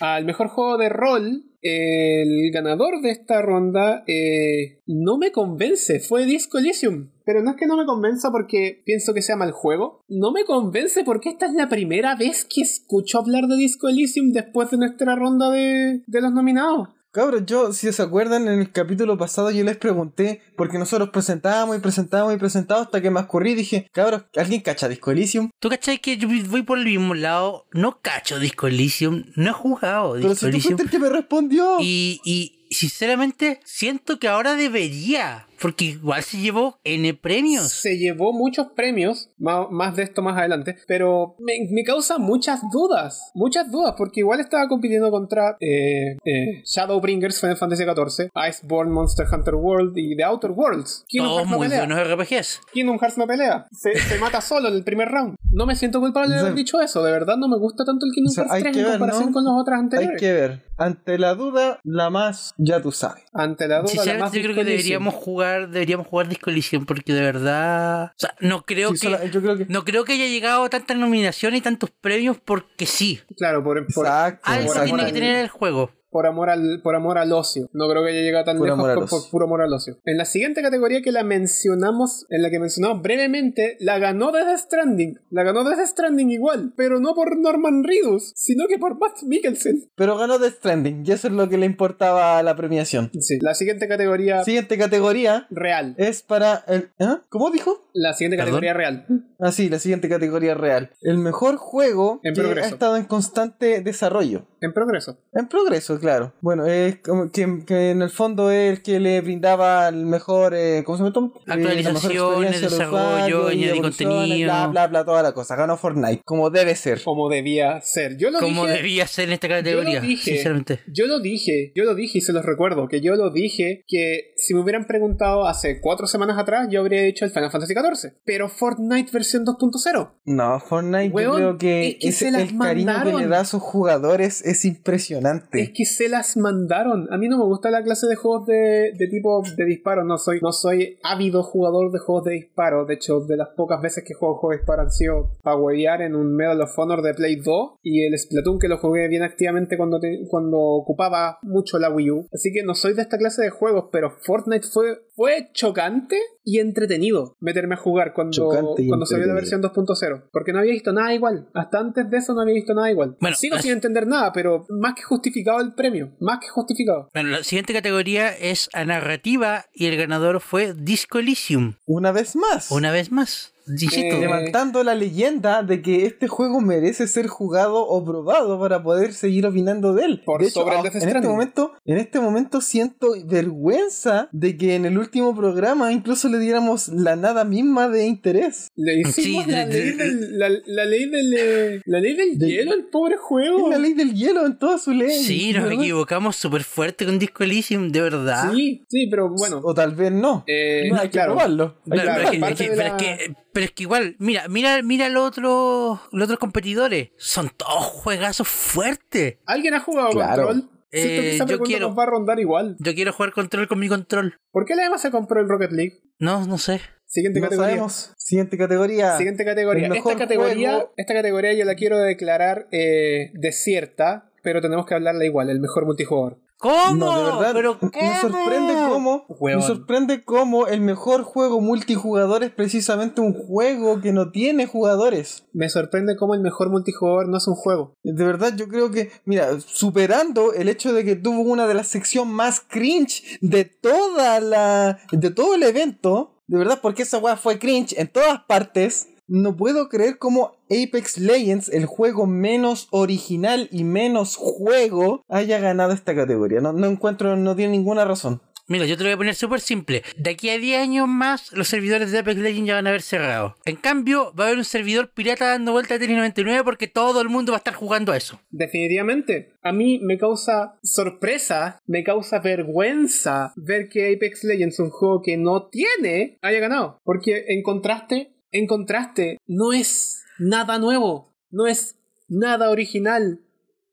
[SPEAKER 4] Al mejor juego de rol, el ganador de esta ronda eh, no me convence, fue Disco Elysium. Pero no es que no me convenza porque pienso que sea mal juego. No me convence porque esta es la primera vez que escucho hablar de Disco Elysium después de nuestra ronda de, de los nominados.
[SPEAKER 1] Cabros, yo, si se acuerdan, en el capítulo pasado yo les pregunté, porque nosotros presentábamos y presentábamos y presentábamos hasta que me escurrí y dije, cabros, ¿alguien cacha Disco Elysium?
[SPEAKER 2] ¿Tú cachai que yo voy por el mismo lado? No cacho Disco Elysium, no he jugado
[SPEAKER 1] Pero
[SPEAKER 2] Disco
[SPEAKER 1] si tú
[SPEAKER 2] Elysium.
[SPEAKER 1] fuiste el que me respondió.
[SPEAKER 2] Y, y sinceramente siento que ahora debería, porque igual se llevó N premios.
[SPEAKER 4] Se llevó muchos premios, ma- más de esto más adelante, pero me, me causa muchas dudas, muchas dudas, porque igual estaba compitiendo contra eh, eh, Shadowbringers, Final Fantasy XIV, Iceborne, Monster Hunter World y The Outer Worlds. ¿Quién
[SPEAKER 2] Todos muy buenos RPGs.
[SPEAKER 4] Kingdom Hearts no pelea. Se, se mata solo en el primer round. No me siento culpable de haber
[SPEAKER 1] Sí.
[SPEAKER 4] dicho eso. De verdad no me gusta tanto el Kingdom
[SPEAKER 1] O sea, hay
[SPEAKER 4] Hearts 3
[SPEAKER 1] que
[SPEAKER 4] en
[SPEAKER 1] ver,
[SPEAKER 4] comparación
[SPEAKER 1] ¿no?
[SPEAKER 4] con los otros
[SPEAKER 1] Hay
[SPEAKER 4] anteriores.
[SPEAKER 1] que ver. Ante la duda, la más, ya tú sabes.
[SPEAKER 4] Ante la duda, la más
[SPEAKER 2] Sinceramente yo creo que
[SPEAKER 4] difícil.
[SPEAKER 2] deberíamos jugar, deberíamos jugar Disco Elysium porque de verdad, o sea, no creo
[SPEAKER 1] Sí,
[SPEAKER 2] que
[SPEAKER 1] sola- yo creo que.
[SPEAKER 2] no creo que haya llegado tantas nominaciones y tantos premios porque sí.
[SPEAKER 4] Claro, por, por,
[SPEAKER 1] Exacto.
[SPEAKER 2] Algo
[SPEAKER 1] exacto.
[SPEAKER 2] tiene que tener el juego.
[SPEAKER 4] por amor al por amor al ocio. No creo que haya llegado tan
[SPEAKER 1] Por
[SPEAKER 4] lejos
[SPEAKER 1] amor al
[SPEAKER 4] por,
[SPEAKER 1] ocio.
[SPEAKER 4] por puro amor al ocio. En la siguiente categoría que la mencionamos, en la que mencionamos brevemente, la ganó Death Stranding. La ganó Death Stranding igual, pero no por Norman Reedus, sino que por Matt Mikkelsen.
[SPEAKER 1] Pero ganó Death Stranding, y eso es lo que le importaba a la premiación.
[SPEAKER 4] Sí. La siguiente categoría
[SPEAKER 1] Siguiente categoría
[SPEAKER 4] real.
[SPEAKER 1] es para el. ¿Ah? ¿Cómo dijo?
[SPEAKER 4] La siguiente
[SPEAKER 2] ¿Perdón?
[SPEAKER 4] categoría real.
[SPEAKER 1] Ah, sí, la siguiente categoría real. El mejor juego
[SPEAKER 4] En
[SPEAKER 1] que
[SPEAKER 4] progreso.
[SPEAKER 1] ha estado en constante desarrollo.
[SPEAKER 4] En progreso.
[SPEAKER 1] En progreso, claro. Bueno, es como que, que en el fondo es el que le brindaba el mejor, eh, ¿cómo se llama? esto? Eh, la mejor
[SPEAKER 2] Actualizaciones,
[SPEAKER 1] experiencia al
[SPEAKER 2] desarrollo,
[SPEAKER 1] usuario y
[SPEAKER 2] añadir
[SPEAKER 1] evoluciones,
[SPEAKER 2] contenido.
[SPEAKER 1] Bla, bla, bla, toda la cosa. Ganó Fortnite, como debe ser.
[SPEAKER 4] Como debía ser. Yo lo
[SPEAKER 2] Como
[SPEAKER 4] dije.
[SPEAKER 2] debía ser en esta
[SPEAKER 4] yo
[SPEAKER 2] categoría,
[SPEAKER 4] lo dije,
[SPEAKER 2] sinceramente.
[SPEAKER 4] Yo lo dije, yo lo dije y se los recuerdo, que yo lo dije que si me hubieran preguntado hace cuatro semanas atrás, yo habría dicho el Final Fantasy XIV. Pero Fortnite versión 2.0.
[SPEAKER 1] No, Fortnite
[SPEAKER 4] Weón,
[SPEAKER 1] yo creo que,
[SPEAKER 4] es que
[SPEAKER 1] ese-
[SPEAKER 4] se las
[SPEAKER 1] el cariño que
[SPEAKER 4] mandaron.
[SPEAKER 1] le da a sus jugadores es impresionante.
[SPEAKER 4] Es que se las mandaron. A mí no me gusta la clase de juegos de, de tipo de disparo. No soy, no soy ávido jugador de juegos de disparo. De hecho, de las pocas veces que juego juegos de disparo han sido para huevear en un Medal of Honor de Play 2 y el Splatoon que lo jugué bien activamente cuando, te- cuando ocupaba mucho la Wii U. Así que no soy de esta clase de juegos, pero Fortnite fue, fue chocante y entretenido meterme a jugar cuando,
[SPEAKER 1] Chocante y
[SPEAKER 4] cuando salió la versión
[SPEAKER 1] entretenido.
[SPEAKER 4] 2.0. Porque no había visto nada igual. Hasta antes de eso no había visto nada igual.
[SPEAKER 2] Bueno,
[SPEAKER 4] Sigo
[SPEAKER 2] es-
[SPEAKER 4] sin entender nada, pero más que justificado el premio. Más que justificado.
[SPEAKER 2] Bueno, la siguiente categoría es a narrativa y el ganador fue Disco Elysium,
[SPEAKER 1] Una vez más.
[SPEAKER 2] una vez más. insisto.
[SPEAKER 4] Eh,
[SPEAKER 1] Levantando la leyenda de que este juego merece ser jugado o probado para poder seguir opinando de él.
[SPEAKER 4] Por
[SPEAKER 1] de hecho,
[SPEAKER 4] sobre el
[SPEAKER 1] ah,
[SPEAKER 4] Death
[SPEAKER 1] en este
[SPEAKER 4] Stranding.
[SPEAKER 1] momento, en este momento siento vergüenza de que en el último programa incluso le diéramos la nada misma de interés.
[SPEAKER 4] Le hicimos
[SPEAKER 2] Sí,
[SPEAKER 4] la,
[SPEAKER 2] de-
[SPEAKER 4] ley
[SPEAKER 2] de-
[SPEAKER 4] del, la, la ley del eh, la ley del
[SPEAKER 1] De-
[SPEAKER 4] hielo al pobre
[SPEAKER 1] Es
[SPEAKER 4] juego.
[SPEAKER 1] la ley del hielo en toda su ley.
[SPEAKER 2] Sí, nos
[SPEAKER 1] ¿verdad?
[SPEAKER 2] equivocamos súper fuerte con Disco Elysium, de verdad.
[SPEAKER 1] Ah.
[SPEAKER 4] Sí, sí, pero bueno.
[SPEAKER 1] O tal vez no.
[SPEAKER 4] Eh,
[SPEAKER 1] No, hay
[SPEAKER 4] claro.
[SPEAKER 1] que probarlo. Hay
[SPEAKER 2] Claro,
[SPEAKER 1] que
[SPEAKER 2] pero, es que,
[SPEAKER 1] probarlo.
[SPEAKER 4] parte
[SPEAKER 2] es que-
[SPEAKER 4] de
[SPEAKER 2] pero
[SPEAKER 4] la-
[SPEAKER 2] es que- pero es que igual, mira, mira, mira los otros los otros competidores. Son todos juegazos fuertes.
[SPEAKER 4] ¿Alguien ha jugado
[SPEAKER 1] Claro.
[SPEAKER 4] Control? Siento
[SPEAKER 2] Eh,
[SPEAKER 4] que esa
[SPEAKER 2] yo
[SPEAKER 4] pregunta
[SPEAKER 2] quiero.
[SPEAKER 4] nos va a rondar igual.
[SPEAKER 2] Yo quiero jugar control con mi control.
[SPEAKER 4] ¿Por qué la Emma se compró el Rocket League?
[SPEAKER 2] No, no sé.
[SPEAKER 4] Siguiente
[SPEAKER 1] No
[SPEAKER 4] categoría.
[SPEAKER 1] sabemos. Siguiente categoría.
[SPEAKER 4] Siguiente categoría.
[SPEAKER 1] El mejor
[SPEAKER 4] Esta categoría,
[SPEAKER 1] juego-
[SPEAKER 4] esta categoría yo la quiero declarar eh, desierta, pero tenemos que hablarla igual, el mejor multijugador.
[SPEAKER 2] ¿Cómo?
[SPEAKER 1] No, de verdad.
[SPEAKER 2] ¿Pero
[SPEAKER 1] Me
[SPEAKER 2] cómo?
[SPEAKER 1] sorprende cómo.
[SPEAKER 4] Huevón.
[SPEAKER 1] Me sorprende cómo el mejor juego multijugador es precisamente un juego que no tiene jugadores.
[SPEAKER 4] Me sorprende cómo el mejor multijugador no es un juego.
[SPEAKER 1] De verdad, yo creo que, mira, superando el hecho de que tuvo una de las secciones más cringe de toda la. de todo el evento. De verdad, porque esa weá fue cringe en todas partes. No puedo creer cómo Apex Legends, el juego menos original y menos juego, haya ganado esta categoría. No, no encuentro, no tiene ninguna razón.
[SPEAKER 2] Mira, yo te lo voy a poner súper simple. De aquí a 10 años más, los servidores de Apex Legends ya van a haber cerrado. En cambio, va a haber un servidor pirata dando vuelta a Tenis 99 porque todo el mundo va a estar jugando a eso.
[SPEAKER 4] Definitivamente. A mí me causa sorpresa, me causa vergüenza ver que Apex Legends, un juego que no tiene, haya ganado. Porque en contraste, en contraste, no es nada nuevo, no es nada original,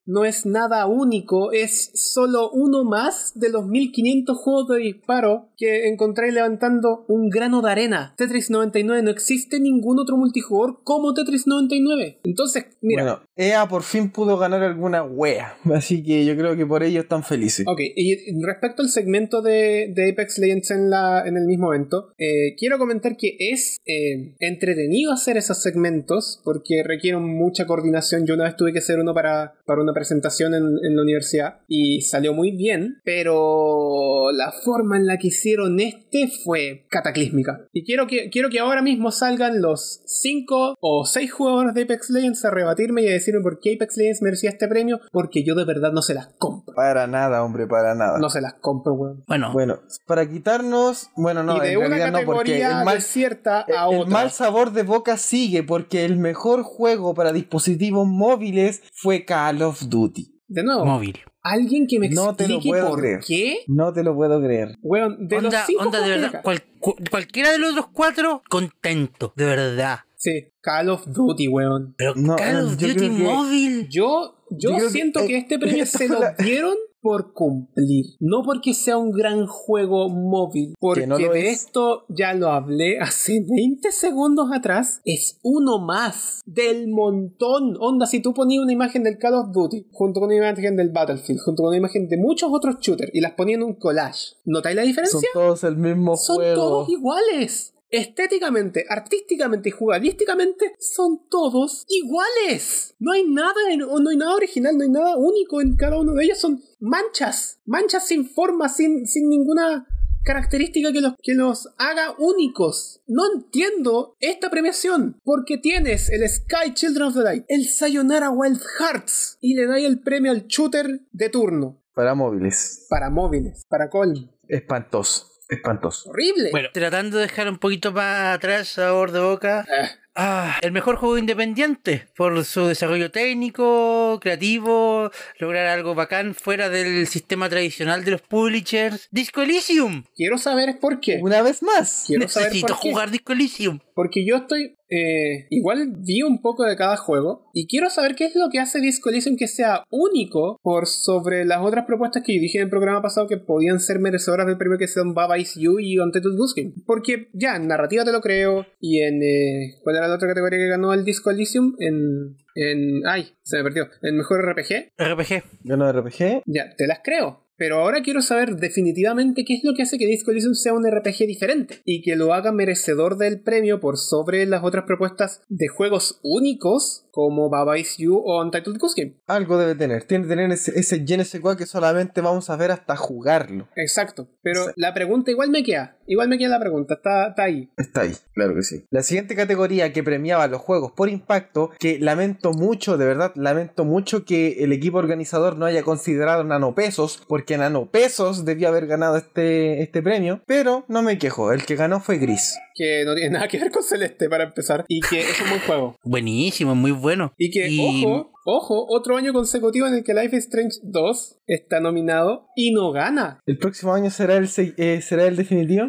[SPEAKER 4] no es nada único, es solo uno más de los 1500 juegos de disparo que encontré levantando un grano de arena. Tetris 99, no existe ningún otro multijugador como Tetris 99. Entonces, mira,
[SPEAKER 1] Bueno, EA por fin pudo ganar alguna wea. Así que yo creo que por ello están felices.
[SPEAKER 4] Ok, y respecto al segmento de, de Apex Legends en, la, en el mismo evento, eh, quiero comentar que es eh, entretenido hacer esos segmentos porque requieren mucha coordinación. Yo una vez tuve que hacer uno para, para una presentación en, en la universidad y salió muy bien, pero la forma en la que hicieron este fue cataclísmica. Y quiero que, quiero que ahora mismo salgan los 5 o 6 jugadores de Apex Legends a rebatirme y a decirme por qué Apex Legends merecía este premio, porque yo de verdad no se las compro.
[SPEAKER 1] Para nada, hombre, para nada.
[SPEAKER 4] No se las compro, weón.
[SPEAKER 2] Bueno,
[SPEAKER 1] Bueno, para quitarnos. Bueno, no,
[SPEAKER 4] y de
[SPEAKER 1] en
[SPEAKER 4] una
[SPEAKER 1] realidad no, porque
[SPEAKER 4] categoría
[SPEAKER 1] el mal,
[SPEAKER 4] desierta
[SPEAKER 1] el-
[SPEAKER 4] a
[SPEAKER 1] el
[SPEAKER 4] otra.
[SPEAKER 1] mal sabor de boca sigue, porque el mejor juego para dispositivos móviles fue Call of Duty.
[SPEAKER 4] De nuevo,
[SPEAKER 2] móvil.
[SPEAKER 4] alguien que me
[SPEAKER 1] No te lo
[SPEAKER 4] explique
[SPEAKER 1] puedo
[SPEAKER 4] por
[SPEAKER 1] creer.
[SPEAKER 4] qué.
[SPEAKER 1] No te lo puedo creer.
[SPEAKER 4] Weón, de
[SPEAKER 2] onda,
[SPEAKER 4] los cinco
[SPEAKER 2] onda, de
[SPEAKER 4] juegos que
[SPEAKER 2] verdad.
[SPEAKER 4] acá-
[SPEAKER 2] cual- cu- cualquiera de los otros cuatro, contento, de verdad.
[SPEAKER 4] Sí, Call of Duty, weón.
[SPEAKER 2] Pero
[SPEAKER 1] No,
[SPEAKER 2] Call
[SPEAKER 1] eh,
[SPEAKER 2] of
[SPEAKER 1] yo
[SPEAKER 2] Duty
[SPEAKER 1] creo que-
[SPEAKER 2] móvil.
[SPEAKER 4] Yo,
[SPEAKER 1] Yo
[SPEAKER 4] yo,
[SPEAKER 1] creo que-
[SPEAKER 4] siento que,
[SPEAKER 1] eh,
[SPEAKER 4] este premio
[SPEAKER 1] esta
[SPEAKER 4] se
[SPEAKER 1] fue
[SPEAKER 4] lo
[SPEAKER 1] la-
[SPEAKER 4] dieron por cumplir, no porque sea un gran juego móvil, porque
[SPEAKER 1] no lo
[SPEAKER 4] de
[SPEAKER 1] es.
[SPEAKER 4] esto ya lo hablé hace 20 segundos atrás, es uno más del montón. Onda, si tú ponías una imagen del Call of Duty junto con una imagen del Battlefield, junto con una imagen de muchos otros shooters y las ponías en un collage, ¿notáis la diferencia?
[SPEAKER 1] Son todos el mismo
[SPEAKER 4] son
[SPEAKER 1] juego.
[SPEAKER 4] todos iguales. Estéticamente, artísticamente y jugadísticamente son todos iguales. No hay nada en- o no hay nada original, no hay nada único en cada uno de ellos. Son manchas, manchas sin forma, sin, sin ninguna característica que los, que los haga únicos. No entiendo esta premiación porque tienes el Sky Children of the Light, el Sayonara Wild Hearts y le dais el premio al shooter de turno
[SPEAKER 1] Para móviles.
[SPEAKER 4] para móviles, para colmo.
[SPEAKER 1] Espantoso. Espantoso.
[SPEAKER 4] Horrible.
[SPEAKER 2] Bueno, tratando de dejar un poquito más atrás sabor de boca.
[SPEAKER 4] Ah.
[SPEAKER 2] Ah, el mejor juego independiente por su desarrollo técnico, creativo, lograr algo bacán fuera del sistema tradicional de los publishers. Disco Elysium.
[SPEAKER 4] Quiero saber por qué.
[SPEAKER 1] Una vez más.
[SPEAKER 4] Quiero saber
[SPEAKER 2] Necesito
[SPEAKER 4] por qué.
[SPEAKER 2] jugar Disco Elysium.
[SPEAKER 4] Porque yo estoy. eh, igual vi un poco de cada juego. Y quiero saber qué es lo que hace Disco Elysium que sea único por sobre las otras propuestas que yo dije en el programa pasado que podían ser merecedoras del premio que son Baba Is You y Untitled Goose Game. Porque ya, en narrativa te lo creo. Y en. eh, ¿Cuál era la otra categoría que ganó el Disco Elysium? En. en ay, se me perdió. En mejor RPG.
[SPEAKER 2] RPG.
[SPEAKER 1] Yo no RPG.
[SPEAKER 4] Ya, te las creo. Pero ahora quiero saber definitivamente qué es lo que hace que Disco Elysium sea un RPG diferente y que lo haga merecedor del premio por sobre las otras propuestas de juegos únicos como Baba Is You o Untitled Goose Game.
[SPEAKER 1] Algo debe tener. Tiene que tener ese, ese je ne sais quoi que solamente vamos a ver hasta jugarlo.
[SPEAKER 4] Exacto. Pero la pregunta igual me queda. Igual me queda la pregunta. Está, está ahí.
[SPEAKER 1] Está ahí, claro que sí. La siguiente categoría que premiaba los juegos por impacto, que lamento mucho, de verdad, lamento mucho que el equipo organizador no haya considerado Nanopesos, porque Nanopesos debió haber ganado este, este premio, pero no me quejo, el que ganó fue Gris.
[SPEAKER 4] Que no tiene nada que ver con Celeste para empezar. Y que es un buen juego.
[SPEAKER 2] Buenísimo, muy bueno.
[SPEAKER 4] Y que,
[SPEAKER 2] Y-
[SPEAKER 4] ojo, ojo, otro año consecutivo en el que Life is Strange 2 está nominado y no gana.
[SPEAKER 1] ¿El próximo año será el, se- eh, será el definitivo?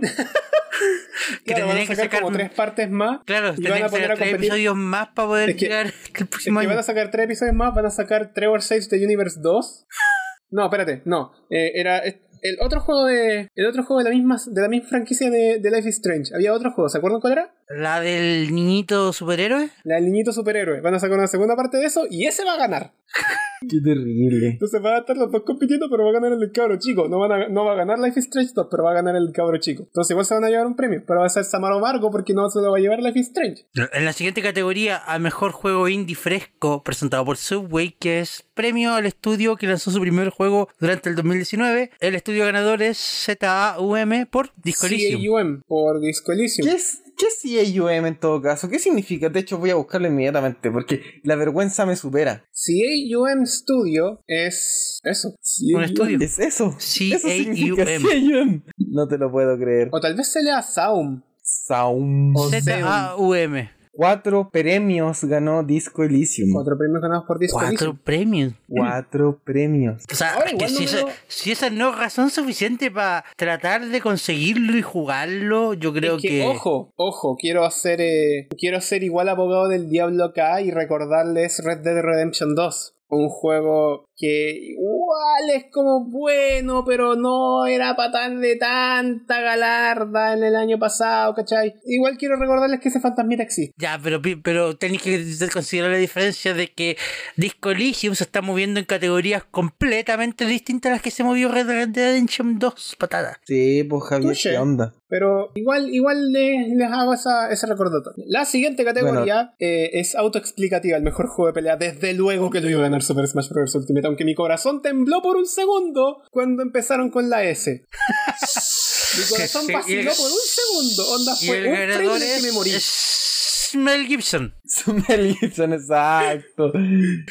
[SPEAKER 4] Que
[SPEAKER 2] tendrían
[SPEAKER 4] van a
[SPEAKER 2] que
[SPEAKER 4] sacar
[SPEAKER 2] sacar
[SPEAKER 4] como
[SPEAKER 2] un-
[SPEAKER 4] tres partes más. y
[SPEAKER 2] Claro,
[SPEAKER 4] van
[SPEAKER 2] tendrían
[SPEAKER 4] a
[SPEAKER 2] que
[SPEAKER 4] poner a
[SPEAKER 2] sacar tres
[SPEAKER 4] competir.
[SPEAKER 2] episodios más para poder
[SPEAKER 4] Es que-
[SPEAKER 2] llegar el
[SPEAKER 4] Es
[SPEAKER 2] próximo
[SPEAKER 4] que van
[SPEAKER 2] año.
[SPEAKER 4] a sacar tres episodios más, van a sacar Trevor Saves the Universe 2. No, espérate, no. Eh, era eh, el otro juego de. El otro juego de la misma, de la misma franquicia de, de Life is Strange. Había otro juego, ¿se acuerdan cuál era?
[SPEAKER 2] La del niñito superhéroe.
[SPEAKER 4] La del niñito superhéroe. Van a sacar una segunda parte de eso y ese va a ganar.
[SPEAKER 1] Qué terrible.
[SPEAKER 4] Entonces van a estar los dos compitiendo, pero va a ganar el del cabro chico. No, van a, no va a ganar Life is Strange 2, pero va a ganar el del cabro chico. Entonces igual se van a llevar un premio, pero va a ser Samaro Vargo porque no se lo va a llevar Life is Strange.
[SPEAKER 2] En la siguiente categoría, a mejor juego indie fresco, presentado por Subway, que es premio al estudio que lanzó su primer juego durante el 2019. El estudio ganador es ZAUM por Disco Elysium.
[SPEAKER 4] CAUM por Disco Elysium.
[SPEAKER 1] ¿Qué es, ¿Qué es CAUM en todo caso? ¿Qué significa? De hecho, voy a buscarlo inmediatamente porque la vergüenza me supera.
[SPEAKER 4] CAUM Studio es eso.
[SPEAKER 2] Un estudio.
[SPEAKER 1] ¿Es eso? Eso significa
[SPEAKER 2] CAUM.
[SPEAKER 1] CAUM. No te lo puedo creer.
[SPEAKER 4] O tal vez se lea Saum.
[SPEAKER 1] Saum.
[SPEAKER 4] O Zeum.
[SPEAKER 2] ZAUM.
[SPEAKER 1] Cuatro premios ganó Disco Elysium.
[SPEAKER 4] Otro premio ganado por Disco
[SPEAKER 2] Cuatro
[SPEAKER 4] Elysium.
[SPEAKER 2] premios.
[SPEAKER 1] Cuatro premios.
[SPEAKER 2] O sea,
[SPEAKER 4] Ahora,
[SPEAKER 2] que
[SPEAKER 4] igual
[SPEAKER 2] si,
[SPEAKER 4] no
[SPEAKER 2] esa,
[SPEAKER 4] veo-
[SPEAKER 2] si esa no es razón suficiente para tratar de conseguirlo y jugarlo, yo creo
[SPEAKER 4] Es que, ojo, ojo, quiero hacer eh, quiero ser igual abogado del diablo acá y recordarles Red Dead Redemption 2, un juego que igual es como bueno, pero no era para tan de tanta galarda en el año pasado, ¿cachai? Igual quiero recordarles que ese fantasmita existe.
[SPEAKER 2] Ya, pero, pi- pero tenéis que considerar la diferencia de que Disco Elysium se está moviendo en categorías completamente distintas a las que se movió Red Dead Redemption 2, patada.
[SPEAKER 1] Sí, pues Javier,
[SPEAKER 4] Touché.
[SPEAKER 1] ¿qué onda?
[SPEAKER 4] Pero igual, igual les, les hago esa, ese recordatorio. La siguiente categoría eh, es autoexplicativa, el mejor juego de pelea. Desde luego que lo iba a ganar Super Smash Bros. Ultimate, aunque mi corazón tembló por un segundo cuando empezaron con la S. mi corazón
[SPEAKER 2] Sí, y el-
[SPEAKER 4] vaciló por un segundo. Onda
[SPEAKER 2] Y
[SPEAKER 4] fue
[SPEAKER 2] el
[SPEAKER 4] un frame
[SPEAKER 2] ganador
[SPEAKER 4] en el que me morí.
[SPEAKER 2] es- es Mel Gibson.
[SPEAKER 1] Mel Gibson, exacto.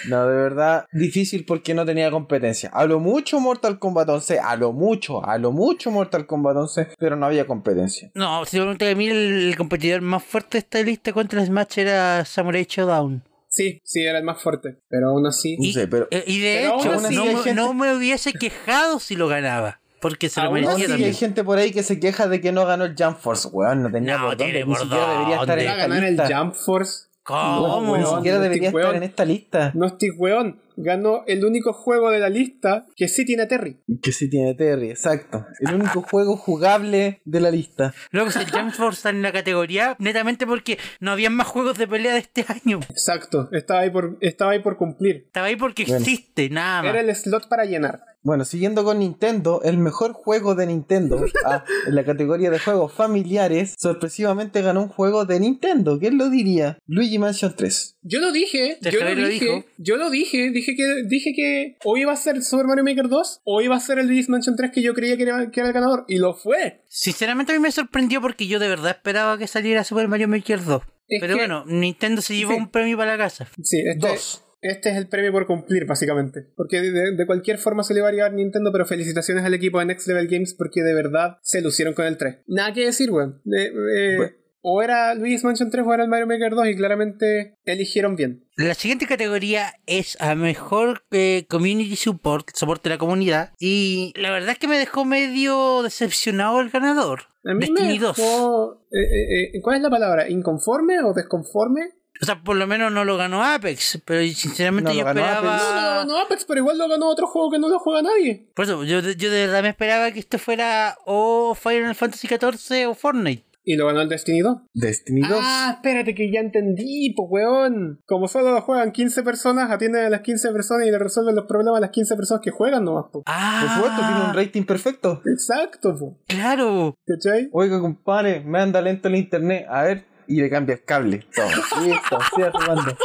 [SPEAKER 1] No, de verdad, difícil porque no tenía competencia. A lo mucho Mortal Kombat 11, a lo mucho, a lo mucho Mortal Kombat 11, pero no había competencia.
[SPEAKER 2] No, si me preguntas a mí, el, el competidor más fuerte de esta lista contra Smash era Samurai Showdown.
[SPEAKER 4] Sí, sí, era el más fuerte. Pero aún así.
[SPEAKER 1] No
[SPEAKER 2] Y,
[SPEAKER 1] sé, pero-
[SPEAKER 2] eh, y de
[SPEAKER 4] Pero aún
[SPEAKER 2] hecho,
[SPEAKER 4] así
[SPEAKER 2] no,
[SPEAKER 1] hay
[SPEAKER 2] me-
[SPEAKER 1] gente-
[SPEAKER 2] no me hubiese quejado si lo ganaba, porque se lo
[SPEAKER 4] Aún
[SPEAKER 1] No,
[SPEAKER 2] merecía
[SPEAKER 1] sí,
[SPEAKER 2] también.
[SPEAKER 1] hay gente por ahí que se queja de que no ganó el Jump Force, weón. No tenía
[SPEAKER 2] No,
[SPEAKER 1] por dónde,
[SPEAKER 2] tiene
[SPEAKER 1] ni
[SPEAKER 2] por
[SPEAKER 1] siquiera debería estar en
[SPEAKER 4] Va a
[SPEAKER 1] esta
[SPEAKER 4] ganar el
[SPEAKER 1] lista.
[SPEAKER 4] Jump Force.
[SPEAKER 2] ¿Cómo?
[SPEAKER 1] No, ni
[SPEAKER 4] weón,
[SPEAKER 1] siquiera
[SPEAKER 4] no estoy
[SPEAKER 1] debería estar
[SPEAKER 4] weón.
[SPEAKER 1] en este. esta lista.
[SPEAKER 4] No estoy weón. Ganó el único juego de la lista que sí tiene a Terry.
[SPEAKER 1] Que sí tiene Terry, exacto. El único juego jugable de la lista.
[SPEAKER 2] Luego se Jump Force está en la categoría netamente porque no habían más juegos de pelea de este año.
[SPEAKER 4] Exacto, estaba ahí por, estaba ahí por cumplir.
[SPEAKER 2] Estaba ahí porque
[SPEAKER 1] Bueno.
[SPEAKER 2] existe, nada más.
[SPEAKER 4] Era el slot para llenar.
[SPEAKER 1] Bueno, siguiendo con Nintendo, el mejor juego de Nintendo ah, en la categoría de juegos familiares, sorpresivamente ganó un juego de Nintendo. ¿Quién lo diría? Luigi Mansion 3.
[SPEAKER 4] Yo lo dije,
[SPEAKER 2] Te
[SPEAKER 4] yo lo
[SPEAKER 2] Javier lo
[SPEAKER 4] dije,
[SPEAKER 2] dijo.
[SPEAKER 4] yo lo dije, dije que, dije que o iba a ser Super Mario Maker 2 o iba a ser el Luigi's Mansion 3 que yo creía que era, que era el ganador. Y lo fue.
[SPEAKER 2] Sinceramente a mí me sorprendió porque yo de verdad esperaba que saliera Super Mario Maker 2.
[SPEAKER 4] Es
[SPEAKER 2] Pero
[SPEAKER 4] que-
[SPEAKER 2] bueno, Nintendo se llevó
[SPEAKER 4] Sí.
[SPEAKER 2] un premio para la casa.
[SPEAKER 4] Sí, este,
[SPEAKER 1] Dos.
[SPEAKER 4] este es el premio por cumplir, básicamente. Porque de, de cualquier forma se le va a llevar Nintendo, pero felicitaciones al equipo de Next Level Games porque de verdad se lucieron con el 3. Nada que decir, weón. Eh, eh,
[SPEAKER 1] Bueno.
[SPEAKER 4] O era Luigi's Mansion 3 o era el Mario Maker 2 y claramente eligieron bien.
[SPEAKER 2] La siguiente categoría es a mejor eh, community support, soporte de la comunidad. Y la verdad es que me dejó medio decepcionado el ganador.
[SPEAKER 4] A mí
[SPEAKER 2] Destiny
[SPEAKER 4] me
[SPEAKER 2] 2.
[SPEAKER 4] dejó- eh, eh, eh, ¿Cuál es la palabra? ¿Inconforme o desconforme?
[SPEAKER 2] O sea, por lo menos no lo ganó Apex, pero sinceramente
[SPEAKER 1] No lo
[SPEAKER 2] yo
[SPEAKER 1] ganó
[SPEAKER 2] esperaba...
[SPEAKER 1] Apex.
[SPEAKER 4] No, no, no, Apex, pero igual lo ganó otro juego que no lo juega nadie.
[SPEAKER 2] Por eso, yo, yo de verdad me esperaba que esto fuera o Final Fantasy XIV o Fortnite.
[SPEAKER 4] y lo ganó el Destiny 2.
[SPEAKER 1] Destiny 2.
[SPEAKER 4] Ah, espérate que ya entendí, pues weón. Como solo lo juegan 15 personas, atienden a las 15 personas y le resuelven los problemas a las 15 personas que juegan nomás, po.
[SPEAKER 2] Ah,
[SPEAKER 1] Por supuesto, tiene un rating perfecto.
[SPEAKER 4] Exacto, po.
[SPEAKER 2] claro.
[SPEAKER 4] ¿Cachai?
[SPEAKER 1] Oiga, compadre, me anda lento el internet. A ver, y le cambia el cable. Toma, listo, sigue jugando.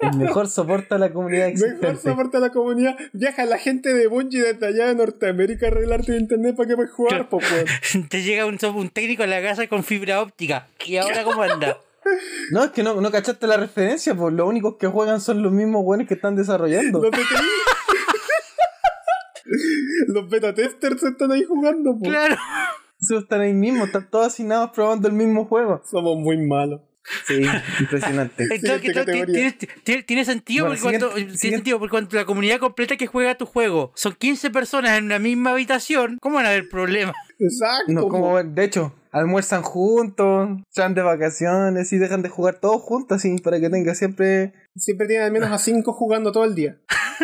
[SPEAKER 1] El mejor soporte a la comunidad
[SPEAKER 4] Mejor
[SPEAKER 1] existente.
[SPEAKER 4] soporte a la comunidad. Viaja la gente de Bungie desde allá de Norteamérica a arreglarte el internet para que puedas jugar,
[SPEAKER 2] Claro.
[SPEAKER 4] po, weón.
[SPEAKER 2] Te llega un, un técnico a la casa con fibra óptica. ¿Y ahora cómo anda?
[SPEAKER 1] No, es que no, no cachaste la referencia, pues los únicos que juegan son los mismos buenos que están desarrollando.
[SPEAKER 4] Los detení. Los beta testers están ahí jugando, po.
[SPEAKER 2] claro.
[SPEAKER 1] Esos están ahí mismo, están todos asignados probando el mismo juego.
[SPEAKER 4] Somos muy malos.
[SPEAKER 1] Sí, impresionante.
[SPEAKER 2] Entonces,
[SPEAKER 4] Siguiente
[SPEAKER 2] que todo ti-
[SPEAKER 4] categoría.
[SPEAKER 2] tiene, tiene- tiene sentido
[SPEAKER 1] Bueno,
[SPEAKER 2] porque cuando,
[SPEAKER 1] siguiente-
[SPEAKER 2] tiene
[SPEAKER 1] siguiente.
[SPEAKER 2] sentido porque cuando la comunidad completa que juega tu juego son 15 personas en una misma habitación, ¿cómo van a haber problemas?
[SPEAKER 4] Exacto.
[SPEAKER 1] No,
[SPEAKER 4] po.
[SPEAKER 1] como, de hecho, almuerzan juntos, están de vacaciones y dejan de jugar todos juntos, así, para que tenga siempre...
[SPEAKER 4] Siempre tienen al menos a 5 jugando todo el día.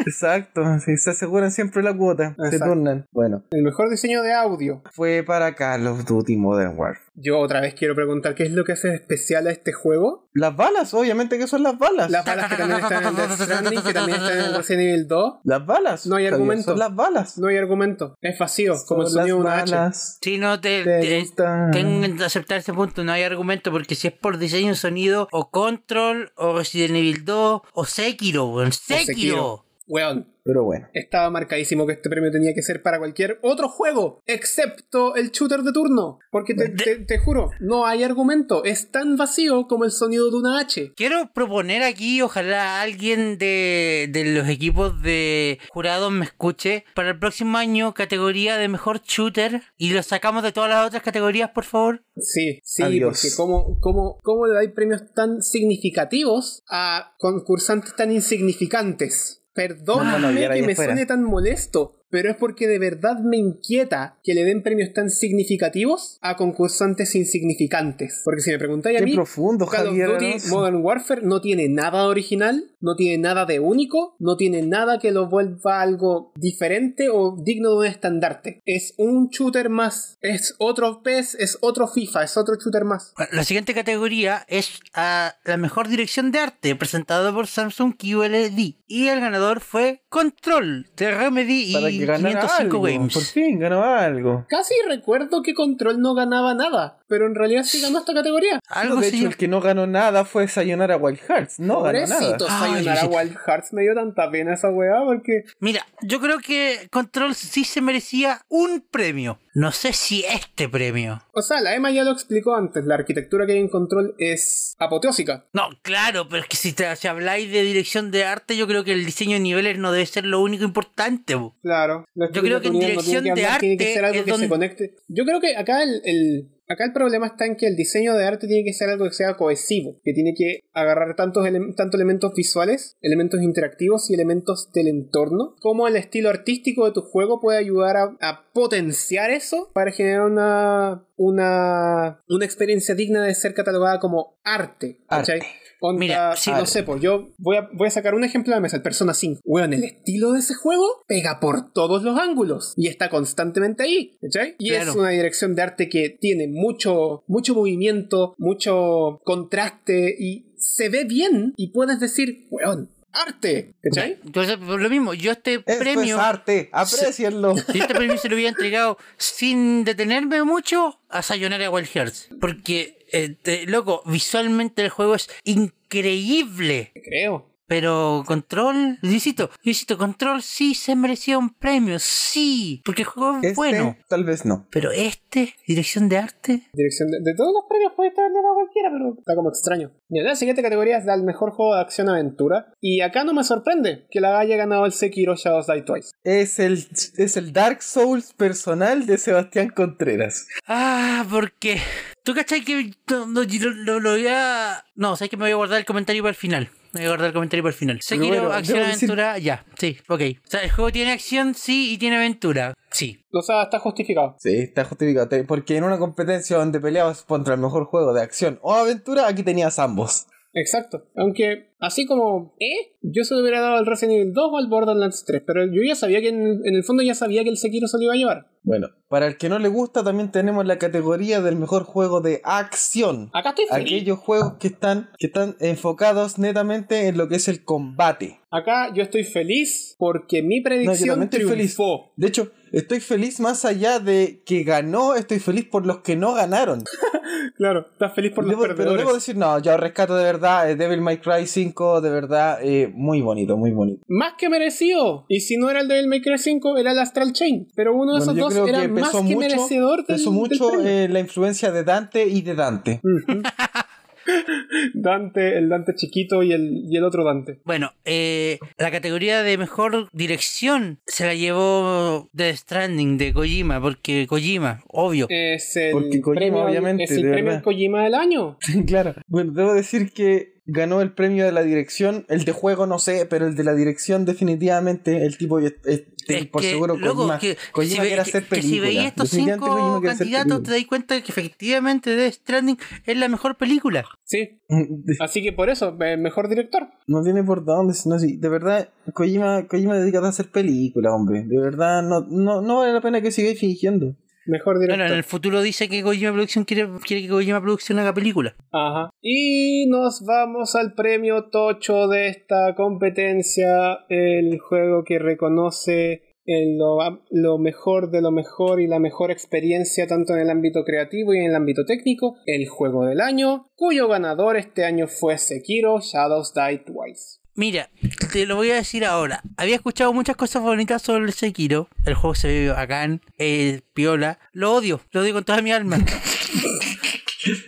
[SPEAKER 1] Exacto, sí, se aseguran siempre la cuota, se
[SPEAKER 4] Exacto.
[SPEAKER 1] turnan. Bueno,
[SPEAKER 4] El mejor diseño de audio.
[SPEAKER 1] fue para Call of Duty Modern Warfare.
[SPEAKER 4] Yo otra vez quiero preguntar qué es lo que hace especial a este juego.
[SPEAKER 1] Las balas, obviamente que son las balas.
[SPEAKER 4] Las balas que también están en Death Stranding, que también están en Resident Evil 2.
[SPEAKER 1] Las balas.
[SPEAKER 4] No hay
[SPEAKER 1] Javier,
[SPEAKER 4] argumento.
[SPEAKER 1] Son las balas.
[SPEAKER 4] No hay argumento. Es vacío, como el
[SPEAKER 1] Son las
[SPEAKER 4] sonido de una H.
[SPEAKER 1] balas.
[SPEAKER 2] Si no, te,
[SPEAKER 1] Te
[SPEAKER 2] te-
[SPEAKER 1] gustan.
[SPEAKER 2] Eh, tengo que aceptar ese punto, no hay argumento porque si es por diseño, sonido o Control o Resident Evil 2 o Sekiro, weón, Sekiro.
[SPEAKER 4] Sekiro. Weón,
[SPEAKER 1] Pero bueno.
[SPEAKER 4] estaba marcadísimo que este premio tenía que ser para cualquier otro juego, excepto el shooter de turno. Porque te, te- te juro, no hay argumento. Es tan vacío como el sonido de una H.
[SPEAKER 2] Quiero proponer aquí, ojalá alguien de, de los equipos de jurados me escuche, para el próximo año categoría de mejor shooter y lo sacamos de todas las otras categorías, por favor.
[SPEAKER 4] Sí, sí,
[SPEAKER 1] Adiós.
[SPEAKER 4] porque ¿cómo, cómo, ¿cómo le dais premios tan significativos a concursantes tan insignificantes?
[SPEAKER 1] No, no, no,
[SPEAKER 4] Perdóname
[SPEAKER 1] y ahora
[SPEAKER 4] que
[SPEAKER 1] ya
[SPEAKER 4] me
[SPEAKER 1] fuera.
[SPEAKER 4] suene tan molesto, pero es porque de verdad me inquieta que le den premios tan significativos a concursantes insignificantes. Porque si me preguntáis a
[SPEAKER 1] Qué
[SPEAKER 4] mí,
[SPEAKER 1] profundo,
[SPEAKER 4] Call of
[SPEAKER 1] Javier.
[SPEAKER 4] Duty
[SPEAKER 1] Alonso.
[SPEAKER 4] Modern Warfare no tiene nada original, no tiene nada de único, no tiene nada que lo vuelva algo diferente o digno de un estandarte. Es un shooter más, es otro PES, es otro FIFA, es otro shooter más.
[SPEAKER 2] Bueno, La siguiente categoría es ah, la mejor dirección de arte, presentado por Samsung QLED. Y el ganador fue Control de Remedy
[SPEAKER 1] Para
[SPEAKER 2] y
[SPEAKER 1] que ganara
[SPEAKER 2] 505
[SPEAKER 1] algo. Por
[SPEAKER 2] Games.
[SPEAKER 1] fin ganó algo.
[SPEAKER 4] Casi recuerdo que Control no ganaba nada, pero en realidad sí ganó esta categoría.
[SPEAKER 2] Algo
[SPEAKER 1] No, de
[SPEAKER 2] así.
[SPEAKER 1] hecho, el que no ganó nada fue Sayonara Wild Hearts. No ganó nada.
[SPEAKER 4] Pobrecito,
[SPEAKER 2] Ay,
[SPEAKER 4] Sayonara
[SPEAKER 2] sí.
[SPEAKER 4] Wild Hearts me dio tanta pena esa weá porque
[SPEAKER 2] Mira, yo creo que Control sí se merecía un premio. No sé si este premio.
[SPEAKER 4] O sea, la Emma ya lo explicó antes, la arquitectura que hay en Control es apoteósica.
[SPEAKER 2] No, claro, pero es que si, te, si habláis de dirección de arte, yo creo que el diseño de niveles no debe ser lo único importante. bu.
[SPEAKER 4] Claro. La
[SPEAKER 2] Yo creo que en
[SPEAKER 4] arquitectura no tiene
[SPEAKER 2] dirección de
[SPEAKER 4] hablar, tiene que
[SPEAKER 2] arte
[SPEAKER 4] ser algo
[SPEAKER 2] es
[SPEAKER 4] que
[SPEAKER 2] donde-
[SPEAKER 4] se conecte. Yo creo que acá el, el- acá el problema está en que el diseño de arte tiene que ser algo que sea cohesivo, que tiene que agarrar tantos ele- tanto elementos visuales, elementos interactivos y elementos del entorno, como el estilo artístico de tu juego puede ayudar a, a potenciar eso para generar una una una experiencia digna de ser catalogada como arte. ¿cachai? Onda,
[SPEAKER 2] Mira, sí,
[SPEAKER 4] no
[SPEAKER 2] arte.
[SPEAKER 4] sé, pues yo voy a, voy a sacar un ejemplo de la mesa, el Persona 5. Weón, el estilo de ese juego pega por todos los ángulos y está constantemente ahí, ¿cachai? Y es
[SPEAKER 2] Claro.
[SPEAKER 4] una dirección de arte que tiene mucho, mucho movimiento, mucho contraste y se ve bien y puedes decir, weón, arte, ¿cachai?
[SPEAKER 2] Entonces, por lo mismo, yo este
[SPEAKER 1] Esto
[SPEAKER 2] premio...
[SPEAKER 1] es arte. Aprecienlo.
[SPEAKER 2] Si este premio se lo hubiera entregado sin detenerme mucho a Sayonara Wild Hearts. Porque, eh, te- loco, visualmente el juego es increíble.
[SPEAKER 4] Creo.
[SPEAKER 2] Pero Control, yo insisto, yo insisto, Control sí se merecía un premio, sí. Porque el juego es
[SPEAKER 1] Este,
[SPEAKER 2] bueno.
[SPEAKER 1] Tal vez no.
[SPEAKER 2] Pero este, dirección de arte,
[SPEAKER 4] Dirección de, de todos los premios puede estar nominado a cualquiera, pero está como extraño. Mira, la siguiente categoría es la del mejor juego de acción aventura. Y acá no me sorprende que la haya ganado el Sekiro Shadows Die Twice.
[SPEAKER 1] Es el, es el Dark Souls personal de Sebastián Contreras.
[SPEAKER 2] Ah, porque. ¿Tú cachai que no, no, yo lo, lo- lo voy a. No, sabes que me voy a guardar el comentario para el final. Me voy a guardar el comentario para el final. Sekiro,
[SPEAKER 1] Primero,
[SPEAKER 2] acción,
[SPEAKER 1] debo decir-
[SPEAKER 2] aventura, ya. Sí, ok. O sea, el juego tiene acción, sí, y tiene aventura, sí.
[SPEAKER 4] O sea, está justificado.
[SPEAKER 1] Sí, está justificado. Te- Porque en una competencia donde peleabas contra el mejor juego de acción o aventura, aquí tenías ambos.
[SPEAKER 4] Exacto. Aunque Así como, ¿eh? Yo se lo hubiera dado al Resident Evil 2 o al Borderlands 3, pero yo ya sabía que en, en el fondo ya sabía que el Sekiro se lo iba a llevar.
[SPEAKER 1] Bueno, para el que no le gusta, también tenemos la categoría del mejor juego de acción.
[SPEAKER 4] Acá estoy feliz.
[SPEAKER 1] Aquellos juegos que están, que están enfocados netamente en lo que es el combate.
[SPEAKER 4] Acá yo estoy feliz porque mi
[SPEAKER 1] No, yo
[SPEAKER 4] predicción
[SPEAKER 1] también estoy feliz.
[SPEAKER 4] triunfó.
[SPEAKER 1] De hecho, estoy feliz más allá de que ganó, estoy feliz por los que no ganaron.
[SPEAKER 4] Claro, estás feliz por los
[SPEAKER 1] Debo- pero
[SPEAKER 4] perdedores.
[SPEAKER 1] debo decir, no, yo rescato de verdad eh, Devil May Cry 5, de verdad, eh, muy bonito, muy bonito.
[SPEAKER 4] Más que merecido. Y si no era el Devil May Cry 5, era el Astral Chain. Pero uno de
[SPEAKER 1] Bueno,
[SPEAKER 4] esos
[SPEAKER 1] yo
[SPEAKER 4] dos
[SPEAKER 1] creo
[SPEAKER 4] era
[SPEAKER 1] que
[SPEAKER 4] más
[SPEAKER 1] pesó
[SPEAKER 4] que
[SPEAKER 1] mucho,
[SPEAKER 4] merecedor del,
[SPEAKER 1] pesó
[SPEAKER 4] del
[SPEAKER 1] mucho
[SPEAKER 4] premio.
[SPEAKER 1] eh, la influencia de Dante y de Dante.
[SPEAKER 4] Dante, el Dante chiquito y el, y el otro Dante.
[SPEAKER 2] Bueno, eh, la categoría de mejor dirección se la llevó The Stranding de Kojima, porque Kojima, obvio.
[SPEAKER 4] Es el
[SPEAKER 1] Porque Kojima,
[SPEAKER 4] premio,
[SPEAKER 1] obviamente,
[SPEAKER 4] es el
[SPEAKER 1] de
[SPEAKER 4] premio
[SPEAKER 1] verdad.
[SPEAKER 4] Kojima del año.
[SPEAKER 1] claro. Bueno, debo decir que ganó el premio de la dirección, el de juego no sé, pero el de la dirección definitivamente, el tipo es- es-
[SPEAKER 2] Es
[SPEAKER 1] por
[SPEAKER 2] que,
[SPEAKER 1] seguro
[SPEAKER 2] loco,
[SPEAKER 1] Kojima,
[SPEAKER 2] que,
[SPEAKER 1] Kojima
[SPEAKER 2] si ve-
[SPEAKER 1] quiere
[SPEAKER 2] que-
[SPEAKER 1] hacer
[SPEAKER 2] que si
[SPEAKER 1] película.
[SPEAKER 2] veía estos
[SPEAKER 1] Definitivamente
[SPEAKER 2] cinco
[SPEAKER 1] Kojima quiere hacer
[SPEAKER 2] candidatos te
[SPEAKER 1] película.
[SPEAKER 2] das cuenta que efectivamente Death Stranding es la mejor película.
[SPEAKER 4] Sí.
[SPEAKER 1] De-
[SPEAKER 4] Así que por eso, eh, mejor director.
[SPEAKER 1] No tiene por dónde, no sí, de verdad, Kojima, Kojima dedicado a hacer películas, hombre. De verdad, no, no, no vale la pena que sigáis fingiendo.
[SPEAKER 4] Mejor director.
[SPEAKER 2] Bueno, en el futuro dice que Kojima Producción quiere, quiere que Kojima Producción haga película.
[SPEAKER 4] Ajá. Y nos vamos al premio tocho de esta competencia, el juego que reconoce el- lo, lo mejor de lo mejor y la mejor experiencia tanto en el ámbito creativo y en el ámbito técnico, el juego del año, cuyo ganador este año fue Sekiro Shadows Die Twice.
[SPEAKER 2] Mira, te lo voy a decir ahora. Había escuchado muchas cosas bonitas sobre el Sekiro. El juego se ve bacán, eh, piola. Lo odio, lo odio con toda mi alma.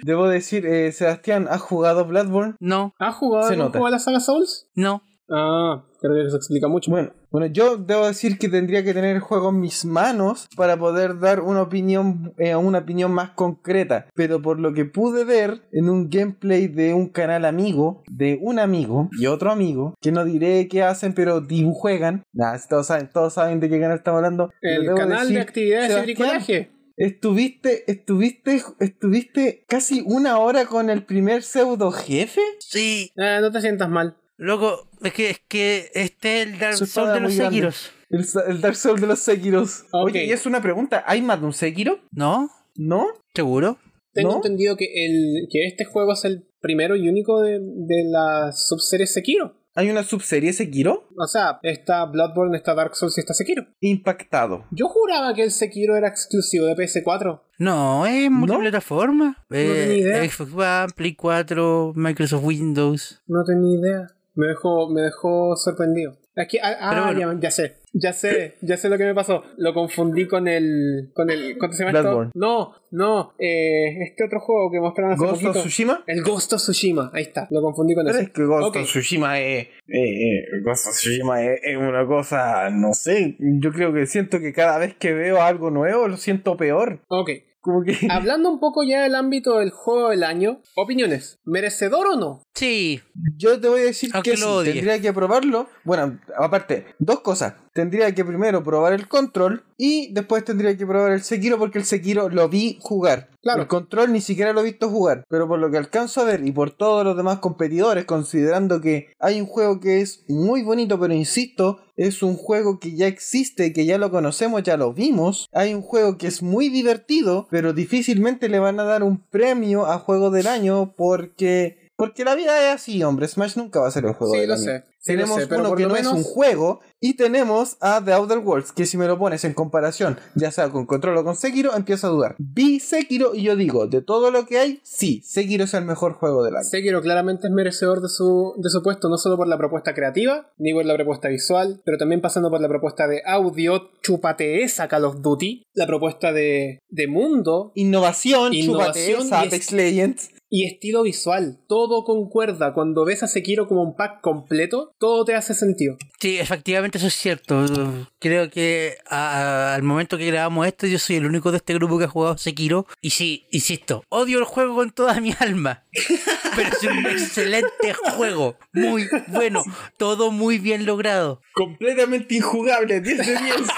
[SPEAKER 1] Debo decir, eh, Sebastián, ¿has jugado Bloodborne?
[SPEAKER 2] No,
[SPEAKER 4] ¿Has jugado
[SPEAKER 1] Se
[SPEAKER 4] algún
[SPEAKER 1] nota.
[SPEAKER 4] juego de la saga Souls?
[SPEAKER 2] no.
[SPEAKER 4] Ah, creo que eso explica mucho.
[SPEAKER 1] Bueno, bueno, yo debo decir que tendría que tener el juego en mis manos para poder dar una opinión, eh, una opinión más concreta. Pero por lo que pude ver en un gameplay de un canal amigo, de un amigo y otro amigo, que no diré qué hacen, pero dibujuegan. Nah, si todos saben, todos saben de qué canal estamos hablando. pero
[SPEAKER 4] el
[SPEAKER 1] debo
[SPEAKER 4] canal
[SPEAKER 1] decir,
[SPEAKER 4] de actividades de
[SPEAKER 1] Sebastián,
[SPEAKER 4] bricolaje.
[SPEAKER 1] Estuviste, estuviste, estuviste casi una hora con el primer pseudo jefe.
[SPEAKER 2] Sí,
[SPEAKER 4] Ah, no te sientas mal.
[SPEAKER 2] loco, es que, es que este es el Dark
[SPEAKER 1] Su
[SPEAKER 2] Souls
[SPEAKER 1] espada
[SPEAKER 2] de los
[SPEAKER 1] muy grande.
[SPEAKER 2] Sekiros.
[SPEAKER 1] El, el Dark Souls de los Sekiros.
[SPEAKER 4] Ok.
[SPEAKER 1] Oye, y es una pregunta. ¿Hay más de un Sekiro?
[SPEAKER 2] ¿No?
[SPEAKER 1] ¿No?
[SPEAKER 2] ¿Seguro?
[SPEAKER 4] Tengo
[SPEAKER 1] ¿No?
[SPEAKER 4] entendido que, el, que este juego es el primero y único de, de la subserie Sekiro.
[SPEAKER 1] ¿Hay una subserie Sekiro?
[SPEAKER 4] O sea, está Bloodborne, está Dark Souls y está Sekiro.
[SPEAKER 1] Impactado.
[SPEAKER 4] Yo juraba que el Sekiro era exclusivo de PS4.
[SPEAKER 2] No, es multiplataforma. Eh,
[SPEAKER 4] tenía idea.
[SPEAKER 2] Xbox One, Play 4, Microsoft Windows.
[SPEAKER 4] No tenía idea. Me dejó, me dejó sorprendido. Es que, ah,
[SPEAKER 2] Pero
[SPEAKER 4] ah,
[SPEAKER 2] bueno.
[SPEAKER 4] ya, ya sé, ya sé, ya sé lo que me pasó. Lo confundí con el, con el, ¿cuánto se llama esto?
[SPEAKER 1] Bloodborne.
[SPEAKER 4] No, no, eh, este otro juego que mostraron hace
[SPEAKER 1] ¿Ghost of
[SPEAKER 4] poquito.
[SPEAKER 1] Tsushima?
[SPEAKER 4] El Ghost of Tsushima, ahí está, lo confundí con
[SPEAKER 1] Pero
[SPEAKER 4] ese.
[SPEAKER 1] es que Ghost
[SPEAKER 4] Ok.
[SPEAKER 1] of Tsushima es. eh, eh, Ghost of Tsushima es, es una cosa. No sé. Yo creo que siento que cada vez que veo algo nuevo lo siento peor.
[SPEAKER 4] Ok,
[SPEAKER 1] Como que.
[SPEAKER 4] Hablando un poco ya del ámbito del juego del año, opiniones, ¿merecedor o no?
[SPEAKER 2] Sí,
[SPEAKER 1] Yo te voy a decir
[SPEAKER 2] Aunque
[SPEAKER 1] que
[SPEAKER 2] lo
[SPEAKER 1] sí,
[SPEAKER 2] odie.
[SPEAKER 1] tendría que probarlo. Bueno, aparte, dos cosas. Tendría que primero probar el control y después tendría que probar el Sekiro porque el Sekiro lo vi jugar.
[SPEAKER 4] Claro.
[SPEAKER 1] El control ni siquiera lo he visto jugar, pero por lo que alcanzo a ver y por todos los demás competidores, considerando que hay un juego que es muy bonito, pero insisto, es un juego que ya existe, que ya lo conocemos, ya lo vimos. Hay un juego que es muy divertido, pero difícilmente le van a dar un premio a juego del año porque porque la vida es así, hombre. Smash nunca va a ser el juego
[SPEAKER 4] Sí,
[SPEAKER 1] del
[SPEAKER 4] lo
[SPEAKER 1] año.
[SPEAKER 4] sé, sí lo
[SPEAKER 1] tenemos
[SPEAKER 4] sé, pero
[SPEAKER 1] uno
[SPEAKER 4] por
[SPEAKER 1] que
[SPEAKER 4] lo
[SPEAKER 1] no es un
[SPEAKER 4] menos-
[SPEAKER 1] juego y tenemos a The Outer Worlds, que si me lo pones en comparación, ya sea con Control o con Sekiro, empiezo a dudar. Vi Sekiro y yo digo, de todo lo que hay, sí, Sekiro es el mejor juego del año.
[SPEAKER 4] Sekiro claramente es merecedor de su, de su puesto, no solo por la propuesta creativa, ni por la propuesta visual, pero también pasando por la propuesta de audio, chúpate esa Call of Duty, la propuesta de, de mundo
[SPEAKER 1] Innovación, chúpate
[SPEAKER 4] Innovación
[SPEAKER 1] esa,
[SPEAKER 4] y es-
[SPEAKER 1] Apex Legends.
[SPEAKER 4] y estilo visual. Todo concuerda, cuando ves a Sekiro como un pack completo, todo te hace sentido.
[SPEAKER 2] sí, efectivamente eso es cierto. Creo que a- al momento que grabamos esto yo soy el único de este grupo que ha jugado Sekiro. Y sí, insisto, odio el juego con toda mi alma. Pero es un excelente juego. Muy bueno. Todo muy bien logrado.
[SPEAKER 1] Completamente injugable, 10 de 10.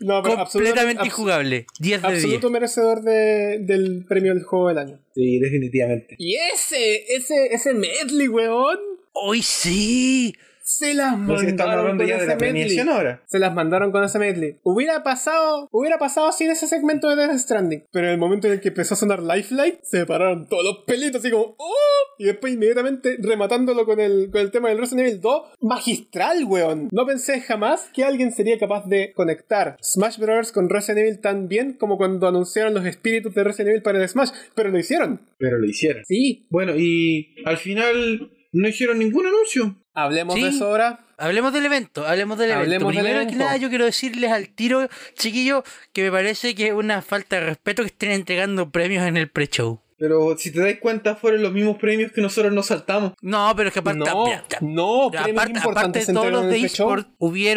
[SPEAKER 4] No, pero
[SPEAKER 2] Completamente
[SPEAKER 4] absolutamente-
[SPEAKER 2] injugable. 10 de 10.
[SPEAKER 4] Absoluto merecedor de- del premio del juego del año.
[SPEAKER 1] sí, definitivamente.
[SPEAKER 4] Y ese, ese, ese medley, weón.
[SPEAKER 2] ¡Hoy sí!
[SPEAKER 4] Se las
[SPEAKER 1] Pues si estamos
[SPEAKER 4] mandaron
[SPEAKER 1] hablando
[SPEAKER 4] con
[SPEAKER 1] ya de
[SPEAKER 4] ese
[SPEAKER 1] la premiación
[SPEAKER 4] medley.
[SPEAKER 1] ahora.
[SPEAKER 4] Se las mandaron con ese medley. Hubiera pasado, hubiera pasado sin ese segmento de Death Stranding. Pero en el momento en el que empezó a sonar Lifeline, se pararon todos los pelitos así como ¡Oh! Y después inmediatamente rematándolo con el, con el tema del Resident Evil 2. Magistral, weón. No pensé jamás que alguien sería capaz de conectar Smash Bros. con Resident Evil tan bien como cuando anunciaron los espíritus de Resident Evil para el Smash. Pero lo hicieron.
[SPEAKER 1] Pero lo hicieron.
[SPEAKER 4] Sí.
[SPEAKER 1] Bueno, y al final no hicieron ningún anuncio.
[SPEAKER 4] Hablemos
[SPEAKER 2] Sí.
[SPEAKER 4] de eso ahora.
[SPEAKER 2] Hablemos del evento, hablemos del evento.
[SPEAKER 4] Hablemos del
[SPEAKER 2] Primero que
[SPEAKER 4] evento.
[SPEAKER 2] nada, yo quiero decirles al tiro, chiquillo, que me parece que es una falta de respeto que estén entregando premios en el pre-show.
[SPEAKER 1] Pero si te das cuenta, fueron los mismos premios que nosotros nos saltamos.
[SPEAKER 2] No, pero es que aparte.
[SPEAKER 4] No,
[SPEAKER 2] ya, ya.
[SPEAKER 4] no,
[SPEAKER 2] Pero
[SPEAKER 4] premios
[SPEAKER 2] aparte, aparte
[SPEAKER 4] importantes
[SPEAKER 2] de todos
[SPEAKER 4] entregaron
[SPEAKER 2] los
[SPEAKER 4] en
[SPEAKER 2] de
[SPEAKER 4] este show.
[SPEAKER 2] eSport,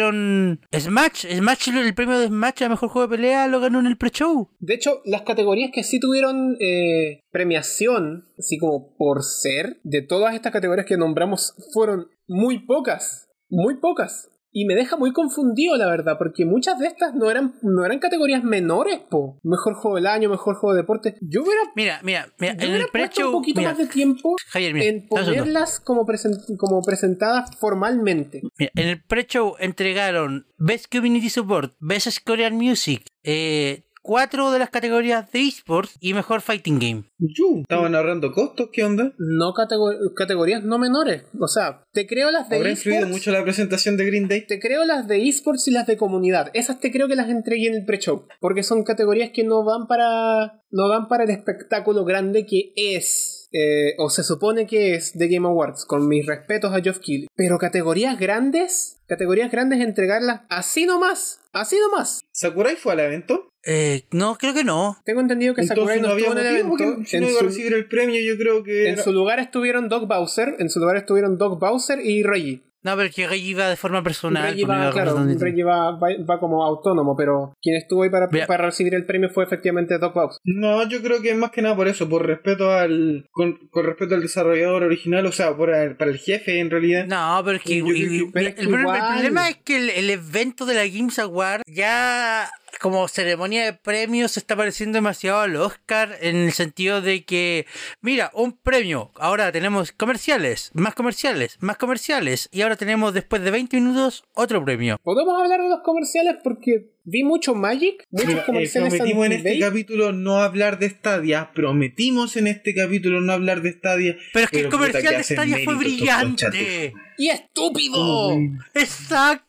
[SPEAKER 2] hubieron Smash. Smash, el premio de Smash a mejor juego de pelea lo ganó en el pre-show.
[SPEAKER 4] De hecho, las categorías que sí tuvieron eh, premiación, así como por ser, de todas estas categorías que nombramos fueron muy pocas, muy pocas. Y me deja muy confundido, la verdad, porque muchas de estas no eran, no eran categorías menores, po. Mejor juego del año, mejor juego de deporte. Yo hubiera,
[SPEAKER 2] Mira, mira, mira,
[SPEAKER 4] yo
[SPEAKER 2] en
[SPEAKER 4] hubiera
[SPEAKER 2] el
[SPEAKER 4] puesto un
[SPEAKER 2] pre-show.
[SPEAKER 4] poquito
[SPEAKER 2] mira,
[SPEAKER 4] más de tiempo
[SPEAKER 2] Javier, mira,
[SPEAKER 4] en
[SPEAKER 2] dame un segundo.
[SPEAKER 4] ponerlas como, presen- como presentadas formalmente.
[SPEAKER 2] Mira, en el pre-show entregaron Best Community Support, Best Korean Music, eh, cuatro de las categorías de esports y Mejor Fighting Game.
[SPEAKER 1] Yu, Estaban ahorrando costos, ¿qué onda?
[SPEAKER 4] No catego- categorías no menores. O sea, te creo las de
[SPEAKER 1] Habrá influido
[SPEAKER 4] eSports.
[SPEAKER 1] mucho la presentación de Green Day.
[SPEAKER 4] Te creo las de esports y las de comunidad. Esas te creo que las entregué en el pre-show. Porque son categorías que no van para. no van para el espectáculo grande que es. eh, o se supone que es The Game Awards, con mis respetos a Geoff Keighley. Pero categorías grandes, categorías grandes entregarlas así nomás, así nomás.
[SPEAKER 1] ¿Sakurai fue al evento?
[SPEAKER 2] Eh, no, creo que no.
[SPEAKER 4] Tengo entendido que
[SPEAKER 1] Entonces
[SPEAKER 4] Sakurai
[SPEAKER 1] no
[SPEAKER 4] no
[SPEAKER 1] había
[SPEAKER 4] estuvo en el
[SPEAKER 1] motivo
[SPEAKER 4] evento.
[SPEAKER 1] porque si
[SPEAKER 4] en
[SPEAKER 1] no iba a
[SPEAKER 4] su-
[SPEAKER 1] recibir el premio, yo creo que...
[SPEAKER 4] en
[SPEAKER 1] era-
[SPEAKER 4] su lugar estuvieron Doc Bowser, en su lugar estuvieron Doc Bowser y Reggie.
[SPEAKER 2] No, pero que Reggie iba de forma personal.
[SPEAKER 4] Reggie
[SPEAKER 2] pues,
[SPEAKER 4] va,
[SPEAKER 2] no iba
[SPEAKER 4] claro,
[SPEAKER 2] representando-
[SPEAKER 4] Reggie va, va- va como autónomo, pero quien estuvo ahí para,
[SPEAKER 2] Vea.
[SPEAKER 4] para recibir el premio fue efectivamente Doc Bowser.
[SPEAKER 1] No, yo creo que más que nada por eso, por respeto al... Con, con respeto al desarrollador original, o sea, por el- para el jefe en realidad.
[SPEAKER 2] No, pero es que,
[SPEAKER 1] Yo creo que-
[SPEAKER 2] el-
[SPEAKER 4] pero
[SPEAKER 2] el,
[SPEAKER 4] es que
[SPEAKER 2] el
[SPEAKER 4] igual.
[SPEAKER 2] problema es que el, el evento de la Games Award ya como ceremonia de premios se está pareciendo demasiado al Oscar en el sentido de que, mira, un premio, ahora tenemos comerciales, más comerciales, más comerciales, y ahora tenemos después de 20 minutos otro premio.
[SPEAKER 4] Podemos hablar de los comerciales porque vi mucho Magic, muchos
[SPEAKER 1] Mira, eh,
[SPEAKER 4] comerciales
[SPEAKER 1] prometimos en
[SPEAKER 4] anti-Day.
[SPEAKER 1] este capítulo no hablar de Stadia. Prometimos en este capítulo no hablar de Stadia.
[SPEAKER 2] Pero es que el
[SPEAKER 1] puta
[SPEAKER 2] comercial de
[SPEAKER 1] hacen
[SPEAKER 2] Stadia fue
[SPEAKER 1] méritos,
[SPEAKER 2] brillante.
[SPEAKER 4] ¡Y estúpido!
[SPEAKER 2] Exacto.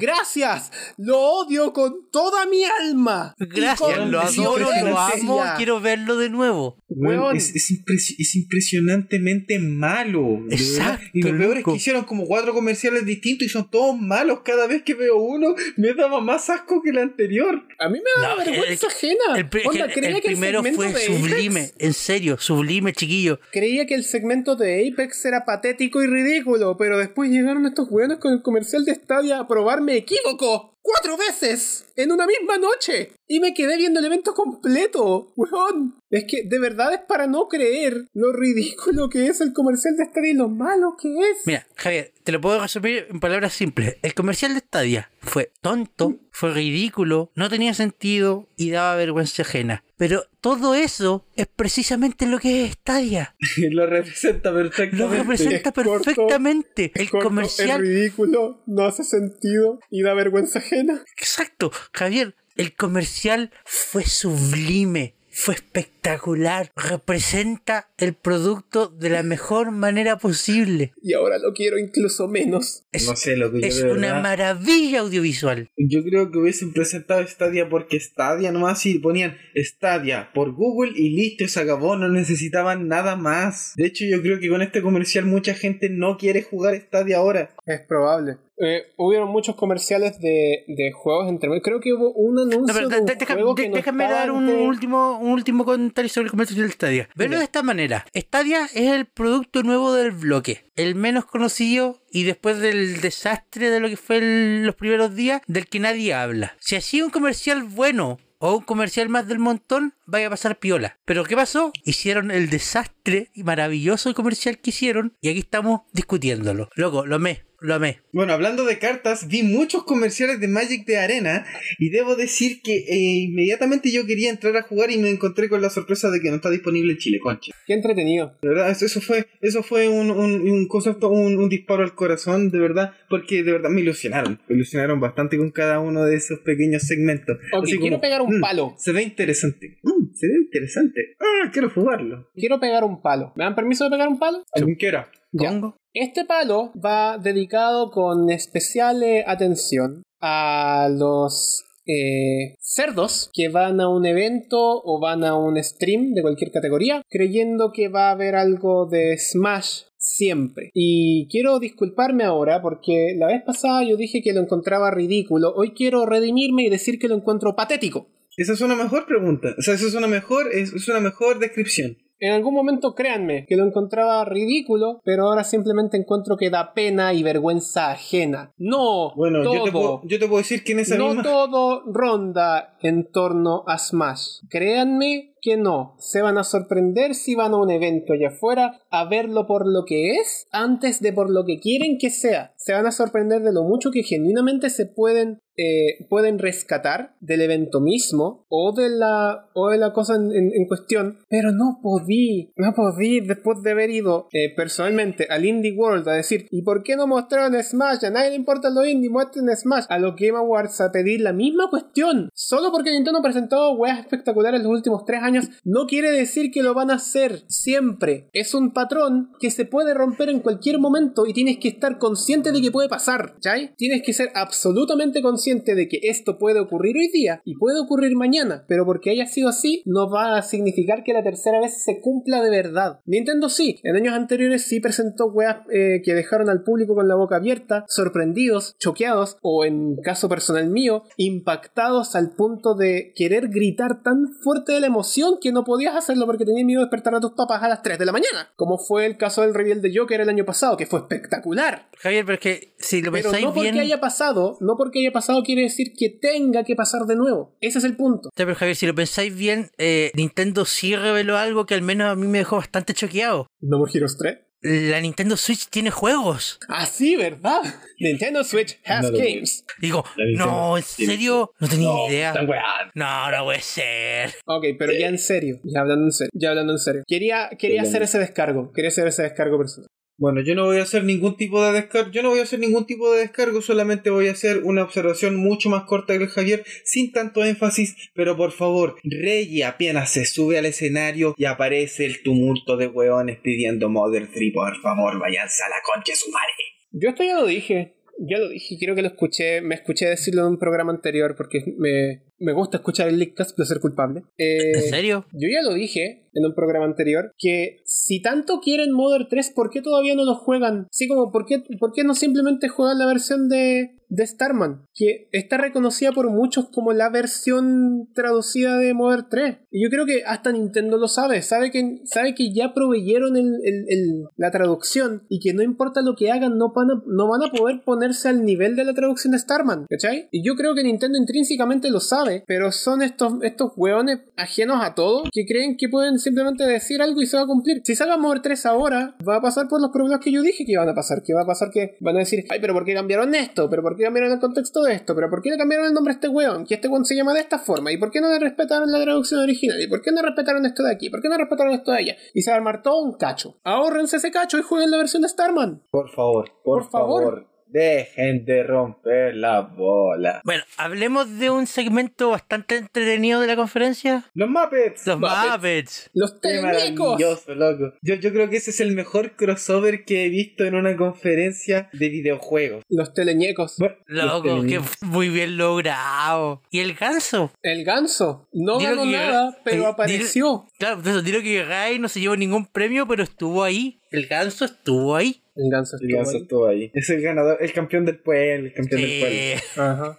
[SPEAKER 4] ¡Gracias! ¡Lo odio con toda mi alma! Y
[SPEAKER 2] Gracias,
[SPEAKER 4] con
[SPEAKER 2] lo adoro, lo
[SPEAKER 4] violencia.
[SPEAKER 2] amo, quiero verlo de nuevo.
[SPEAKER 1] Weón,
[SPEAKER 4] Weón.
[SPEAKER 1] es, es impresi- es impresionantemente malo. de verdad.
[SPEAKER 2] Exacto,
[SPEAKER 1] Y lo peor es
[SPEAKER 2] loco.
[SPEAKER 1] que hicieron como cuatro comerciales distintos y son todos malos. Cada vez que veo uno, me daba más asco que el anterior.
[SPEAKER 4] A mí me da
[SPEAKER 2] No,
[SPEAKER 4] vergüenza
[SPEAKER 2] el-
[SPEAKER 4] ajena.
[SPEAKER 2] El, pri-
[SPEAKER 4] Onda,
[SPEAKER 2] el-
[SPEAKER 4] Ah, creía
[SPEAKER 2] el
[SPEAKER 4] que el
[SPEAKER 2] primero
[SPEAKER 4] segmento
[SPEAKER 2] fue
[SPEAKER 4] de Apex-
[SPEAKER 2] sublime, en serio, sublime, chiquillo.
[SPEAKER 4] Creía que el segmento de Apex era patético y ridículo, pero después llegaron estos weones con el comercial de Stadia a probarme equívoco cuatro veces en una misma noche y me quedé viendo el evento completo, weón. Es que de verdad es para no creer lo ridículo que es el comercial de Stadia y lo malo que es.
[SPEAKER 2] Mira, Javier, te lo puedo resumir en palabras simples. El comercial de Stadia fue tonto, fue ridículo, no tenía sentido y daba vergüenza ajena. Pero todo eso es precisamente lo que es Stadia.
[SPEAKER 1] lo representa
[SPEAKER 2] Lo
[SPEAKER 1] perfectamente.
[SPEAKER 2] representa
[SPEAKER 4] es corto,
[SPEAKER 2] perfectamente. El
[SPEAKER 4] Corto,
[SPEAKER 2] comercial
[SPEAKER 4] Es ridículo, no hace sentido y da vergüenza ajena.
[SPEAKER 2] Exacto, Javier, el comercial fue sublime, fue espectacular, representa el producto de la mejor manera posible.
[SPEAKER 4] Y ahora lo quiero incluso menos.
[SPEAKER 2] Es,
[SPEAKER 1] No sé lo que yo
[SPEAKER 2] es
[SPEAKER 1] de
[SPEAKER 2] una
[SPEAKER 1] verdad-
[SPEAKER 2] maravilla audiovisual.
[SPEAKER 1] Yo creo que hubiesen presentado Stadia porque Stadia nomás y ponían Stadia por Google y listo, se acabó, no necesitaban nada más. De hecho, yo creo que con este comercial mucha gente no quiere jugar Stadia ahora.
[SPEAKER 4] Es probable. Eh, hubieron muchos comerciales de, de juegos entre medio. Creo que hubo un anuncio
[SPEAKER 2] No, pero
[SPEAKER 4] de un
[SPEAKER 2] de- deja-
[SPEAKER 4] juego
[SPEAKER 2] de-
[SPEAKER 4] que no
[SPEAKER 2] déjame
[SPEAKER 4] estaba
[SPEAKER 2] dar un
[SPEAKER 4] antes.
[SPEAKER 2] último, un último comentario sobre el comercial de Stadia. Verlo
[SPEAKER 4] Ya.
[SPEAKER 2] de esta manera. Stadia es el producto nuevo del bloque, el menos conocido y después del desastre de lo que fue el- los primeros días, del que nadie habla. Si hacía un comercial bueno o un comercial más del montón, vaya a pasar piola. Pero ¿qué pasó? Hicieron el desastre y maravilloso comercial que hicieron y aquí estamos discutiéndolo. Loco, lo amé. Lo amé.
[SPEAKER 1] Bueno, hablando de cartas, vi muchos comerciales de Magic de Arena y debo decir que eh, inmediatamente yo quería entrar a jugar y me encontré con la sorpresa de que no está disponible en Chile, concha.
[SPEAKER 4] Qué entretenido.
[SPEAKER 1] De verdad, eso, eso fue, eso fue un, un, un concepto, un, un disparo al corazón, de verdad, porque de verdad me ilusionaron. Me ilusionaron bastante con cada uno de esos pequeños segmentos.
[SPEAKER 4] Ok,
[SPEAKER 1] Así
[SPEAKER 4] quiero
[SPEAKER 1] como,
[SPEAKER 4] pegar un
[SPEAKER 1] "Mm,
[SPEAKER 4] palo.
[SPEAKER 1] Se ve interesante. Mm, se ve interesante. Ah, quiero jugarlo.
[SPEAKER 4] Quiero pegar un palo. ¿Me dan permiso de pegar un palo?
[SPEAKER 1] Alguien quiera.
[SPEAKER 4] Ya.
[SPEAKER 2] Pongo.
[SPEAKER 4] Este palo va dedicado con especial eh, atención a los eh, cerdos que van a un evento o van a un stream de cualquier categoría creyendo que va a haber algo de Smash siempre. Y quiero disculparme ahora porque la vez pasada yo dije que lo encontraba ridículo. Hoy quiero redimirme y decir que lo encuentro patético.
[SPEAKER 1] Esa es una mejor pregunta. O sea, esa es una mejor, es, es una mejor descripción.
[SPEAKER 4] En algún momento créanme que lo encontraba ridículo, pero ahora simplemente encuentro que da pena y vergüenza ajena. No,
[SPEAKER 1] Bueno,
[SPEAKER 4] todo,
[SPEAKER 1] yo te, puedo, yo te puedo decir que en esa
[SPEAKER 4] no
[SPEAKER 1] misma...
[SPEAKER 4] todo ronda en torno a Smash. Créanme que no. Se van a sorprender si van a un evento allá afuera a verlo por lo que es antes de por lo que quieren que sea. Se van a sorprender de lo mucho que genuinamente se pueden eh, pueden rescatar del evento mismo o de la, o de la cosa en, en- en cuestión, pero no podí, no podí después de haber ido eh, personalmente al Indie World a decir, ¿y por qué no mostraron Smash? A nadie le importa lo indie, muestren Smash. A los Game Awards a pedir la misma cuestión, solo porque Nintendo presentó weas espectaculares los últimos tres años, no quiere decir que lo van a hacer siempre. Es un patrón que se puede romper en cualquier momento y tienes que estar consciente de que puede pasar, ¿cachai? Tienes que ser absolutamente consciente de que esto puede ocurrir hoy día y puede ocurrir mañana, pero porque haya sido así no va a significar que la tercera vez se cumpla de verdad. Nintendo sí, en años anteriores sí presentó weas eh, que dejaron al público con la boca abierta, sorprendidos, choqueados o en caso personal mío, impactados al punto de querer gritar tan fuerte de la emoción que no podías hacerlo porque tenías miedo de despertar a tus papás a las 3 de la mañana, como fue el caso del reveal de Joker el año pasado, que fue espectacular.
[SPEAKER 2] Javier, pero es que si lo
[SPEAKER 4] Pero
[SPEAKER 2] pensáis
[SPEAKER 4] no porque
[SPEAKER 2] bien.
[SPEAKER 4] haya pasado, no porque haya pasado quiere decir que tenga que pasar de nuevo. Ese es el punto.
[SPEAKER 2] Ya, Pero Javier, si lo pensáis bien, eh, Nintendo sí reveló algo que al menos a mí me dejó bastante choqueado.
[SPEAKER 4] ¿No More Heroes 3?
[SPEAKER 2] La Nintendo Switch tiene juegos.
[SPEAKER 4] Ah, sí, ¿verdad? Nintendo Switch has
[SPEAKER 7] No lo creo.
[SPEAKER 4] games.
[SPEAKER 2] Digo,
[SPEAKER 7] La Nintendo
[SPEAKER 2] no, ¿en
[SPEAKER 7] Switch.
[SPEAKER 2] serio? No tenía
[SPEAKER 7] No,
[SPEAKER 2] idea.
[SPEAKER 7] están weando.
[SPEAKER 2] No, no puede ser.
[SPEAKER 4] Ok, pero ya en serio, ya hablando en serio, ya hablando en serio. Quería, quería hacer ese descargo, quería hacer ese descargo personal.
[SPEAKER 1] Bueno, yo no voy a hacer ningún tipo de descargo, yo no voy a hacer ningún tipo de descargo, solamente voy a hacer una observación mucho más corta que el Javier, sin tanto énfasis, pero por favor, Reggie apenas se sube al escenario y aparece el tumulto de hueones pidiendo Mother 3, por favor, váyanse a la concha de su madre.
[SPEAKER 4] Yo esto ya lo dije, ya lo dije, creo que lo escuché, me escuché decirlo en un programa anterior porque me, me gusta escuchar el Leakcast, placer culpable. Eh,
[SPEAKER 2] ¿En serio?
[SPEAKER 4] Yo ya lo dije en un programa anterior que si tanto quieren Modern 3, ¿por qué todavía no lo juegan? Así como, ¿por qué, por qué no simplemente juegan la versión de, de Starman? Que está reconocida por muchos como la versión traducida de Modern 3. Y yo creo que hasta Nintendo lo sabe. Sabe que, sabe que ya proveyeron el- el- el- la traducción y que no importa lo que hagan, no van, a, no van a poder ponerse al nivel de la traducción de Starman. ¿Cachai? Y yo creo que Nintendo intrínsecamente lo sabe, pero son estos, estos hueones ajenos a todo que creen que pueden simplemente decir algo y se va a cumplir. Si salga Mover 3 ahora, va a pasar por los problemas que yo dije que iban a pasar. Que va a pasar que van a decir, ay, pero ¿por qué cambiaron esto? ¿Pero por qué cambiaron el contexto de esto? ¿Pero por qué le cambiaron el nombre a este hueón? Que este hueón se llama de esta forma. ¿Y por qué no le respetaron la traducción original? ¿Y por qué no respetaron esto de aquí? ¿Por qué no respetaron esto de allá? Y se va a armar todo un cacho. Ahórrense ese cacho y jueguen la versión de Starman.
[SPEAKER 1] Por favor, por,
[SPEAKER 4] Por favor.
[SPEAKER 1] dejen de romper la bola.
[SPEAKER 2] Bueno, hablemos de un segmento bastante entretenido de la conferencia.
[SPEAKER 1] Los Muppets.
[SPEAKER 2] Los
[SPEAKER 4] Muppets.
[SPEAKER 2] Muppets.
[SPEAKER 4] Los
[SPEAKER 1] Qué
[SPEAKER 4] técnicos.
[SPEAKER 1] maravilloso, loco. Yo, yo creo que ese es el mejor crossover que he visto en una conferencia de videojuegos.
[SPEAKER 4] Los teleñecos.
[SPEAKER 2] Loco, que f- muy bien logrado. ¿Y el ganso?
[SPEAKER 4] El ganso. No
[SPEAKER 2] Dilo
[SPEAKER 4] ganó
[SPEAKER 2] que-
[SPEAKER 4] nada,
[SPEAKER 2] eh,
[SPEAKER 4] pero
[SPEAKER 2] dilo-
[SPEAKER 4] apareció.
[SPEAKER 2] Claro, por eso digo que Ray no se llevó ningún premio, pero estuvo ahí. El ganso estuvo ahí.
[SPEAKER 4] El ganso
[SPEAKER 1] El
[SPEAKER 4] estuvo
[SPEAKER 1] ganso
[SPEAKER 4] ahí.
[SPEAKER 1] estuvo ahí. Es el ganador, el campeón del pueblo, el campeón del pueblo.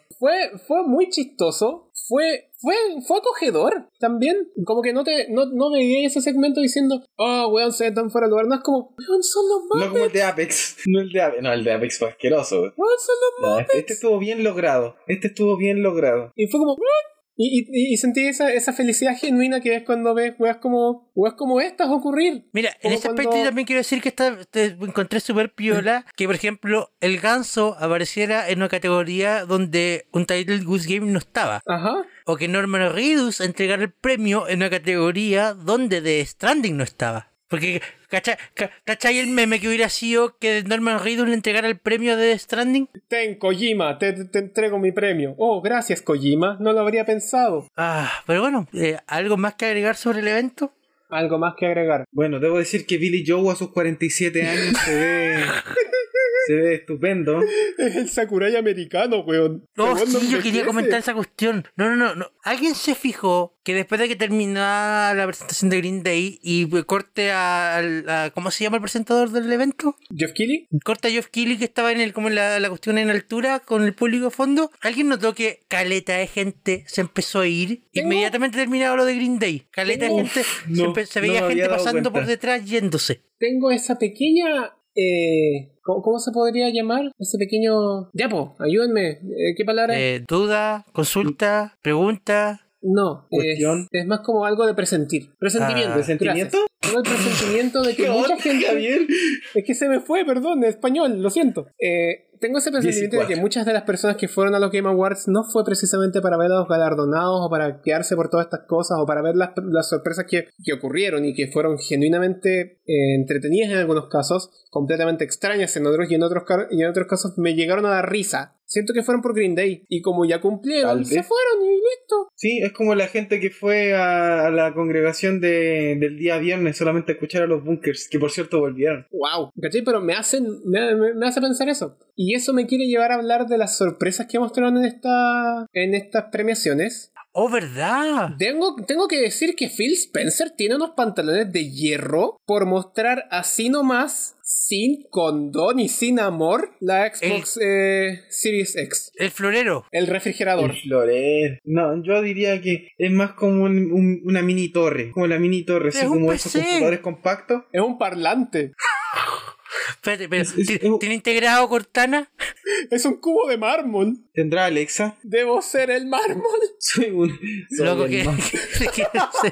[SPEAKER 2] Sí.
[SPEAKER 4] Fue, fue muy chistoso. Fue, fue, fue acogedor también. Como que no te no, no veía ese segmento diciendo, oh, weón, se ve tan fuera de lugar. No es como, weón, son los
[SPEAKER 1] No como
[SPEAKER 4] Muppets.
[SPEAKER 1] el de Apex. No el de Apex. No, el de Apex fue asqueroso.
[SPEAKER 4] Weón, son los
[SPEAKER 1] No,
[SPEAKER 4] Muppets.
[SPEAKER 1] este, este estuvo bien logrado. Este estuvo bien logrado.
[SPEAKER 4] Y fue como, weón, Y, y, y sentí esa, esa felicidad genuina que es cuando ves weas como, weas como estas ocurrir.
[SPEAKER 2] Mira, en
[SPEAKER 4] Como
[SPEAKER 2] ese aspecto
[SPEAKER 4] cuando- Mm.
[SPEAKER 2] yo también quiero decir que esta, te- encontré súper piola que, por ejemplo, el ganso apareciera en una categoría donde un Title Goose Game no estaba.
[SPEAKER 4] Ajá.
[SPEAKER 2] O que Norman Reedus entregara el premio en una categoría donde The Stranding no estaba. Porque, ¿cachai, ca- cachai el meme que hubiera sido que Norman Reedus le entregara el premio de The Stranding?
[SPEAKER 4] Ten, Kojima, te, te- te entrego mi premio. Oh, gracias, Kojima. No lo habría pensado.
[SPEAKER 2] Ah, pero bueno, eh, ¿algo más que agregar sobre el evento?
[SPEAKER 4] Algo más que agregar.
[SPEAKER 1] Bueno, debo decir que Billy Joe a sus 47 años se ve. se ve estupendo.
[SPEAKER 4] Es el Sakurai americano, weón.
[SPEAKER 2] No,
[SPEAKER 4] Weón,
[SPEAKER 2] sí, yo
[SPEAKER 4] envejece.
[SPEAKER 2] quería comentar esa cuestión. No, no, no, no. ¿Alguien se fijó que después de que terminaba la presentación de Green Day y pues, corte al- a, ¿Cómo se llama el presentador del evento?
[SPEAKER 4] ¿Jeff Keighley?
[SPEAKER 2] Corte a Geoff Keighley que estaba en el, como en la, la cuestión en altura con el público a fondo. ¿Alguien notó que caleta de gente se empezó a ir?
[SPEAKER 4] Tengo-
[SPEAKER 2] Inmediatamente terminado lo de Green Day. Caleta de
[SPEAKER 4] Uf,
[SPEAKER 2] gente. se
[SPEAKER 1] no,
[SPEAKER 2] empe- se,
[SPEAKER 1] no
[SPEAKER 2] veía
[SPEAKER 1] me había
[SPEAKER 2] gente
[SPEAKER 1] dado
[SPEAKER 2] pasando por
[SPEAKER 1] cuenta.
[SPEAKER 2] detrás yéndose.
[SPEAKER 4] Tengo esa pequeña... eh, ¿cómo, cómo se podría llamar? Ese pequeño... Ya, po, ayúdenme. Eh, ¿Qué palabra?
[SPEAKER 2] Eh, duda, consulta, pregunta.
[SPEAKER 4] no. es-
[SPEAKER 1] cuestión.
[SPEAKER 4] Es, más como algo de presentir. Presentimiento.
[SPEAKER 2] Ah.
[SPEAKER 1] ¿Presentimiento?
[SPEAKER 4] gracias. Tengo el presentimiento de que mucha gente... Es que se me fue, perdón, en español, lo siento. Eh, tengo ese pensamiento de que
[SPEAKER 1] 14.
[SPEAKER 4] muchas de las personas que fueron a los Game Awards no fue precisamente para ver a los galardonados o para quedarse por todas estas cosas o para ver las, las sorpresas que, que ocurrieron y que fueron genuinamente eh, entretenidas en algunos casos, completamente extrañas en otros y en otros, car- y en otros casos me llegaron a dar risa. Siento que fueron por Green Day y como ya
[SPEAKER 1] Tal
[SPEAKER 4] cumplieron,
[SPEAKER 1] vez.
[SPEAKER 4] se fueron y listo.
[SPEAKER 1] Sí, es como la gente que fue a, a la congregación de- del día viernes solamente a escuchar a los bunkers, que por cierto volvieron.
[SPEAKER 4] Wow, ¿cachai? Pero me hacen, me, me- me hace pensar eso. Y eso me quiere llevar a hablar de las sorpresas que mostraron en esta, en estas premiaciones.
[SPEAKER 2] Oh, ¿verdad?
[SPEAKER 4] Tengo, tengo que decir que Phil Spencer tiene unos pantalones de hierro por mostrar así nomás, sin condón y sin amor, la Xbox eh, Series X.
[SPEAKER 2] El florero.
[SPEAKER 4] El refrigerador.
[SPEAKER 1] Florer. No, yo diría que es más como un- un- una mini torre, como la mini torre,
[SPEAKER 2] Es
[SPEAKER 1] así
[SPEAKER 2] un
[SPEAKER 1] como esos
[SPEAKER 2] PC.
[SPEAKER 1] computadores compactos.
[SPEAKER 4] Es un parlante.
[SPEAKER 2] Espérate, pero
[SPEAKER 1] Es- es-
[SPEAKER 2] ¿ti-
[SPEAKER 1] es un-
[SPEAKER 2] ¿tiene integrado Cortana?
[SPEAKER 4] Es un cubo de mármol.
[SPEAKER 1] ¿Tendrá Alexa?
[SPEAKER 4] Debo ser el mármol.
[SPEAKER 1] Soy un... soy
[SPEAKER 2] Loco,
[SPEAKER 1] el
[SPEAKER 2] que.
[SPEAKER 1] más-
[SPEAKER 2] que- no sé.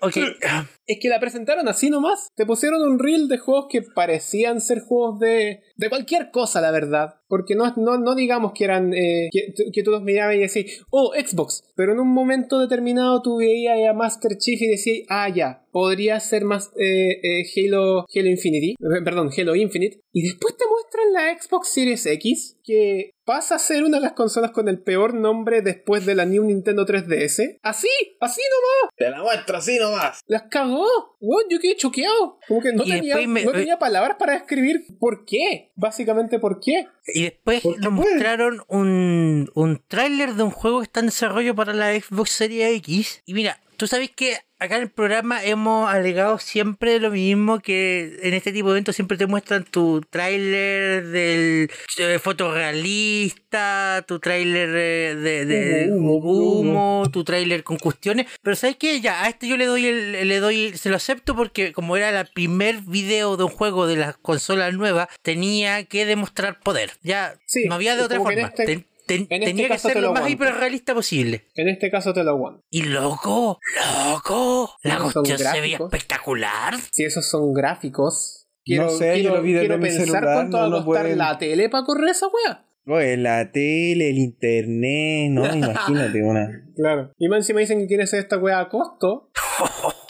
[SPEAKER 2] ok, ah,
[SPEAKER 4] Es que la presentaron así nomás. Te pusieron un reel de juegos que parecían ser juegos de, de cualquier cosa, la verdad. Porque no, no, no digamos que eran. eh, que, tú- que tú los mirabas y decís, oh, Xbox. Pero en un momento determinado tú veías a Master Chief y decías, ah, ya, podría ser más eh, eh, Halo, Halo Infinity. Eh, Perdón, Halo Infinite. Y después te muestran la Xbox Series X, que pasa a ser una de las consolas con el peor nombre después de la New Nintendo 3DS. Así, así nomás.
[SPEAKER 1] Te la muestro así nomás.
[SPEAKER 4] ¡Las cagó! Weón, yo quedé choqueado. Como que no,
[SPEAKER 2] Y
[SPEAKER 4] tenía,
[SPEAKER 2] después me-
[SPEAKER 4] no tenía palabras para describir por qué. Básicamente, por qué.
[SPEAKER 2] y después
[SPEAKER 1] ¿Por qué
[SPEAKER 2] nos
[SPEAKER 1] puede?
[SPEAKER 2] mostraron un, un tráiler de un juego que está en desarrollo para la Xbox Series X. Y mira, tú sabes que acá en el programa hemos alegado siempre lo mismo que en este tipo de eventos siempre te muestran tu tráiler del eh, fotorrealista, tu tráiler eh, de, de
[SPEAKER 1] Humo, humo, humo.
[SPEAKER 2] humo, tu tráiler con cuestiones. Pero ¿sabes qué? Ya, a este yo le doy el, le doy, se lo acepto porque como era el primer video de un juego de las consolas nuevas, tenía que demostrar poder. Ya,
[SPEAKER 4] Sí,
[SPEAKER 2] no había de
[SPEAKER 4] y
[SPEAKER 2] otra
[SPEAKER 4] como que en
[SPEAKER 2] forma.
[SPEAKER 4] este-
[SPEAKER 2] Ten- ten-
[SPEAKER 4] en este
[SPEAKER 2] tenía que
[SPEAKER 4] caso
[SPEAKER 2] ser
[SPEAKER 4] te lo
[SPEAKER 2] lo más
[SPEAKER 4] aguanto.
[SPEAKER 2] hiperrealista posible.
[SPEAKER 4] En este caso te lo aguanto.
[SPEAKER 2] Y loco, loco, la
[SPEAKER 4] Esos son
[SPEAKER 2] cuestión se veía
[SPEAKER 4] gráficos.
[SPEAKER 2] espectacular.
[SPEAKER 4] Si esos son gráficos. Quiero,
[SPEAKER 1] No sé,
[SPEAKER 4] quiero,
[SPEAKER 1] yo lo vi desde
[SPEAKER 4] quiero
[SPEAKER 1] mi
[SPEAKER 4] pensar
[SPEAKER 1] celular,
[SPEAKER 4] cuánto
[SPEAKER 1] no
[SPEAKER 4] va a
[SPEAKER 1] lo
[SPEAKER 4] costar
[SPEAKER 1] pueden-
[SPEAKER 4] la tele para correr esa wea.
[SPEAKER 1] Oye, Pues, la tele, el internet, no, imagínate una...
[SPEAKER 4] Claro. Y más encima dicen que quiere hacer esta wea a costo.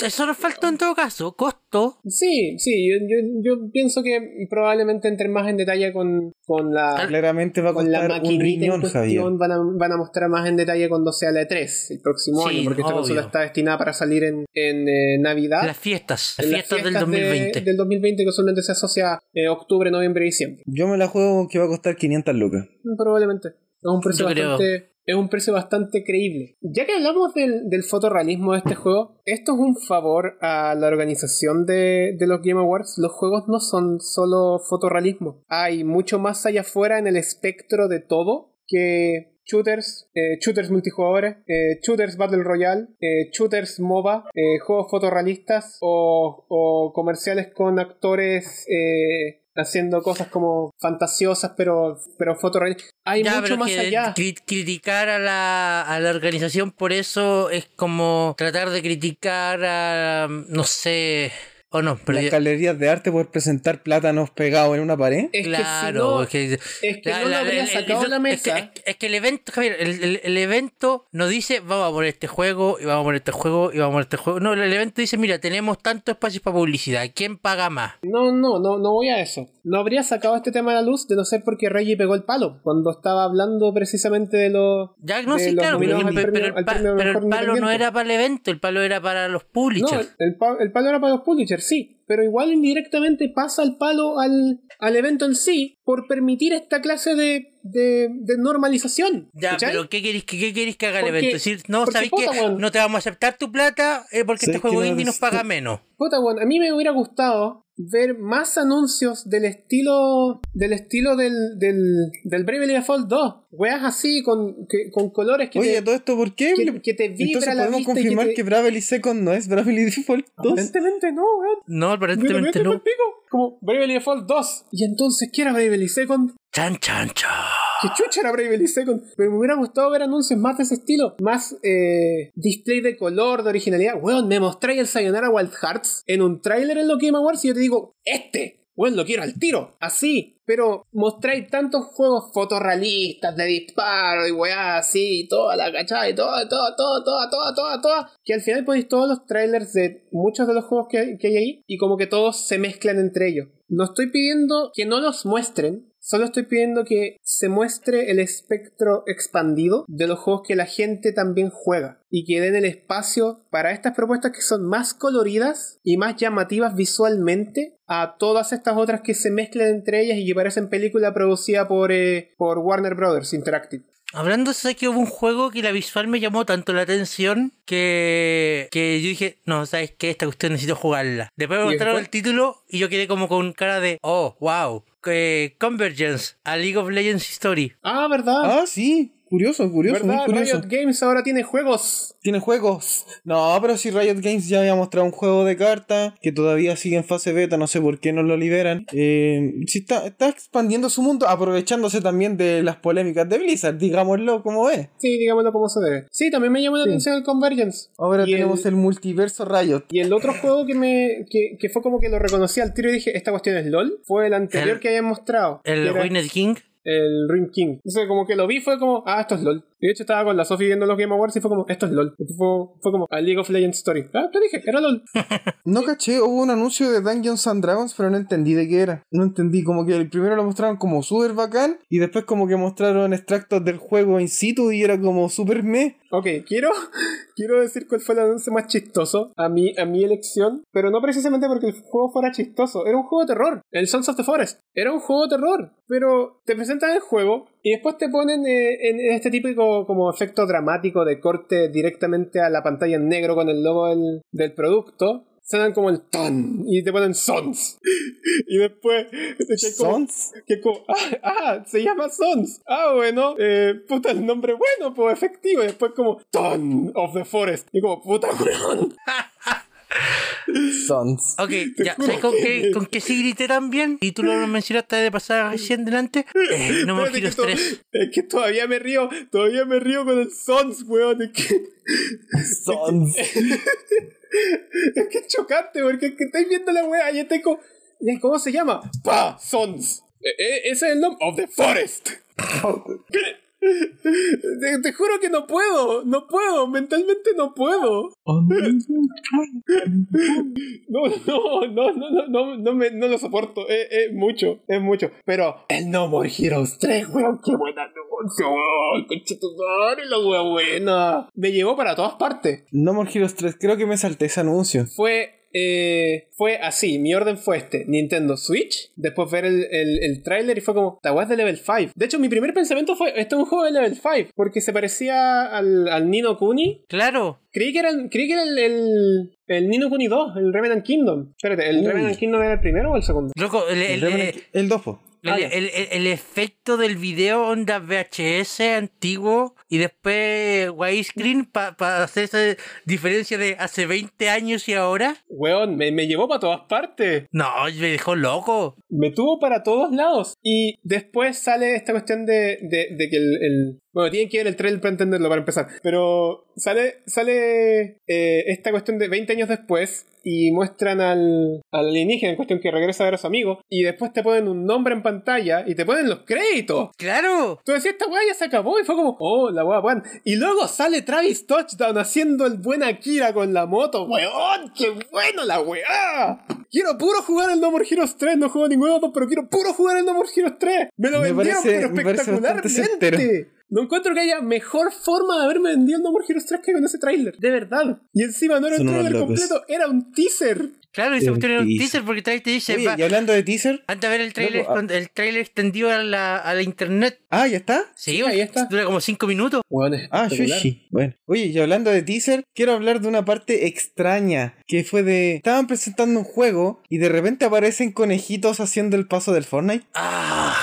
[SPEAKER 2] Eso nos faltó en todo caso, costo.
[SPEAKER 4] Sí, sí. Yo, yo, yo pienso que probablemente entren más en detalle con, con la,
[SPEAKER 1] Claramente va a
[SPEAKER 4] con la
[SPEAKER 1] costar un
[SPEAKER 4] maquinita en
[SPEAKER 1] riñón, Javier.
[SPEAKER 4] cuestión van a, van a mostrar más en detalle cuando sea la E3 el próximo
[SPEAKER 2] Sí,
[SPEAKER 4] año, porque esta
[SPEAKER 2] obvio.
[SPEAKER 4] consola está destinada para salir en, en, eh, Navidad.
[SPEAKER 2] Las fiestas, las
[SPEAKER 4] en
[SPEAKER 2] fiestas del
[SPEAKER 4] fiestas de-
[SPEAKER 2] 2020.
[SPEAKER 4] del 2020 que solamente se asocia eh, octubre, noviembre y diciembre.
[SPEAKER 1] Yo me la juego con que va a costar 500 lucas.
[SPEAKER 4] Probablemente. Es un precio
[SPEAKER 2] Yo creo.
[SPEAKER 4] bastante. Es un precio bastante creíble. Ya que hablamos del, del fotorrealismo de este juego, esto es un favor a la organización de, de los Game Awards. Los juegos no son solo fotorrealismo. Hay mucho más allá afuera en el espectro de todo que shooters, eh, shooters multijugadores, eh, shooters Battle Royale, eh, shooters MOBA, eh, juegos fotorrealistas o, o comerciales con actores eh, haciendo cosas como fantasiosas pero, pero fotorrealistas. Hay
[SPEAKER 2] Ya,
[SPEAKER 4] mucho
[SPEAKER 2] pero
[SPEAKER 4] más
[SPEAKER 2] que
[SPEAKER 4] allá.
[SPEAKER 2] cri- criticar a la, a la organización por eso es como tratar de criticar a, no sé, o no, pero
[SPEAKER 1] Las
[SPEAKER 2] ya-
[SPEAKER 1] galerías de arte por presentar plátanos pegados en una pared.
[SPEAKER 4] Es
[SPEAKER 2] claro,
[SPEAKER 4] que si no,
[SPEAKER 2] es que
[SPEAKER 4] es que no lo habría
[SPEAKER 2] el-
[SPEAKER 4] sacado
[SPEAKER 2] el-
[SPEAKER 4] la
[SPEAKER 2] es que-
[SPEAKER 4] mesa.
[SPEAKER 2] Es que, es que el evento, Javier, el, el- el evento no dice vamos a poner este juego y vamos a poner este juego y vamos a poner este juego. No, el evento dice mira, tenemos tantos espacios para publicidad. ¿Quién paga más?
[SPEAKER 4] No, no, no, no voy a eso. No habría sacado este tema a la luz de no ser porque Reggie pegó el palo cuando estaba hablando precisamente de los.
[SPEAKER 2] Ya, no,
[SPEAKER 4] de
[SPEAKER 2] sí,
[SPEAKER 4] los
[SPEAKER 2] claro, pero,
[SPEAKER 4] nominados al
[SPEAKER 2] pero-
[SPEAKER 4] premio-
[SPEAKER 2] pero el,
[SPEAKER 4] al
[SPEAKER 2] pa-
[SPEAKER 4] premio
[SPEAKER 2] pero el
[SPEAKER 4] Mejor
[SPEAKER 2] palo no
[SPEAKER 4] Independiente.
[SPEAKER 2] era para el evento, el palo era para los
[SPEAKER 4] No,
[SPEAKER 2] publishers.
[SPEAKER 4] el, el pa- el palo era para los Pulitzer, sí. Pero igual indirectamente pasa el palo al, al evento en sí por permitir esta clase de, de, de normalización.
[SPEAKER 2] Ya,
[SPEAKER 4] ¿cachai?
[SPEAKER 2] pero ¿qué queréis que, qué queréis que haga el
[SPEAKER 4] Porque-
[SPEAKER 2] evento? Decir, no,
[SPEAKER 4] porque
[SPEAKER 2] sabéis
[SPEAKER 4] puta,
[SPEAKER 2] que
[SPEAKER 4] weón.
[SPEAKER 2] no te vamos a aceptar tu plata eh,
[SPEAKER 1] Sí,
[SPEAKER 2] porque este
[SPEAKER 1] es que
[SPEAKER 2] juego
[SPEAKER 1] no
[SPEAKER 2] indie nos
[SPEAKER 1] es-
[SPEAKER 2] paga menos.
[SPEAKER 4] Puta, weón, a mí me hubiera gustado ver más anuncios del estilo del estilo del, del, del Bravely Default 2. Weas así con, que- con colores que
[SPEAKER 1] Oye,
[SPEAKER 4] te,
[SPEAKER 1] todo esto, ¿por qué?
[SPEAKER 4] que- que te vibra
[SPEAKER 1] Entonces
[SPEAKER 4] la
[SPEAKER 1] podemos
[SPEAKER 4] vista y que
[SPEAKER 1] confirmar
[SPEAKER 4] te-
[SPEAKER 1] que, Bravely Second no es Bravely Default 2.
[SPEAKER 4] Aparentemente no, weón.
[SPEAKER 2] No,
[SPEAKER 4] Me lo
[SPEAKER 2] aparentemente
[SPEAKER 4] meten
[SPEAKER 2] no.
[SPEAKER 4] pa'l pico. Como Bravely Default 2. Y entonces, ¿qué era Bravely Second?
[SPEAKER 2] Chan, chan, chan.
[SPEAKER 4] Que chucha era Bravely Second. Pero me hubiera gustado ver anuncios más de ese estilo. Más eh, display de color, de originalidad. Weón, me mostráis el Sayonara Wild Hearts en un tráiler en los Game Awards y yo te digo, este. Weón, lo quiero al tiro. Así. Pero mostráis tantos juegos fotorrealistas de disparo y weá así. Y toda la cachada y toda, toda, toda, toda, toda, toda, toda. Que al final ponéis todos los trailers de muchos de los juegos que, que hay ahí. Y como que todos se mezclan entre ellos. No estoy pidiendo que no los muestren. Solo estoy pidiendo que se muestre el espectro expandido de los juegos que la gente también juega y que den el espacio para estas propuestas que son más coloridas y más llamativas visualmente a todas estas otras que se mezclan entre ellas y que parecen película producida por, eh, por Warner Brothers Interactive.
[SPEAKER 2] Hablando, sé que hubo un juego que la visual me llamó tanto la atención que, que yo dije, no, sabes que esta cuestión necesito jugarla. Después me
[SPEAKER 4] ¿Y
[SPEAKER 2] mostraron
[SPEAKER 4] después?
[SPEAKER 2] el título y yo quedé como con cara de, oh, wow. Eh, Convergence, a League of Legends Story.
[SPEAKER 4] Ah, ¿verdad?
[SPEAKER 1] Ah, sí. Curioso, curioso, muy
[SPEAKER 4] ¿Verdad?
[SPEAKER 1] curioso.
[SPEAKER 4] Riot Games ahora tiene juegos.
[SPEAKER 1] Tiene juegos. No, pero si Riot Games ya había mostrado un juego de cartas que todavía sigue en fase beta, no sé por qué no lo liberan. Eh, si está, está expandiendo su mundo, aprovechándose también de las polémicas de Blizzard, digámoslo como es.
[SPEAKER 4] Sí, digámoslo como se debe. Sí, también me llamó la atención el Convergence.
[SPEAKER 1] Ahora
[SPEAKER 4] Y
[SPEAKER 1] tenemos el... multiverso Riot.
[SPEAKER 4] Y el
[SPEAKER 2] Eh.
[SPEAKER 4] otro juego que me que, que fue como que lo reconocí al tiro y dije, esta cuestión es LOL, fue el anterior
[SPEAKER 2] El-
[SPEAKER 4] que habían mostrado. que
[SPEAKER 2] El
[SPEAKER 4] era
[SPEAKER 2] Ruined King.
[SPEAKER 4] el Ruin King. O sea, como que lo vi fue como, ah, esto es LOL. Y de hecho estaba con la Sophie viendo los Game Awards y fue como, esto es LOL. Y fue, fue como, a League of Legends Story. Ah, te dije, era LOL.
[SPEAKER 1] No caché, hubo un anuncio de Dungeons and Dragons, pero no entendí de qué era. No entendí, como que el primero lo mostraron como super bacán y después como que mostraron extractos del juego in situ y era como super meh.
[SPEAKER 4] Ok, quiero, quiero decir cuál fue el anuncio más chistoso a mi, a mi elección, pero no precisamente porque el juego fuera chistoso, era un juego de terror, el Sons of the Forest, era un juego de terror, pero te presentan el juego y después te ponen eh, en, en este típico como efecto dramático de corte directamente a la pantalla en negro con el logo del, del producto. Suenan como el ton y te ponen sons. Y después. que es como-
[SPEAKER 1] Sons.
[SPEAKER 4] que es como, ah, ah, se llama Sons. Ah, bueno, eh, puta, el nombre bueno, pues efectivo. Y después como, Ton of the Forest. Y como, puta, weón.
[SPEAKER 1] Sons.
[SPEAKER 2] Ok, ya,
[SPEAKER 4] juro.
[SPEAKER 2] ¿sabes con qué, con qué sí grité también? Y tú lo mencionaste de pasar recién delante. Eh, no me
[SPEAKER 4] Espérate,
[SPEAKER 2] giro
[SPEAKER 4] que to-
[SPEAKER 2] estrés.
[SPEAKER 4] Es que todavía me río, todavía me río con el Sons, weón. Es que,
[SPEAKER 1] Sons.
[SPEAKER 4] es que es chocante, porque es que estáis viendo la wea y estáis como, ¿y ¿cómo se llama? Pa, Sons. E- e- ese es el nombre, of the Forest. Te, te juro que no puedo, no puedo, mentalmente no puedo. No, no, no, no, no, no, no, me, no lo soporto. Es es mucho, es mucho. Pero el No More Heroes 3, weón, qué buena anuncio, weón. Conchetumare, la wea buena. Me llevó para todas partes.
[SPEAKER 1] No More Heroes 3, creo que me salté ese anuncio.
[SPEAKER 4] Fue, eh, fue así, mi orden fue este. Nintendo Switch, después ver el, el, el tráiler y fue como, esta weá es de level 5. De hecho, mi primer pensamiento fue, esto es un juego de level 5, porque se parecía al, al Nino Kuni,
[SPEAKER 2] Claro,
[SPEAKER 4] Creí que era, el- creí que era el, el, el Nino Kuni 2, el Remnant Kingdom. Espérate, ¿el
[SPEAKER 1] Uy.
[SPEAKER 4] Remnant Kingdom era el primero o el segundo?
[SPEAKER 2] loco, el, el-
[SPEAKER 1] El,
[SPEAKER 2] eh,
[SPEAKER 1] el, el Dofo.
[SPEAKER 2] El, el- el- el efecto del video onda VHS antiguo y después widescreen para hacer esa diferencia de hace 20 años y ahora.
[SPEAKER 4] Weón, me, me llevó para todas partes.
[SPEAKER 2] No, me dejó loco.
[SPEAKER 4] me tuvo para todos lados. Y después sale esta cuestión de, de- de que el, el- Bueno, tienen que ver el trailer para entenderlo, para empezar. Pero sale, sale eh, esta cuestión de 20 años después y muestran al, al alienígena en cuestión que regresa a ver a su amigo y después te ponen un nombre en pantalla y te ponen los créditos.
[SPEAKER 2] Claro.
[SPEAKER 4] Tú decías, esta weá ya se acabó y fue como, oh, la weá, weón. Y luego sale Travis Touchdown haciendo el buen Akira con la moto, weón. ¡Qué bueno la weá! Quiero puro jugar el No More Heroes 3, no juego ninguno de los dos, pero quiero puro jugar el No More Heroes 3. Me lo
[SPEAKER 1] Me
[SPEAKER 4] vendieron,
[SPEAKER 1] parece- me
[SPEAKER 4] pero
[SPEAKER 1] parece bastante
[SPEAKER 4] espectacularmente. No encuentro que haya mejor forma de haberme vendido el No More Heroes 3 que con ese tráiler, de verdad. Y encima no era un
[SPEAKER 1] Son unos
[SPEAKER 4] tráiler
[SPEAKER 1] locos.
[SPEAKER 4] completo, era un teaser.
[SPEAKER 2] Claro, y se
[SPEAKER 1] Qué
[SPEAKER 2] pusieron un
[SPEAKER 1] difícil.
[SPEAKER 2] teaser porque te te dice.
[SPEAKER 1] Oye,
[SPEAKER 2] va-
[SPEAKER 1] y hablando de teaser.
[SPEAKER 2] Anda a ver el trailer,
[SPEAKER 1] Loco, ah.
[SPEAKER 2] con- el trailer extendido a la, a la internet.
[SPEAKER 1] Ah, ya está.
[SPEAKER 2] Sí,
[SPEAKER 4] ahí está.
[SPEAKER 2] dura como 5 minutos.
[SPEAKER 4] Weón, es
[SPEAKER 1] Ah,
[SPEAKER 4] espectacular.
[SPEAKER 1] Shushi. Bueno. Oye, y hablando de teaser, quiero hablar de una parte extraña, que fue de... Estaban presentando un juego y de repente aparecen conejitos haciendo el paso del Fortnite
[SPEAKER 2] Ah,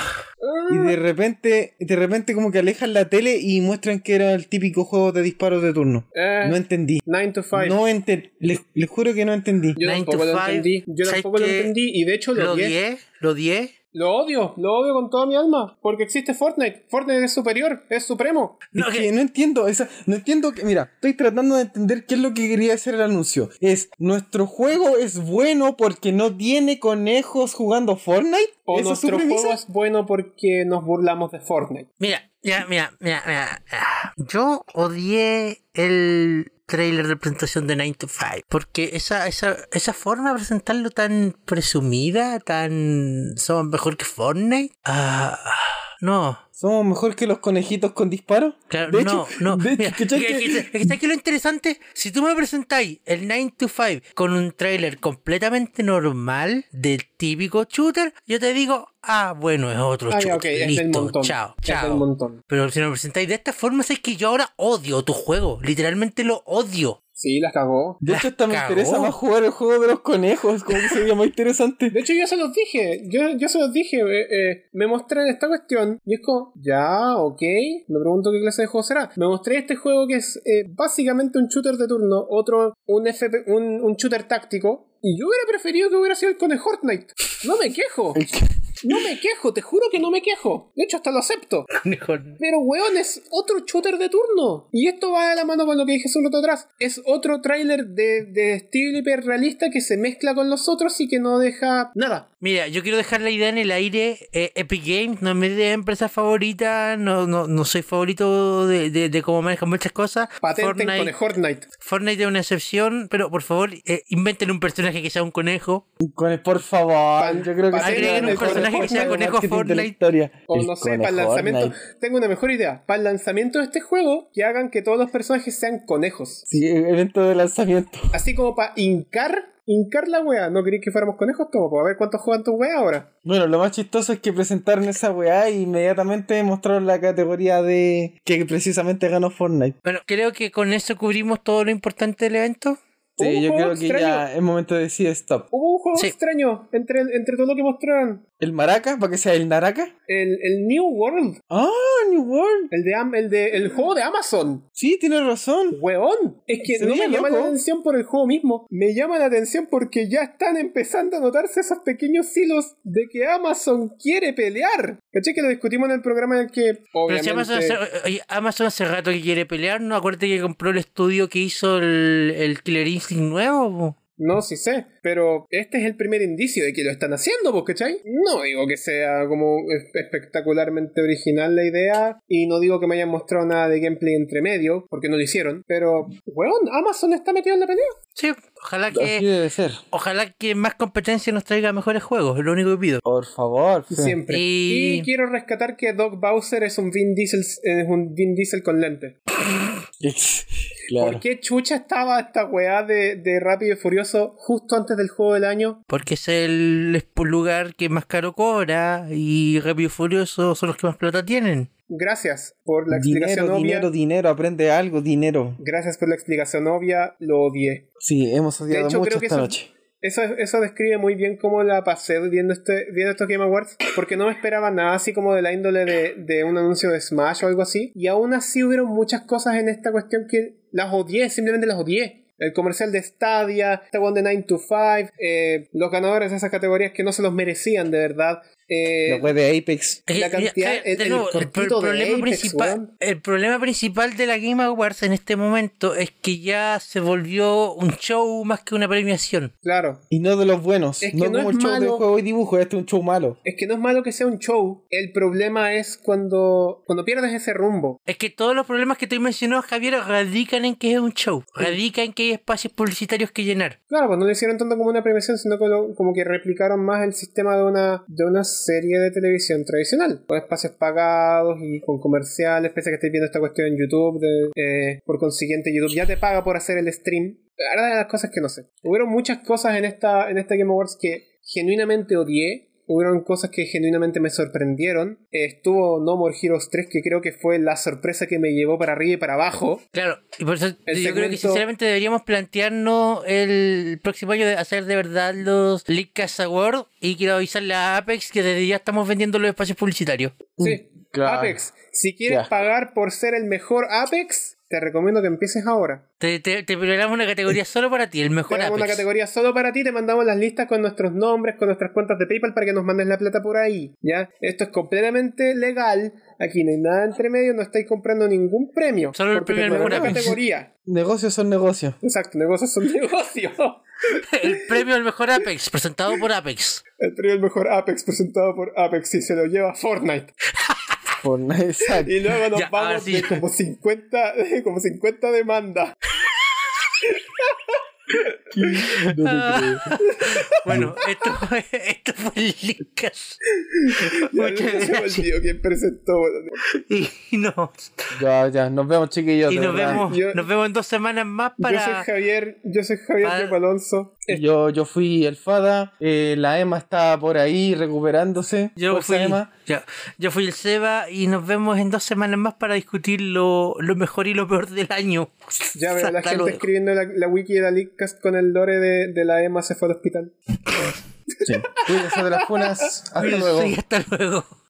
[SPEAKER 1] y de repente, de repente como que alejan la tele y muestran que era el típico juego de disparos de turno.
[SPEAKER 4] Eh,
[SPEAKER 1] No entendí.
[SPEAKER 4] 9 to 5.
[SPEAKER 1] No entendí. Les, les juro que no entendí.
[SPEAKER 4] Yo
[SPEAKER 2] Nine to
[SPEAKER 4] tampoco lo
[SPEAKER 2] five.
[SPEAKER 4] entendí. Yo
[SPEAKER 2] ¿Sabes
[SPEAKER 4] tampoco lo
[SPEAKER 2] qué?
[SPEAKER 4] entendí. Y de hecho lo,
[SPEAKER 2] lo
[SPEAKER 4] odié.
[SPEAKER 2] 10, lo 10.
[SPEAKER 4] Lo odio. Lo odio con toda mi alma. Porque existe Fortnite. Fortnite es superior. Es supremo.
[SPEAKER 2] No,
[SPEAKER 1] Es
[SPEAKER 2] que-
[SPEAKER 1] que no entiendo, esa, no entiendo que, mira, estoy tratando de entender qué es lo que quería hacer el anuncio. Es, nuestro juego es bueno porque no tiene conejos jugando Fortnite.
[SPEAKER 4] O
[SPEAKER 1] ¿Esa es su
[SPEAKER 4] nuestro juego
[SPEAKER 1] premisa?
[SPEAKER 4] es bueno porque nos burlamos de Fortnite.
[SPEAKER 2] Mira, mira, mira, mira, mira. Ah, Yo odié el trailer de presentación de 9 to 5 porque esa, esa, esa forma de presentarlo tan presumida, tan somos mejor que Fortnite. Ah, no.
[SPEAKER 1] ¿Somos mejor que los conejitos con disparos?
[SPEAKER 2] Claro,
[SPEAKER 1] De
[SPEAKER 2] no,
[SPEAKER 1] hecho-
[SPEAKER 2] no.
[SPEAKER 1] de hecho,
[SPEAKER 2] mira,
[SPEAKER 1] ¿cachai
[SPEAKER 2] es que-
[SPEAKER 1] que-
[SPEAKER 2] es que- es que aquí lo interesante, si tú me presentáis el 9 to 5 con un trailer completamente normal del típico shooter, yo te digo, ah, bueno, es otro
[SPEAKER 4] Ah,
[SPEAKER 2] shooter.
[SPEAKER 4] ya, ok. Es
[SPEAKER 2] Listo,
[SPEAKER 4] del montón.
[SPEAKER 2] chao,
[SPEAKER 4] Es
[SPEAKER 2] chao.
[SPEAKER 4] del montón.
[SPEAKER 2] Pero si nos presentáis de esta forma, es que yo ahora odio tu juego. Literalmente lo odio.
[SPEAKER 4] Sí, las cagó.
[SPEAKER 1] De hecho, hasta me
[SPEAKER 2] cagó.
[SPEAKER 1] interesa más jugar el juego de los conejos, como que sería más interesante.
[SPEAKER 4] De hecho, yo se los dije. Yo, yo se los dije. eh, eh, me mostré esta cuestión. Y es como, ya, ok. Me pregunto qué clase de juego será. Me mostré este juego que es eh, básicamente un shooter de turno. Otro, un, FP, un, un shooter táctico. Y yo hubiera preferido que hubiera sido el con el Fortnite. No me quejo. No me quejo, te juro que no me quejo. De hecho, hasta lo acepto. Pero, weón, es otro shooter de turno. Y esto va de la mano con lo que dije hace un rato atrás. Es otro tráiler de, de estilo hiperrealista que se mezcla con los otros y que no deja nada.
[SPEAKER 2] Mira, yo quiero dejar la idea en el aire. eh, Epic Games no es mi empresa favorita. No, no, no soy favorito de, de, de cómo manejan muchas cosas.
[SPEAKER 4] Patenten
[SPEAKER 2] Fortnite,
[SPEAKER 4] con el Fortnite.
[SPEAKER 2] Fortnite es una excepción, pero por favor, eh, inventen un personaje que sea un conejo.
[SPEAKER 1] Con el, por favor,
[SPEAKER 4] Pan-
[SPEAKER 1] yo creo que...
[SPEAKER 4] pan-
[SPEAKER 1] sería
[SPEAKER 4] agreguen un
[SPEAKER 1] la mejor
[SPEAKER 4] personaje que sea
[SPEAKER 1] forma de
[SPEAKER 2] conejo
[SPEAKER 1] marketing de la
[SPEAKER 2] Fortnite.
[SPEAKER 1] historia.
[SPEAKER 4] O
[SPEAKER 1] El
[SPEAKER 4] no sé, para
[SPEAKER 1] conejo
[SPEAKER 4] el lanzamiento.
[SPEAKER 1] Fortnite.
[SPEAKER 4] Tengo una mejor idea. Para el lanzamiento de este juego, que hagan que todos los personajes sean conejos.
[SPEAKER 1] Sí, evento de lanzamiento.
[SPEAKER 4] Así como para hincar, hincar la wea. ¿No queréis que fuéramos conejos? Toma, pues, a ver cuántos juegan tus wea ahora.
[SPEAKER 1] Bueno, lo más chistoso es que presentaron esa weá y inmediatamente mostraron la categoría de que precisamente ganó Fortnite.
[SPEAKER 2] Bueno, creo que con eso cubrimos todo lo importante del evento.
[SPEAKER 1] Sí,
[SPEAKER 4] Hubo un
[SPEAKER 1] yo
[SPEAKER 4] juego
[SPEAKER 1] creo que
[SPEAKER 4] Uh, extraño.
[SPEAKER 1] ya es momento de decir stop.
[SPEAKER 4] Hubo un juego
[SPEAKER 2] Sí.
[SPEAKER 4] extraño entre, entre todo lo que mostraron.
[SPEAKER 1] ¿El Maraca? ¿Para que sea el Naraka?
[SPEAKER 4] El, el New World,
[SPEAKER 1] ¡Ah, New World!
[SPEAKER 4] el, de, Am- el, de, el juego de Amazon.
[SPEAKER 1] Sí, tiene razón.
[SPEAKER 4] Weón, es que
[SPEAKER 1] Se
[SPEAKER 4] no
[SPEAKER 1] veía
[SPEAKER 4] me llama
[SPEAKER 1] loco.
[SPEAKER 4] la atención por el juego mismo, me llama la atención porque ya están empezando a notarse esos pequeños hilos de que Amazon quiere pelear. ¿Caché que lo discutimos en el programa en el que
[SPEAKER 2] Pero
[SPEAKER 4] obviamente
[SPEAKER 2] si Amazon, hace, oye, Amazon hace rato que quiere pelear, ¿no? Acuérdate que compró el estudio que hizo el, el Killer Instinct nuevo. po.
[SPEAKER 4] No, sí sé, pero este es el primer indicio de que lo están haciendo, ¿vos cachai? No digo que sea como es- espectacularmente original la idea, y no digo que me hayan mostrado nada de gameplay entre medio, porque no lo hicieron, pero, weón, Amazon está metido en la pelea.
[SPEAKER 2] Sí, ojalá
[SPEAKER 1] Así
[SPEAKER 4] Eh,
[SPEAKER 2] que,
[SPEAKER 1] debe ser.
[SPEAKER 2] ojalá que más competencia nos traiga mejores juegos, es lo único que pido.
[SPEAKER 1] Por favor. sí.
[SPEAKER 4] Siempre.
[SPEAKER 2] Y-
[SPEAKER 4] Y... quiero rescatar que Doc Bowser es un Vin Diesel, es un Vin Diesel con lente.
[SPEAKER 1] claro.
[SPEAKER 4] ¿Por qué chucha estaba esta weá de, de Rápido y Furioso justo antes del juego del año?
[SPEAKER 2] Porque es el es- lugar que más caro cobra y Rápido y Furioso son los que más plata tienen.
[SPEAKER 4] Gracias por la explicación
[SPEAKER 1] Dinero,
[SPEAKER 4] obvia.
[SPEAKER 1] dinero, dinero. Aprende algo, dinero.
[SPEAKER 4] Gracias por la explicación obvia, lo odié.
[SPEAKER 1] Sí, hemos odiado
[SPEAKER 4] hecho,
[SPEAKER 1] mucho
[SPEAKER 4] creo que
[SPEAKER 1] esta
[SPEAKER 4] eso-
[SPEAKER 1] noche.
[SPEAKER 4] Eso, eso describe muy bien cómo la pasé viendo, este, viendo estos Game Awards, porque no me esperaba nada así como de la índole de, de un anuncio de Smash o algo así. Y aún así hubieron muchas cosas en esta cuestión que las odié, simplemente las odié. El comercial de Stadia, esta one de 9 to 5, eh, los ganadores de esas categorías que no se los merecían de verdad. Eh,
[SPEAKER 1] La web de Apex.
[SPEAKER 2] Es que,
[SPEAKER 4] La cantidad-
[SPEAKER 2] Eh, mira,
[SPEAKER 4] el-
[SPEAKER 2] de
[SPEAKER 4] el
[SPEAKER 2] nuevo, el, pro-
[SPEAKER 4] cortito de
[SPEAKER 2] problema
[SPEAKER 4] Apex,
[SPEAKER 2] principal,
[SPEAKER 4] weón.
[SPEAKER 2] el problema principal de la Game Awards en este momento es que ya se volvió un show más que una premiación.
[SPEAKER 4] claro,
[SPEAKER 1] Y no de los buenos.
[SPEAKER 4] Es que
[SPEAKER 1] no,
[SPEAKER 4] no
[SPEAKER 1] como
[SPEAKER 4] es
[SPEAKER 1] el show de
[SPEAKER 4] malo.
[SPEAKER 1] juego y dibujo, este es un show malo.
[SPEAKER 4] Es que no es malo que sea un show. El problema es cuando, cuando pierdes ese rumbo.
[SPEAKER 2] Es que todos los problemas que tú mencionado, Javier, radican en que es un show, radican en que hay espacios publicitarios que llenar.
[SPEAKER 4] Claro, pues no lo hicieron tanto como una premiación, sino que lo- como que replicaron más el sistema de una, de una serie de televisión tradicional. Con espacios pagados y con comerciales, pese a que estés viendo esta cuestión en YouTube. de- eh, por consiguiente, YouTube ya te paga por hacer el stream. La verdad de las cosas que no sé. Hubieron muchas cosas en esta, en esta Game Awards que genuinamente odié. Hubieron cosas que genuinamente me sorprendieron. Eh, Estuvo No More Heroes 3, que creo que fue la sorpresa que me llevó para arriba y para abajo.
[SPEAKER 2] Claro, y por eso yo
[SPEAKER 4] El
[SPEAKER 2] creo que
[SPEAKER 4] segmento-
[SPEAKER 2] sinceramente deberíamos plantearnos el próximo año de hacer de verdad los League Cast Awards y quiero avisarle a Apex que desde ya estamos vendiendo los espacios publicitarios.
[SPEAKER 1] Mm.
[SPEAKER 4] Sí.
[SPEAKER 1] claro.
[SPEAKER 4] Apex, si quieres
[SPEAKER 1] Ya.
[SPEAKER 4] pagar por ser el mejor Apex, te recomiendo que empieces ahora.
[SPEAKER 2] Te, te, te preparamos una categoría solo para ti, el mejor
[SPEAKER 4] Tenemos una
[SPEAKER 2] Apex.
[SPEAKER 4] categoría solo para ti, te mandamos las listas con nuestros nombres, con nuestras cuentas de PayPal para que nos mandes la plata por ahí. ¿ya? Esto es completamente legal, aquí no hay nada entre medio, no estáis comprando ningún premio.
[SPEAKER 2] Solo el
[SPEAKER 4] porque
[SPEAKER 2] premio
[SPEAKER 4] te
[SPEAKER 2] al mejor
[SPEAKER 4] mandaron
[SPEAKER 2] Apex.
[SPEAKER 4] categoría.
[SPEAKER 1] Negocios son negocios.
[SPEAKER 4] Exacto, negocios son negocios.
[SPEAKER 2] El premio al mejor Apex, presentado por Apex.
[SPEAKER 4] El premio al mejor Apex presentado por Apex y se lo lleva Fortnite.
[SPEAKER 1] Por nada, exacto.
[SPEAKER 4] Y luego nos
[SPEAKER 2] Ya, ahora
[SPEAKER 4] vamos
[SPEAKER 2] sí.
[SPEAKER 4] de como 50, de como 50 demandas.
[SPEAKER 2] Bueno, esto, fue- esto fue el Leadcast.
[SPEAKER 4] Ya
[SPEAKER 2] Muchas
[SPEAKER 4] se me
[SPEAKER 2] gracias.
[SPEAKER 4] olvidó quién presentó.
[SPEAKER 2] Y, y nos,
[SPEAKER 1] eh, Ya, ya. Nos vemos, chiquillos.
[SPEAKER 2] y
[SPEAKER 1] de
[SPEAKER 2] nos,
[SPEAKER 1] verdad.
[SPEAKER 2] vemos,
[SPEAKER 4] Yo-
[SPEAKER 2] nos vemos en dos semanas más
[SPEAKER 4] Yo soy
[SPEAKER 2] para...
[SPEAKER 4] Javier, yo soy Javier
[SPEAKER 2] para-
[SPEAKER 4] Pepo Alonso.
[SPEAKER 1] Yo, yo fui el Fada. eh, la Emma está por ahí recuperándose.
[SPEAKER 2] Yo
[SPEAKER 1] Fuerza,
[SPEAKER 2] fui,
[SPEAKER 1] Emma.
[SPEAKER 2] yo, yo fui el Seba y nos vemos en dos semanas más para discutir lo, lo mejor y lo peor del año.
[SPEAKER 4] Ya veo la
[SPEAKER 2] Hasta
[SPEAKER 4] gente
[SPEAKER 2] luego.
[SPEAKER 4] escribiendo la, la wiki de la Leadcast con el lore de, de la Emma se fue al hospital.
[SPEAKER 1] Sí. Cuídense de las funas. Hasta luego.
[SPEAKER 2] Sí, hasta luego.